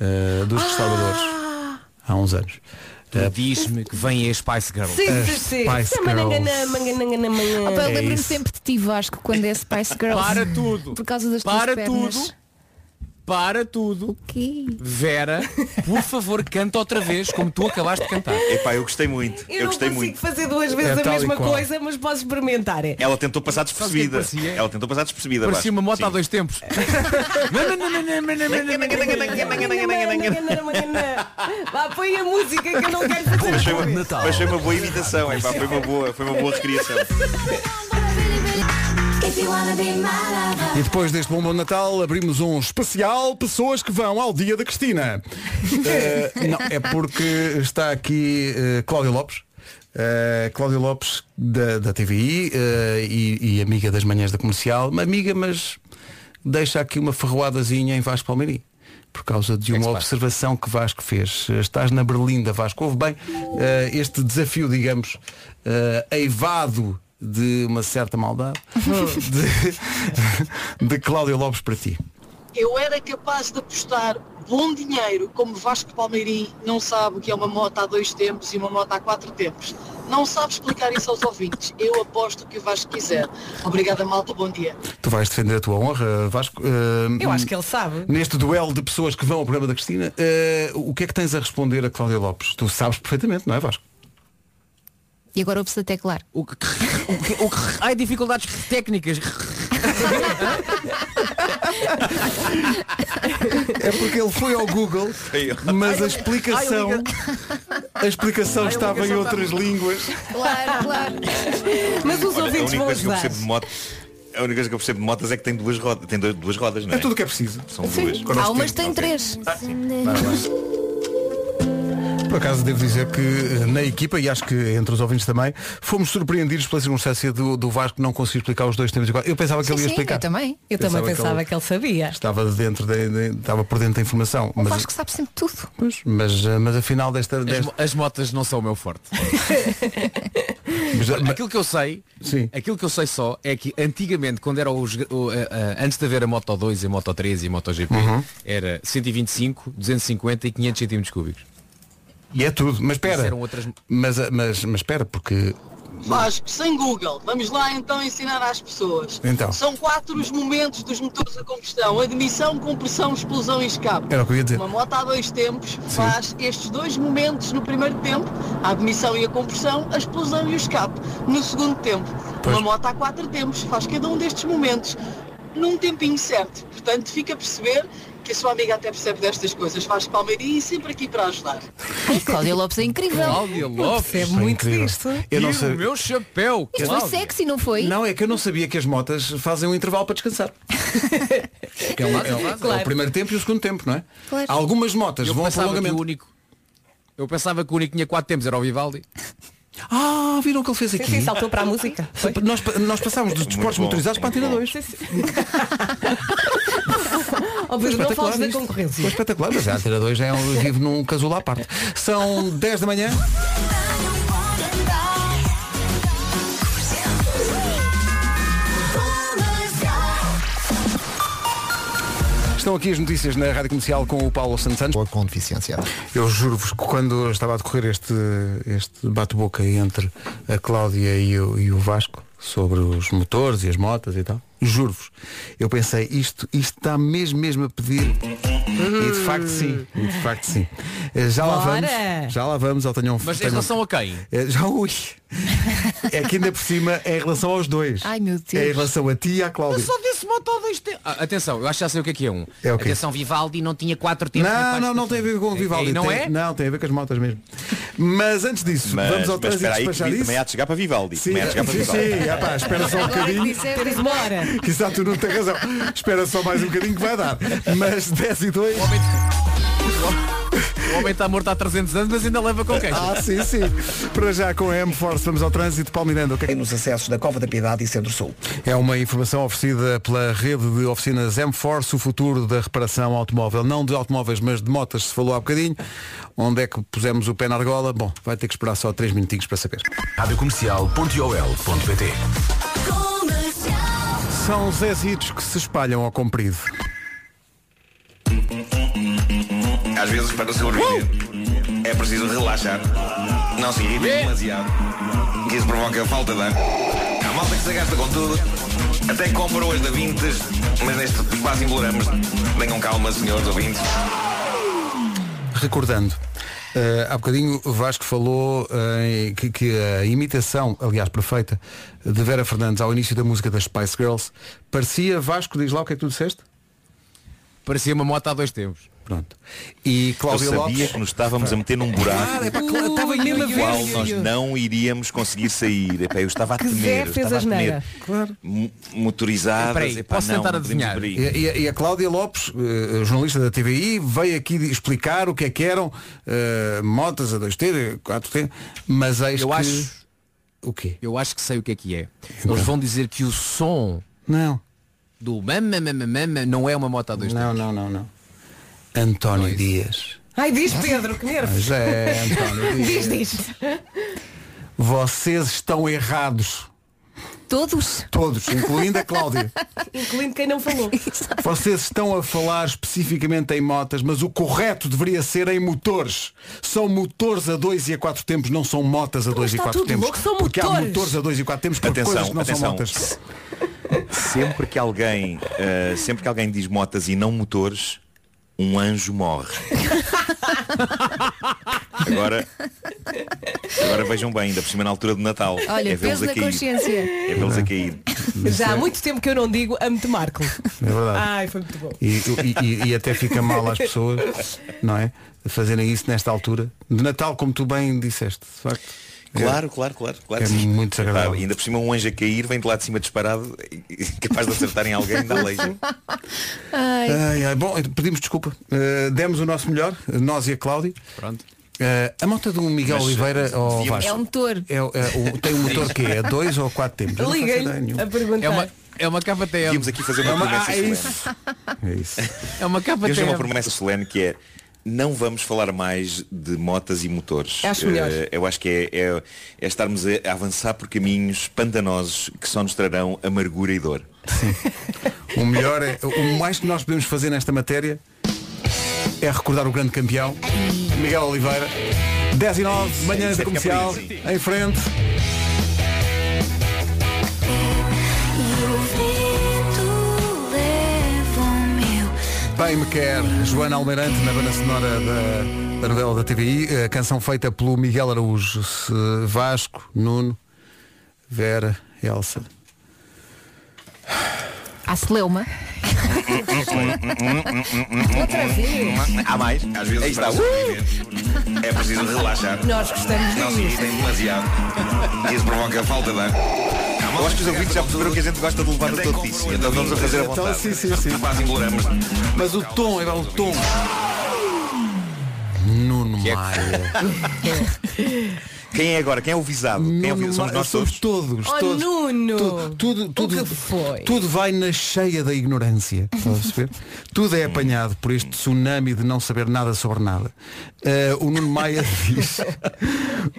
Speaker 1: eh, dos restauradores há uns anos.
Speaker 2: Ah! Tu diz-me que vem a Spice Eh, Girl.
Speaker 4: Sim, sim, sim. é Manganã, manganã, manganã.
Speaker 5: Opa, eu lembro-me sempre de ti, Vasco, quando é Spice Girls.
Speaker 2: Para tudo.
Speaker 5: Por causa das
Speaker 2: Para
Speaker 5: tuas pernas.
Speaker 2: tudo. Para tudo. Vera, por favor, canta outra vez como tu acabaste de cantar.
Speaker 16: Epá, eu gostei muito. Eu,
Speaker 4: Eu não
Speaker 16: gostei
Speaker 4: consigo
Speaker 16: muito.
Speaker 4: fazer duas vezes
Speaker 16: É
Speaker 4: a
Speaker 16: tal e
Speaker 4: mesma
Speaker 16: qual.
Speaker 4: coisa, mas posso experimentar. É.
Speaker 16: Ela tentou passar
Speaker 4: Sabes o que é que
Speaker 16: despercebida. Ela tentou passar despercebida. Vasco.
Speaker 2: Parecia uma moto
Speaker 16: Sim.
Speaker 2: há dois tempos.
Speaker 4: Vá, põe a música que eu não quero fazer.
Speaker 16: Mas foi
Speaker 1: é
Speaker 16: uma, mas foi uma boa imitação, epá, foi uma boa, foi uma boa recriação.
Speaker 1: E depois deste bombom de Natal abrimos um especial pessoas que vão ao dia da Cristina. Eh, não, é porque está aqui eh, Cláudio Lopes. eh, Cláudio Lopes da, da TVI eh, e, e amiga das manhãs da comercial, uma amiga, mas deixa aqui uma ferroadazinha em Vasco Palmeirim por causa de uma observação que Vasco fez. Estás na Berlinda, Vasco. Houve bem eh, este desafio, digamos, eh, eivado de uma certa maldade de, de Cláudio Lopes para ti.
Speaker 24: Eu era capaz de apostar bom dinheiro, como Vasco Palmeirim não sabe o que é uma moto há dois tempos e uma moto há quatro tempos. Não sabe explicar isso aos ouvintes. Eu aposto o que o Vasco quiser. Obrigada, malta. Bom dia.
Speaker 1: Tu vais defender a tua honra, Vasco. Hum,
Speaker 4: Eu acho que ele sabe.
Speaker 1: Neste duelo de pessoas que vão ao programa da Cristina, eh, o que é que tens a responder a Cláudio Lopes? Tu sabes perfeitamente, não é Vasco?
Speaker 5: E agora ouve-se até claro.
Speaker 2: O que, o que- ai, dificuldades técnicas.
Speaker 1: É porque ele foi ao Google, mas a explicação, a explicação estava em outras línguas.
Speaker 5: Claro, claro.
Speaker 4: Mas os
Speaker 16: Olha, a
Speaker 4: ouvintes
Speaker 16: única
Speaker 4: vão
Speaker 16: coisa que eu
Speaker 4: ajudar.
Speaker 16: percebo de moto. A única coisa que eu percebo de motas é que tem duas rodas, tem dois- duas rodas, não é? É tudo
Speaker 1: o que é preciso.
Speaker 16: São duas.
Speaker 5: Há umas que têm três.
Speaker 1: Ah, Por acaso devo dizer que eh, na equipa, e acho que entre os ouvintes também, fomos surpreendidos pela circunstância do, do Vasco não conseguir explicar os dois temas igual. Eu pensava que ele ia explicar.
Speaker 4: Eu também pensava
Speaker 1: ele
Speaker 4: que ele sabia.
Speaker 1: Estava, dentro da- da- estava por dentro da informação.
Speaker 4: O
Speaker 1: Mas,
Speaker 4: Vasco sabe sempre tudo.
Speaker 1: mas, eh, mas afinal desta.
Speaker 2: As,
Speaker 1: desta
Speaker 2: mo- as motas não são o meu forte.
Speaker 1: Olha,
Speaker 2: aquilo que eu sei, aquilo que eu sei só é que antigamente, quando era os, o- a- a- antes de haver a Moto 2 e a Moto 3 e a Moto GP,
Speaker 1: Uhum.
Speaker 2: era 125, 250 e 500 centímetros cúbicos.
Speaker 1: E é tudo. Mas
Speaker 2: Isso
Speaker 1: espera.
Speaker 2: eram outras-
Speaker 1: Mas, eh, mas, mas espera, porque
Speaker 24: Vasco, sem Google, vamos lá então ensinar às pessoas.
Speaker 1: Então.
Speaker 24: São quatro os momentos dos motores a combustão. Admissão, compressão, explosão e escape.
Speaker 1: Era o que eu ia dizer.
Speaker 24: Uma moto há dois tempos faz estes dois momentos no primeiro tempo, a admissão e a compressão, a explosão e o escape. No segundo tempo, uma moto há quatro tempos faz cada um destes momentos num tempinho certo. Portanto, fica a perceber que a sua amiga até percebe destas coisas. Vasco Palmeirinho e sempre aqui para ajudar.
Speaker 5: Ai, Cláudia Lopes é incrível.
Speaker 2: Cláudia Lopes.
Speaker 1: Foi é incrível. Eu não
Speaker 2: E
Speaker 1: sei.
Speaker 2: o meu chapéu,
Speaker 5: Isto
Speaker 1: Cláudia.
Speaker 5: foi sexy, não foi?
Speaker 1: Não, é que eu não sabia que as motas fazem um intervalo para descansar. Que é,
Speaker 4: um
Speaker 2: um
Speaker 1: o- é o- é
Speaker 2: Claro.
Speaker 1: o primeiro tempo e o segundo tempo, não é?
Speaker 2: Claro.
Speaker 1: Algumas motas
Speaker 2: Eu
Speaker 1: vão ao
Speaker 2: pensava que
Speaker 1: prolongamento.
Speaker 2: o único- Eu pensava que o único que tinha 4 tempos era o Vivaldi.
Speaker 1: Ah, viram o que ele fez aqui?
Speaker 4: Sim, sim, saltou para a música.
Speaker 1: Nós, nós passámos dos desportos
Speaker 4: bom,
Speaker 1: motorizados para a tira 2.
Speaker 4: Ó, Pedro, não fales da concorrência.
Speaker 1: Foi espetacular, mas a tira 2 é um, vive num casulo à parte. São 10 da manhã. Estão aqui as notícias na Rádio Comercial com o Paulo Santos Santos.
Speaker 7: Com deficiência.
Speaker 1: Eu juro-vos que quando eu estava a decorrer este, este bate-boca entre a Cláudia e o, e o Vasco sobre os motores e as motas e tal, juro-vos, eu pensei, isto, isto está mesmo, mesmo a pedir. E de facto sim, e de facto sim. Eh, Já lá
Speaker 2: Bora!
Speaker 1: vamos, já lá vamos, ao tenham
Speaker 2: Mas em
Speaker 1: tenham-
Speaker 2: relação a quem?
Speaker 1: Eh, Já ui. É que ainda por cima é em relação aos dois.
Speaker 2: Ai, meu Deus.
Speaker 1: É em relação a ti e à Cláudia.
Speaker 2: disse moto há dois tempos. Ah, atenção, eu acho que já sei o que é que é um.
Speaker 1: É o quê?
Speaker 2: Atenção, Vivaldi não tinha 4 tempos. nem
Speaker 1: Não,
Speaker 2: quatro
Speaker 1: não, não tem a ver com o
Speaker 2: É-
Speaker 1: Vivaldi.
Speaker 2: é- não
Speaker 1: tem,
Speaker 2: é?
Speaker 1: Não, tem a ver com as motas mesmo. Mas antes disso,
Speaker 16: Mas,
Speaker 1: vamos ao
Speaker 16: mas
Speaker 1: trânsito
Speaker 16: espera aí, que
Speaker 1: despachar isso.
Speaker 16: também há de chegar para Vivaldi.
Speaker 1: Sim,
Speaker 16: também há de chegar para
Speaker 1: sim,
Speaker 16: Vivaldi.
Speaker 1: sim, rapaz, espera só um bocadinho.
Speaker 4: Teres uma hora.
Speaker 1: Quizá tu não tens razão. Espera só mais um bocadinho que vai dar. Mas 10 e 2.
Speaker 2: O homem está morto há 300 anos, mas ainda leva com queixa.
Speaker 1: Ah, sim, sim. Para já É com a M-Force vamos ao trânsito. Paulo Miranda, é ok?
Speaker 3: Nos acessos da Cova da Piedade e Centro-Sul.
Speaker 1: É uma informação oferecida pela rede de oficinas M-Force, o futuro da reparação automóvel. Não de automóveis, mas de motas, se falou há bocadinho. Onde é que pusemos o pé na argola? Bom, vai ter que esperar só 3 minutinhos para saber.
Speaker 19: Radiocomercial.ol.pt
Speaker 1: São os exitos que se espalham ao comprido.
Speaker 16: Às vezes, para sobreviver, é preciso relaxar. Não se irritem demasiado. Que isso provoca falta de ar. A malta que se gasta com tudo. Até compra hoje da Vintes, mas neste quase imploramos. Tenham calma, senhores ouvintes.
Speaker 1: Recordando, eh, há bocadinho o Vasco falou eh, que, que a imitação, aliás perfeita, de Vera Fernandes ao início da música das Spice Girls parecia Vasco, diz lá o que é que tu disseste?
Speaker 2: Parecia uma moto há dois tempos.
Speaker 1: Pronto. E Cláudia
Speaker 16: Eu sabia
Speaker 1: Lopes.
Speaker 16: que nos estávamos a meter num buraco
Speaker 1: Ah, é pá, cla- estava
Speaker 16: do
Speaker 1: mesmo a ver.
Speaker 16: qual nós não iríamos conseguir sair. Epá, eu estava a
Speaker 1: Que
Speaker 16: temer.
Speaker 1: Zé
Speaker 16: eu
Speaker 1: fez
Speaker 16: estava a
Speaker 1: asneira.
Speaker 16: temer.
Speaker 1: Claro.
Speaker 16: Mo- Motorizadas.
Speaker 1: Espera aí,
Speaker 16: epá,
Speaker 1: posso
Speaker 16: não,
Speaker 1: tentar
Speaker 16: não podemos
Speaker 1: adivinhar?
Speaker 16: por aí.
Speaker 1: E, e- e a Cláudia Lopes, eh, jornalista da TVI, veio aqui de- explicar o que é que eram eh, motas a 2T, 4T, mas eis
Speaker 2: Eu
Speaker 1: que...
Speaker 2: acho-
Speaker 1: O quê?
Speaker 2: Eu acho que sei o que é que é. Eles vão dizer que o som
Speaker 1: Não.
Speaker 2: do mama, mama, mama não é uma moto a dois
Speaker 1: Não, não, não, não. António Dias.
Speaker 4: Ai, diz Pedro, que nervos.
Speaker 1: Mas é, António, diz.
Speaker 4: diz, diz.
Speaker 1: Vocês estão errados.
Speaker 5: Todos?
Speaker 1: Todos, incluindo a Cláudia.
Speaker 4: Incluindo quem não falou.
Speaker 1: Vocês estão a falar especificamente em motas, mas o correto deveria ser em motores. São motores a dois e a quatro tempos, não são motas a dois e
Speaker 4: está
Speaker 1: quatro
Speaker 4: Então, tá tudo
Speaker 1: tempos.
Speaker 4: louco, são
Speaker 1: porque há
Speaker 4: motores.
Speaker 1: motores a dois e quatro tempos por
Speaker 16: Atenção,
Speaker 1: coisas que não são
Speaker 16: atenção.
Speaker 1: motas.
Speaker 16: Sempre que alguém, eh, sempre que alguém diz motas e não motores, um anjo morre. Agora, agora vejam bem, ainda por cima na altura de Natal.
Speaker 5: Olha,
Speaker 16: é vê-los
Speaker 5: peso
Speaker 16: a
Speaker 5: na
Speaker 16: cair.
Speaker 5: consciência.
Speaker 16: É vê-los a cair.
Speaker 4: Já há muito tempo que eu não digo amo-te Marco.
Speaker 1: É verdade.
Speaker 4: Ai, foi muito bom.
Speaker 1: E, e- e- e até fica mal às pessoas, não é? Fazerem isso nesta altura. De Natal, como tu bem disseste, de facto.
Speaker 16: Claro, claro, claro, claro.
Speaker 1: É
Speaker 16: sim.
Speaker 1: muito desagradável.
Speaker 16: Pá, ainda por cima um anjo a cair vem de lá de cima disparado, capaz de acertar em alguém da lei.
Speaker 5: Ai.
Speaker 1: Ai, ai, bom, então, pedimos desculpa. Uh, demos o nosso melhor, nós e a Cláudia.
Speaker 16: Pronto.
Speaker 1: Uh, a moto do Miguel
Speaker 16: Mas,
Speaker 1: Oliveira
Speaker 16: uh,
Speaker 1: ao
Speaker 16: devíamos-
Speaker 1: Vasco.
Speaker 5: É um motor.
Speaker 1: É o- é o- tem um motor que é dois ou quatro tempos. Eu não faço ideia nenhuma.
Speaker 4: perguntar.
Speaker 2: É uma, é uma KTM.
Speaker 16: Vimos aqui fazer uma
Speaker 2: é uma,
Speaker 16: promessa
Speaker 2: ah, é
Speaker 16: solene.
Speaker 2: isso.
Speaker 1: É isso.
Speaker 2: É uma
Speaker 16: Eu chamo uma
Speaker 2: KTM.
Speaker 16: promessa solene que é não vamos falar mais de motas e motores.
Speaker 2: Acho melhor.
Speaker 16: Eh, eu acho que é, é- é estarmos a avançar por caminhos pantanosos que só nos trarão amargura e dor.
Speaker 1: O melhor é, o mais que nós podemos fazer nesta matéria é recordar o grande campeão, Miguel Oliveira. 10 e 9, manhã
Speaker 18: Isso
Speaker 1: da
Speaker 18: é que é
Speaker 1: comercial,
Speaker 18: por isso.
Speaker 1: em frente. Bem me quer, Joana Almeirante, na banda sonora da, da novela da TVI, a canção feita pelo Miguel Araújo, Se- Vasco, Nuno, Vera, Elsa.
Speaker 5: Há celeuma.
Speaker 16: Hum, Outra
Speaker 5: vez.
Speaker 16: Há mais. Às vezes Aí está. Uh! É preciso relaxar.
Speaker 4: Nós gostamos
Speaker 16: Não se irritem demasiado. Isso provoca falta de ar. Eu acho que os ouvintes já perceberam que a gente gosta de levar no totice. Então vamos a fazer a
Speaker 1: Então,
Speaker 16: vontade.
Speaker 1: sim, sim, sim.
Speaker 16: Quase embolamos.
Speaker 1: Mas o tom, é o tom. Nuno Maia.
Speaker 16: Quem é agora? Quem é o visado? Quem é o visado? Somos nós todos.
Speaker 1: Somos todos.
Speaker 4: Oh,
Speaker 1: todos.
Speaker 4: Nuno!
Speaker 1: Tudo, tudo, tudo,
Speaker 4: o que foi?
Speaker 1: tudo vai na cheia da ignorância. estás a perceber? tudo é apanhado por este tsunami de não saber nada sobre nada. Eh, o Nuno Maia diz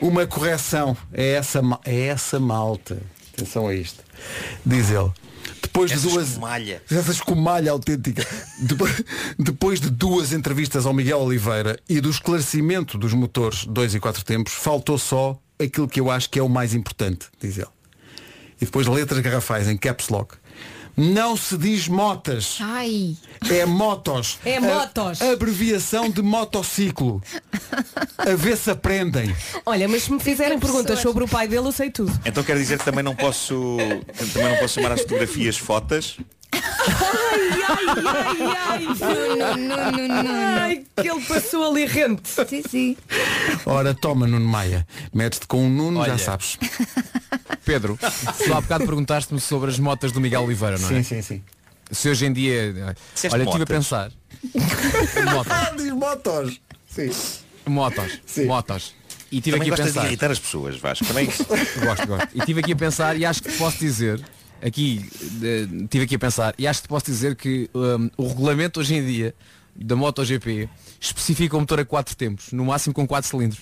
Speaker 1: uma correção. É essa, ma- é essa malta. Atenção a isto. Diz ele. Depois
Speaker 16: Essa
Speaker 1: de duas.
Speaker 16: escumalha.
Speaker 1: Essa escumalha autêntica. Depois, depois de duas entrevistas ao Miguel Oliveira e do esclarecimento dos motores 2 e 4 tempos, faltou só aquilo que eu acho que é o mais importante, diz ele. E depois letras garrafais em caps lock. Não se diz motas.
Speaker 5: Ai.
Speaker 1: É motos.
Speaker 4: É motos.
Speaker 1: A- abreviação de motociclo. A ver se aprendem.
Speaker 4: Olha, mas se me fizerem perguntas
Speaker 5: é
Speaker 4: sobre o pai dele, eu sei tudo.
Speaker 16: Então quero dizer que também não posso. Também não posso chamar as fotografias fotas.
Speaker 4: Ai, ai,
Speaker 5: Nuno, Nuno, Nuno.
Speaker 4: Ai, que ele passou ali rente.
Speaker 5: Sim, sim.
Speaker 1: Ora, toma Nuno Maia. Metes-te com o Nuno, já
Speaker 2: Olha.
Speaker 1: sabes.
Speaker 2: Pedro, tu há bocado perguntaste-me sobre as motas do Miguel Oliveira, não é?
Speaker 1: Sim, sim, sim.
Speaker 2: Se hoje em dia.
Speaker 1: Disseste
Speaker 2: Olha, estive a
Speaker 1: motas.
Speaker 2: pensar. motas.
Speaker 1: Diz motos. Sim.
Speaker 2: Motos. Motos. E tive
Speaker 16: Também
Speaker 2: aqui a
Speaker 16: gostas
Speaker 2: pensar.
Speaker 16: de irritar as pessoas, Vasco.
Speaker 1: é
Speaker 16: Também
Speaker 2: gosto, gosto. E estive aqui a pensar e acho que te posso dizer, aqui, eh, estive aqui a pensar, e acho que te posso dizer que hum, o regulamento hoje em dia da MotoGP especifica um motor a 4 tempos, no máximo com 4 cilindros,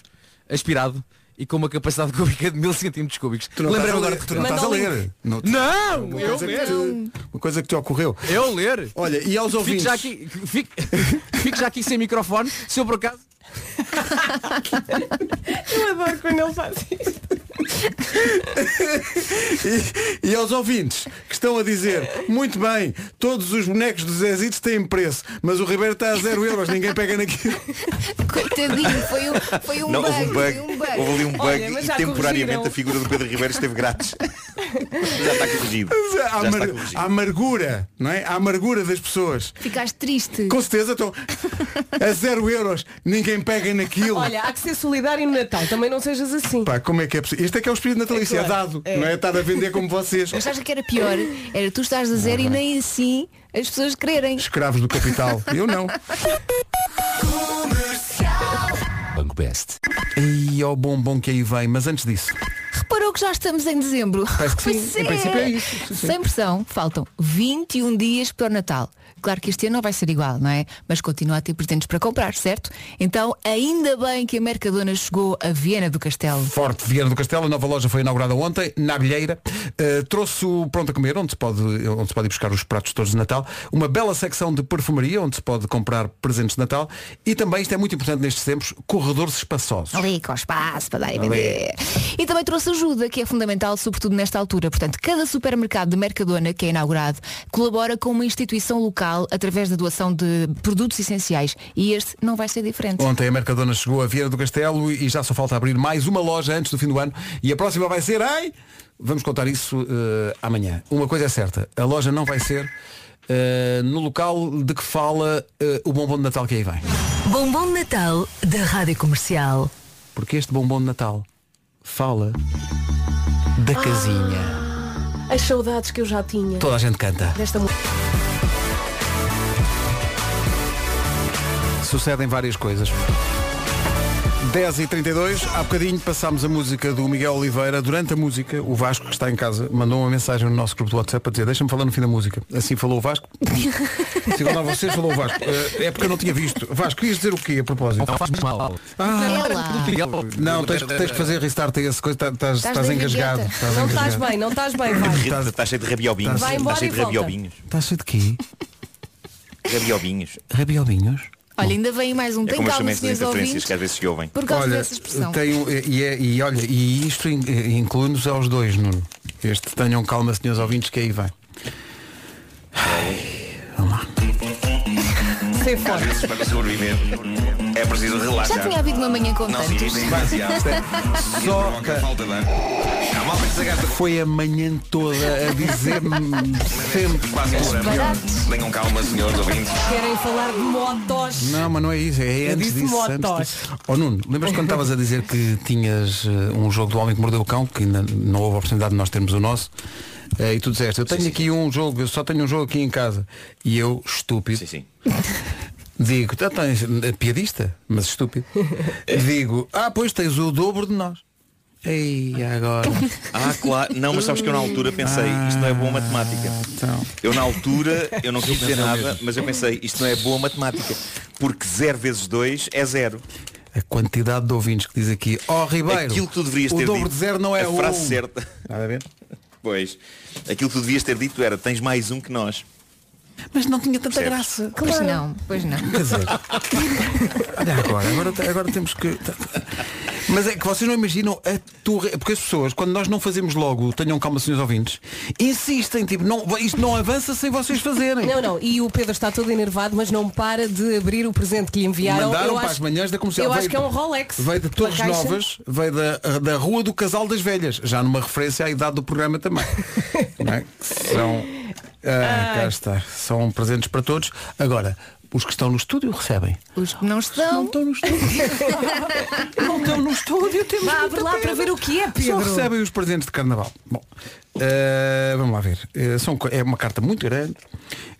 Speaker 2: aspirado e com uma capacidade cúbica de 1000 centímetros cúbicos.
Speaker 1: Tu não
Speaker 2: Lembra-me
Speaker 1: estás
Speaker 2: agora
Speaker 1: a ler,
Speaker 2: de
Speaker 1: tu não
Speaker 2: repente. Manda
Speaker 1: estás a
Speaker 2: o
Speaker 1: ler.
Speaker 2: link.
Speaker 1: Não,
Speaker 2: Não,
Speaker 1: Uma
Speaker 2: eu
Speaker 1: coisa que
Speaker 2: ler.
Speaker 1: te- Uma coisa que te ocorreu.
Speaker 2: Eu ler.
Speaker 1: Olha, e aos ouvintes?
Speaker 2: Fico já aqui, fico, fico já aqui sem microfone, se eu por acaso.
Speaker 4: Eu adoro quando ele faz isso.
Speaker 1: E, e aos ouvintes que estão a dizer, muito bem, todos os bonecos dos Zezitos têm preço, mas o Ribeiro está a zero euros, ninguém pega naquilo.
Speaker 5: Coitadinho, foi um, foi um
Speaker 16: Não,
Speaker 5: bug.
Speaker 16: houve um bug,
Speaker 5: foi um bug.
Speaker 16: houve ali um bug
Speaker 5: Olha, mas
Speaker 16: e
Speaker 5: já
Speaker 16: temporariamente a
Speaker 5: corrigiram.
Speaker 16: figura do Pedro Ribeiro esteve grátis. já está corrigido.
Speaker 1: Mas eh, A,
Speaker 16: Já está
Speaker 1: amar-
Speaker 16: corrigido.
Speaker 1: a amargura, não é? A amargura das pessoas.
Speaker 5: Ficaste triste.
Speaker 1: Com certeza então, estão a zero euros, ninguém pega naquilo.
Speaker 4: Olha, há que ser solidário no Natal, também não sejas assim.
Speaker 1: Pá, como é que é possível? Este é que é o espírito natalício, é,
Speaker 4: É claro.
Speaker 1: dado,
Speaker 4: É.
Speaker 1: não é? Estar a vender como vocês.
Speaker 5: Mas sabes o que era pior? Era tu estás a zero e nem assim as pessoas quererem.
Speaker 1: Escravos do capital. Eu não.
Speaker 19: Banco Best.
Speaker 1: E ao bombom que aí vem, mas antes disso.
Speaker 5: Reparou que já estamos em dezembro?
Speaker 1: Parece que sim.
Speaker 5: Pois
Speaker 1: Em princípio é isso. Sim, sim.
Speaker 5: Sem pressão, faltam 21 dias para o Natal. Claro que este ano não vai ser igual, não é? Mas continua a ter presentes para comprar, certo? Então, ainda bem que a Mercadona chegou a Viena do Castelo.
Speaker 1: Forte Viana do Castelo, a nova loja foi inaugurada ontem, na Abelheira. Eh, trouxe o Pronto a Comer, onde se, pode, onde se pode ir buscar os pratos todos de Natal. Uma bela secção de perfumaria, onde se pode comprar presentes de Natal. E também, isto é muito importante nestes tempos, corredores espaçosos.
Speaker 5: Ali com espaço para dar e
Speaker 1: Ali.
Speaker 5: vender. E também trouxe ajuda, que é fundamental, sobretudo nesta altura. Portanto, cada supermercado de Mercadona que é inaugurado colabora com uma instituição local através da doação de produtos essenciais. E este não vai ser diferente.
Speaker 1: Ontem a Mercadona chegou a Vieira do Castelo e já só falta abrir mais uma loja antes do fim do ano. E a próxima vai ser em Vamos contar isso eh, amanhã. Uma coisa é certa, a loja não vai ser eh, no local de que fala eh, o bombom de Natal que aí vem.
Speaker 10: Bombom de Natal da Rádio Comercial.
Speaker 1: Porque este bombom de Natal fala da casinha.
Speaker 6: As saudades que eu já tinha.
Speaker 1: Toda a gente canta.
Speaker 6: Desta mu-
Speaker 1: Sucedem várias coisas. 10 e 32 há bocadinho passámos a música do Miguel Oliveira. Durante a música, o Vasco, que está em casa, mandou uma mensagem no nosso grupo do WhatsApp a dizer deixa-me falar no fim da música. Assim falou o Vasco. Chegou lá vocês, falou o Vasco. Eh, É porque eu não tinha visto. Vasco, querias dizer o quê a propósito? Ah,
Speaker 2: Não faz mal.
Speaker 1: Não, tens, tens que fazer restart a esse coisa, tá- estás
Speaker 4: Estás
Speaker 1: estás
Speaker 4: na
Speaker 1: engasgado.
Speaker 4: gaveta. Não estás bem, não estás bem, vai.
Speaker 16: Está, cheio de rabiobinhos.
Speaker 4: Vai embora
Speaker 16: Está cheio
Speaker 4: e
Speaker 16: de
Speaker 4: volta.
Speaker 16: rabiobinhos.
Speaker 1: Estás cheio de quê?
Speaker 16: Rabiobinhos.
Speaker 1: Rabiobinhos?
Speaker 5: Olha, ainda vem mais um.
Speaker 16: É
Speaker 5: Tem
Speaker 16: como eu
Speaker 5: calma,
Speaker 16: chamei estas
Speaker 5: senhores
Speaker 16: interferências
Speaker 5: ouvintes.
Speaker 16: que às vezes se ouvem.
Speaker 5: Por causa
Speaker 1: olha,
Speaker 5: dessa expressão.
Speaker 1: tem um- e, é- e olha, e isto in- inclui-nos aos dois, Nuno. Este tenham calma, senhores ouvintes, que aí vai.
Speaker 4: Sem
Speaker 16: Às vezes para sobreviver é preciso relaxar.
Speaker 5: Já tinha havido uma manhã com
Speaker 16: Não,
Speaker 5: tantos.
Speaker 16: sim, isto é demasiado. Isto é-
Speaker 1: Só-
Speaker 16: Bronca, falta de ar. Há malta que se gasta
Speaker 1: Foi a manhã toda a dizer-me sempre.
Speaker 16: quase um programa.
Speaker 4: Baratos.
Speaker 16: Tenham calma, senhores ouvintes.
Speaker 4: Querem falar de motos.
Speaker 1: Não, mas não é isso, é
Speaker 4: Eu
Speaker 1: antes
Speaker 4: disse
Speaker 1: disso.
Speaker 4: motos.
Speaker 1: Antes disso. Oh Nuno, lembras quando estavas a dizer que tinhas eh, um jogo do Homem que Mordeu o Cão, que ainda não houve a oportunidade de nós termos o nosso, eh, e tu disseste, eu tenho aqui um jogo, eu só tenho um jogo aqui em casa. E eu, estúpido, digo, tu tens eh, piadista, mas estúpido, digo, ah, pois tens o dobro de nós. Ei, agora. Ah,
Speaker 16: Ah, claro. Não, mas sabes que eu na altura pensei, isto não é boa matemática.
Speaker 1: então,
Speaker 16: Eu na altura, eu não quis dizer
Speaker 1: pensei
Speaker 16: nada,
Speaker 1: mesmo.
Speaker 16: mas eu pensei, isto não é boa matemática. Porque 0 vezes 2 é 0.
Speaker 1: A quantidade de ouvintes que diz aqui, ó Ribeiro,
Speaker 16: Aquilo que tu deverias
Speaker 1: o
Speaker 16: ter
Speaker 1: dobro
Speaker 16: dito.
Speaker 1: de zero não é
Speaker 16: a
Speaker 1: um.
Speaker 16: frase certa.
Speaker 1: Nada a ver?
Speaker 16: Pois. Aquilo que tu devias ter dito era, tens mais um que nós.
Speaker 1: Mas não tinha tanta
Speaker 16: Percebes?
Speaker 1: graça.
Speaker 5: Pois
Speaker 1: Claro.
Speaker 5: não, pois não.
Speaker 1: Quer dizer, olha agora, agora, agora temos que. Mas é que vocês não imaginam a torre. Porque as pessoas, quando nós não fazemos logo, tenham calma, senhores ouvintes, insistem, tipo, não, isto não avança sem vocês fazerem.
Speaker 4: Não, não, e o Pedro está todo enervado, mas não para de abrir o presente que lhe enviaram.
Speaker 1: Mandaram
Speaker 4: eu
Speaker 1: para
Speaker 4: acho,
Speaker 1: as manhãs da comercial.
Speaker 4: Eu acho
Speaker 1: Veio-
Speaker 4: que é um Rolex.
Speaker 1: Veio de
Speaker 4: Uma
Speaker 1: Torres
Speaker 4: caixa.
Speaker 1: Novas, veio da, da Rua do Casal das Velhas, já numa referência à idade do programa também. Não é? Que São. Ah, cá está. São presentes para todos. Agora, os que estão no estúdio recebem.
Speaker 5: Os que não estão. Não
Speaker 1: estão no estúdio. não estão no estúdio, temos
Speaker 4: Vá, abre
Speaker 1: muita
Speaker 4: lá
Speaker 1: pena.
Speaker 4: para ver o que é,
Speaker 1: Só
Speaker 4: Pedro.
Speaker 1: recebem os presentes de carnaval. Bom, eh, vamos lá ver. Eh, são, co- é uma carta muito grande.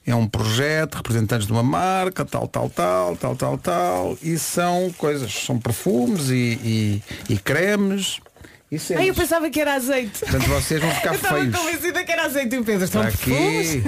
Speaker 1: É um projeto, representantes de uma marca, tal, tal, tal, tal, tal, tal. E são coisas, são perfumes e, e, e cremes. Isso
Speaker 4: Ai,
Speaker 1: é.
Speaker 4: eu pensava que era azeite.
Speaker 1: Portanto, vocês vão ficar
Speaker 4: eu estava
Speaker 1: feios.
Speaker 4: convencida que era azeite e o Pedro. Estão
Speaker 1: Está aqui.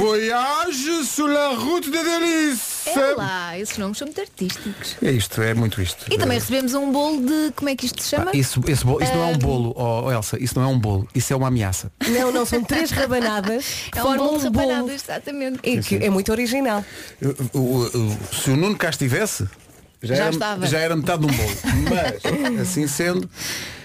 Speaker 1: Voyage sur la route de Delice.
Speaker 5: É lá, esses nomes são muito artísticos.
Speaker 1: É isto, é muito isto.
Speaker 5: E também
Speaker 1: Eh,
Speaker 5: recebemos um bolo de. Como é que isto se chama?
Speaker 1: Isso, esse bolo- isso não é um
Speaker 5: Ah,
Speaker 1: bolo, oh, oh, Elsa, isso não é um bolo, isso é uma ameaça.
Speaker 4: Não, não, são três rabanadas. que
Speaker 5: É um
Speaker 4: formam
Speaker 5: bolo de
Speaker 4: um bolo.
Speaker 5: rabanadas, exatamente.
Speaker 4: E que é muito original.
Speaker 1: O- o- o- se o Nuno cá estivesse, já,
Speaker 4: Já
Speaker 1: era,
Speaker 4: estava.
Speaker 1: já era metade de um bolo. Mas, assim sendo,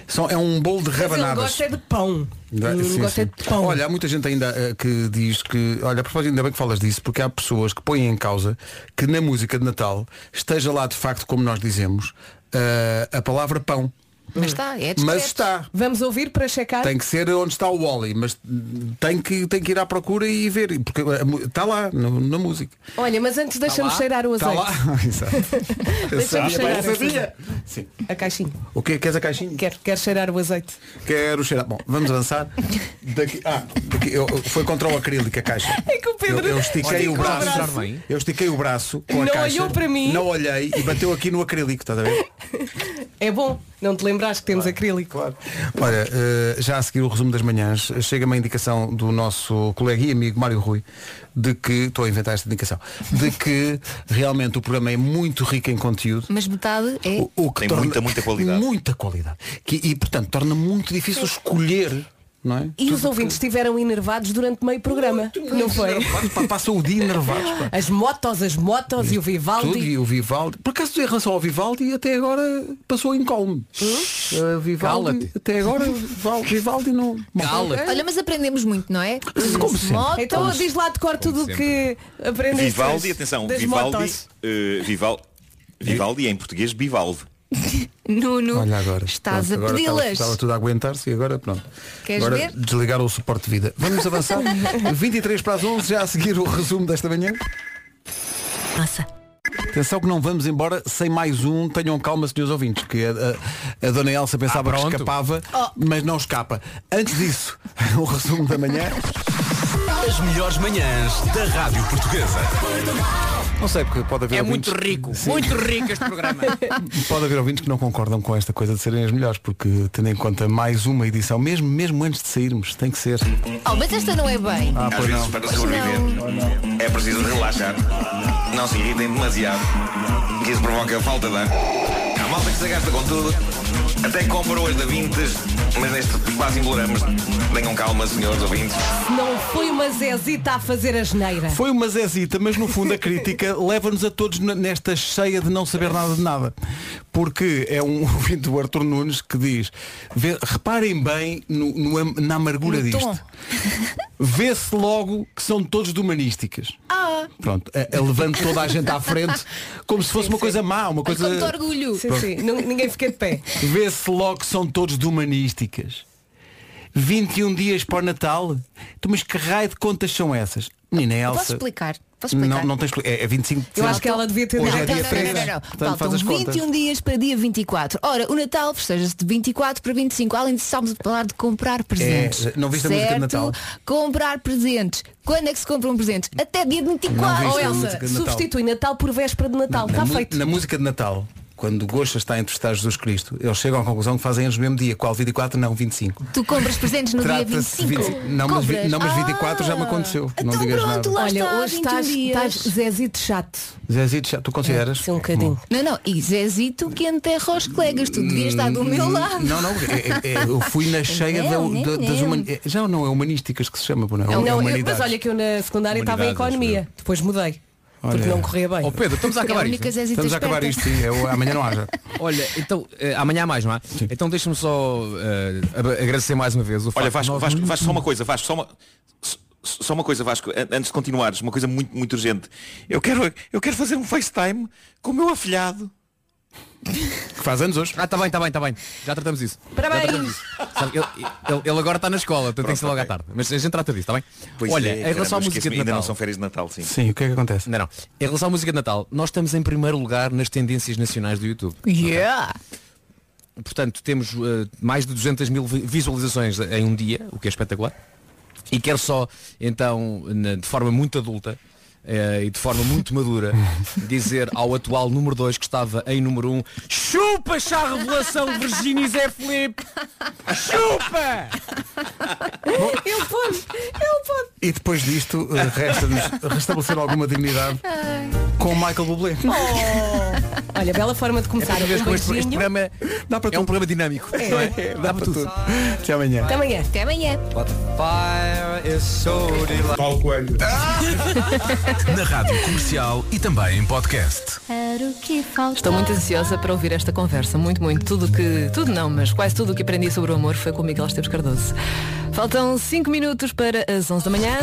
Speaker 1: são, é um bolo de
Speaker 4: Mas ele
Speaker 1: rabanadas.
Speaker 4: gosta é de pão.
Speaker 1: Da-
Speaker 4: Ele
Speaker 1: sim,
Speaker 4: gosta é
Speaker 1: sim.
Speaker 4: de pão.
Speaker 1: Olha, há muita gente ainda eh, que diz que, olha, a propósito, ainda bem que falas disso, porque há pessoas que põem em causa que na música de Natal esteja lá de facto, como nós dizemos, eh, a palavra pão.
Speaker 5: Mas está, é discreto.
Speaker 1: Mas está.
Speaker 4: Vamos ouvir para checar.
Speaker 1: Tem que ser onde está o Wally, mas hum, tem que, tem que ir à procura e ver, porque a mu- está lá no- na música.
Speaker 4: Olha, mas antes deixa-me
Speaker 1: Tá lá?
Speaker 4: cheirar o
Speaker 1: Tá
Speaker 4: azeite.
Speaker 1: lá? Exato. Eu
Speaker 4: Deixa-me
Speaker 1: sabia,
Speaker 4: cheirar.
Speaker 1: eu sabia. Sim.
Speaker 4: A caixinha.
Speaker 1: O que queres a caixinha?
Speaker 4: Quero, quero cheirar o azeite.
Speaker 1: Quero cheirar. Bom, vamos avançar. Daqui, ah, daqui- eu- eu- foi contra o acrílico a caixa.
Speaker 4: É que o Pedro.
Speaker 1: Eu, eu estiquei
Speaker 4: Olha,
Speaker 1: o
Speaker 4: com
Speaker 1: braço. Eu estiquei o braço com a
Speaker 4: Não
Speaker 1: caixa.
Speaker 4: olhou para mim.
Speaker 1: Não olhei e bateu aqui no acrílico, estás a ver?
Speaker 4: É bom. Não te lembrares que temos acrílico.
Speaker 1: Claro. Olha, eh, já a seguir o resumo das manhãs, chega-me a indicação do nosso colega e amigo Mário Rui, de que, estou a inventar esta indicação, de que realmente o programa é muito rico em conteúdo.
Speaker 5: Mas metade é.
Speaker 1: O que
Speaker 16: Tem
Speaker 1: torna-
Speaker 16: muita, muita qualidade.
Speaker 1: Muita qualidade. Que- e, portanto, torna muito difícil escolher, não é?
Speaker 4: E os ouvintes estiveram enervados durante meio programa. não foi?
Speaker 1: Pá, Passa o dia enervados. pá.
Speaker 4: As motos, as motos e
Speaker 1: Tudo
Speaker 4: o Vivaldi.
Speaker 1: e o Vivaldi. Por acaso em relação ao Vivaldi até agora passou em calmo.
Speaker 5: Hum?
Speaker 1: Uh, Vivaldi,
Speaker 2: Cala-te.
Speaker 1: até agora Val- Vivaldi não. Bom, é.
Speaker 5: Olha, mas aprendemos muito, não é?
Speaker 1: Como sempre.
Speaker 5: Motos.
Speaker 4: Então diz lá de cor tudo o que aprendeste.
Speaker 16: Vivaldi, atenção,
Speaker 4: das
Speaker 16: Vivaldi,
Speaker 4: motos.
Speaker 16: eh, Vival- Vivaldi é em português Bivalve.
Speaker 5: Nuno,
Speaker 1: Olha agora.
Speaker 5: estás
Speaker 1: Pronto,
Speaker 5: a
Speaker 1: agora
Speaker 5: pedi-las.
Speaker 1: Estava, estava tudo a aguentar-se e agora pronto.
Speaker 5: Queres
Speaker 1: agora
Speaker 5: ver?
Speaker 1: desligaram o suporte de vida. Vamos avançar. 23 para as 11, já a seguir o resumo desta manhã.
Speaker 10: Nossa.
Speaker 1: Atenção que não vamos embora sem mais um. Tenham calma, senhores ouvintes, que a, a- a dona Elsa pensava que escapava,
Speaker 2: Oh.
Speaker 1: mas não escapa. Antes disso, o resumo da manhã.
Speaker 19: As melhores manhãs da Rádio Portuguesa.
Speaker 1: Não sei, porque pode haver
Speaker 2: É
Speaker 1: ouvintes-
Speaker 2: muito rico,
Speaker 1: Sim.
Speaker 2: muito rico este programa.
Speaker 1: Pode haver ouvintes que não concordam com esta coisa de serem as melhores, porque tendo em conta mais uma edição, mesmo, mesmo antes de sairmos, tem que ser.
Speaker 5: Oh, mas esta não é bem.
Speaker 1: Ah,
Speaker 16: Às
Speaker 1: pois
Speaker 16: vezes
Speaker 1: não.
Speaker 16: para sobreviver é preciso relaxar. Não se irritem demasiado. que Isso provoca falta de ar. Há malta que se gasta com tudo. Até compra hoje da Vintes, mas neste quase imploramos. Tenham calma, senhores ouvintes.
Speaker 4: Não foi uma Zezita a fazer a geneira.
Speaker 1: Foi uma zezita, mas no fundo a crítica leva-nos a todos n- nesta cheia de não saber nada de nada. Porque é um ouvinte do Arthur Nunes que diz, "Vê- reparem bem no- no am- na amargura
Speaker 5: No tom.
Speaker 1: disto. Vê-se logo que são todos de humanísticas.
Speaker 5: Ah,
Speaker 1: Pronto, a, a levando toda a gente à frente, como se fosse uma coisa má, uma coisa.
Speaker 5: com muito orgulho.
Speaker 1: Sim, sim,
Speaker 4: ninguém fica de pé.
Speaker 1: Vê-se logo que são todos de humanísticas. 21 dias para o Natal? Tu, mas que raio de contas são essas? Menina Elsa.
Speaker 5: Posso explicar? Posso explicar?
Speaker 1: Não, não tens expli- é, é 25 de
Speaker 5: Eu acho que
Speaker 1: dezembro.
Speaker 5: ela
Speaker 4: devia ter
Speaker 1: Hoje
Speaker 5: não,
Speaker 1: é
Speaker 5: não,
Speaker 1: dia
Speaker 5: não,
Speaker 1: 3.
Speaker 5: não, não, não.
Speaker 1: Portanto, faz
Speaker 5: Faltam
Speaker 1: as contas.
Speaker 5: 21 dias para dia 24. Ora, o Natal festeja-se de 24 para 25. Além de estarmos a falar de comprar presentes.
Speaker 1: É, não viste a música de
Speaker 5: certo?
Speaker 1: Natal?
Speaker 5: Comprar presentes. Quando é que se compra um presente? Até dia 24.
Speaker 1: Não
Speaker 4: Oh
Speaker 1: viste a
Speaker 4: Elsa,
Speaker 1: música de Natal.
Speaker 4: substitui Natal por véspera de Natal.
Speaker 1: na,
Speaker 4: Está
Speaker 1: mu-
Speaker 4: feito.
Speaker 1: na música de Natal, quando Gosta está a entrevistar Jesus Cristo, eles chegam à conclusão que fazem anos no mesmo dia. Qual 24? Não, 25.
Speaker 5: Tu compras presentes no dia
Speaker 1: Trata-se de
Speaker 5: 25.
Speaker 1: 25. Não, mas, vi-
Speaker 5: Compras?
Speaker 1: não, mas
Speaker 5: Ah, então
Speaker 1: 24 já me aconteceu. não digas nada.
Speaker 4: Olha,
Speaker 5: está,
Speaker 4: hoje
Speaker 5: 21
Speaker 4: estás,
Speaker 5: dias.
Speaker 4: estás Zezito chato.
Speaker 1: Zezito, já- tu consideras?
Speaker 4: um bocadinho.
Speaker 5: Não, não, e Zezito que enterra os colegas, tu devias estar do meu lado.
Speaker 1: Hum,
Speaker 5: né?
Speaker 1: Não, não, é- é- é- eu fui na cheia da-
Speaker 5: Não,
Speaker 1: da-
Speaker 5: não,
Speaker 1: das
Speaker 5: não.
Speaker 1: humanísticas. Já não é humanísticas que se chama, não é?
Speaker 4: Não, eu-
Speaker 1: humanidades.
Speaker 4: mas olha que eu na secundária estava em
Speaker 1: Humanidades, acho
Speaker 4: economia. Depois mudei.
Speaker 1: Olha.
Speaker 4: Porque não corria bem.
Speaker 2: Ó Pedro, estamos a
Speaker 5: é
Speaker 2: acabar isto.
Speaker 1: Estamos a acabar isto, sim. É o- amanhã não haja.
Speaker 2: Olha, então, eh, amanhã há mais, não há? Então deixa-me só eh, ab- agradecer mais uma vez o
Speaker 16: Olha,
Speaker 2: facto
Speaker 16: Vasco,
Speaker 2: de nós-
Speaker 16: Vasco, Vasco, só uma coisa, Vasco, só uma, s- só uma coisa, Vasco, an- antes de continuares, uma coisa muito, muito urgente. Eu quero, eu quero fazer um FaceTime com o meu afilhado.
Speaker 1: Que faz anos hoje.
Speaker 2: Ah, está bem, está bem, está bem. Já tratamos isso.
Speaker 4: Parabéns.
Speaker 2: Já tratamos isso. Sabe, ele, ele- ele agora está na escola, portanto tem que ser logo à tarde. Mas a gente trata disso, está bem?
Speaker 16: Pois
Speaker 2: Olha,
Speaker 16: é,
Speaker 2: em relação
Speaker 16: caramba,
Speaker 2: à música
Speaker 16: esqueci-me,
Speaker 2: de
Speaker 16: ainda
Speaker 2: Natal.
Speaker 16: não são férias de Natal, sim.
Speaker 1: Sim, o que é que acontece?
Speaker 2: Não, não. Em relação à música de Natal, nós estamos em primeiro lugar nas tendências nacionais do YouTube.
Speaker 5: Yeah.
Speaker 2: Portanto, temos eh, mais de 200 mil vi- visualizações em um dia, o que é espetacular. E quero só, então, na- de forma muito adulta eh, e de forma muito madura, dizer ao atual número 2 que estava em número 1, um, chupa chá revelação Virginia e Zé Felipe! Chupa!
Speaker 4: Eu pude, eu pude.
Speaker 1: E depois disto, eh, resta-nos restabelecer alguma dignidade com o Michael Bublé.
Speaker 4: Oh. Olha, bela
Speaker 2: É
Speaker 4: forma de começar.
Speaker 2: Esta vez
Speaker 4: um
Speaker 2: com este- este
Speaker 4: beijinho.
Speaker 2: programa
Speaker 1: dá para
Speaker 2: é um programa dinâmico.
Speaker 4: É.
Speaker 2: não é? Dá para tudo.
Speaker 1: Até amanhã.
Speaker 4: Até amanhã.
Speaker 5: Até amanhã.
Speaker 25: Paulo Coelho.
Speaker 19: Na Rádio Comercial e também em podcast.
Speaker 10: Era o que faltava.
Speaker 18: Estou muito ansiosa para ouvir esta conversa, muito, muito. Tudo que. Tudo não, mas quase tudo o que aprendi sobre o amor foi com o Miguel Esteves Cardoso. Faltam 5 minutos para as 11 da manhã.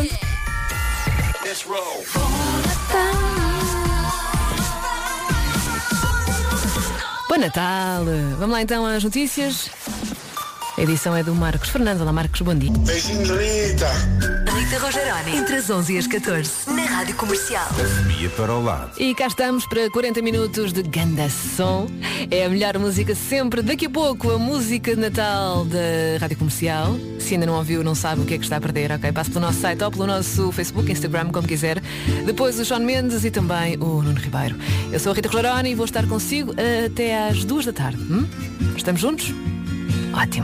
Speaker 18: Bom Natal! Vamos lá então às notícias. A edição é do Marcos Fernandes. Olá, Marcos, bom dia.
Speaker 20: Beijinhos, Rita.
Speaker 10: Rita Rogeroni. Entre as 11 e as 14, na Rádio Comercial.
Speaker 19: Via para o lado.
Speaker 18: E cá estamos para 40 minutos de ganda som. É a melhor música sempre. Daqui a pouco, a música de Natal da Rádio Comercial. Se ainda não ouviu, não sabe o que é que está a perder, ok? Passe pelo nosso site ou pelo nosso Facebook, Instagram, como quiser. Depois o João Mendes e também o Nuno Ribeiro. Eu sou a Rita Rogeroni e vou estar consigo até às duas da tarde. hum? Estamos juntos? Ótimo.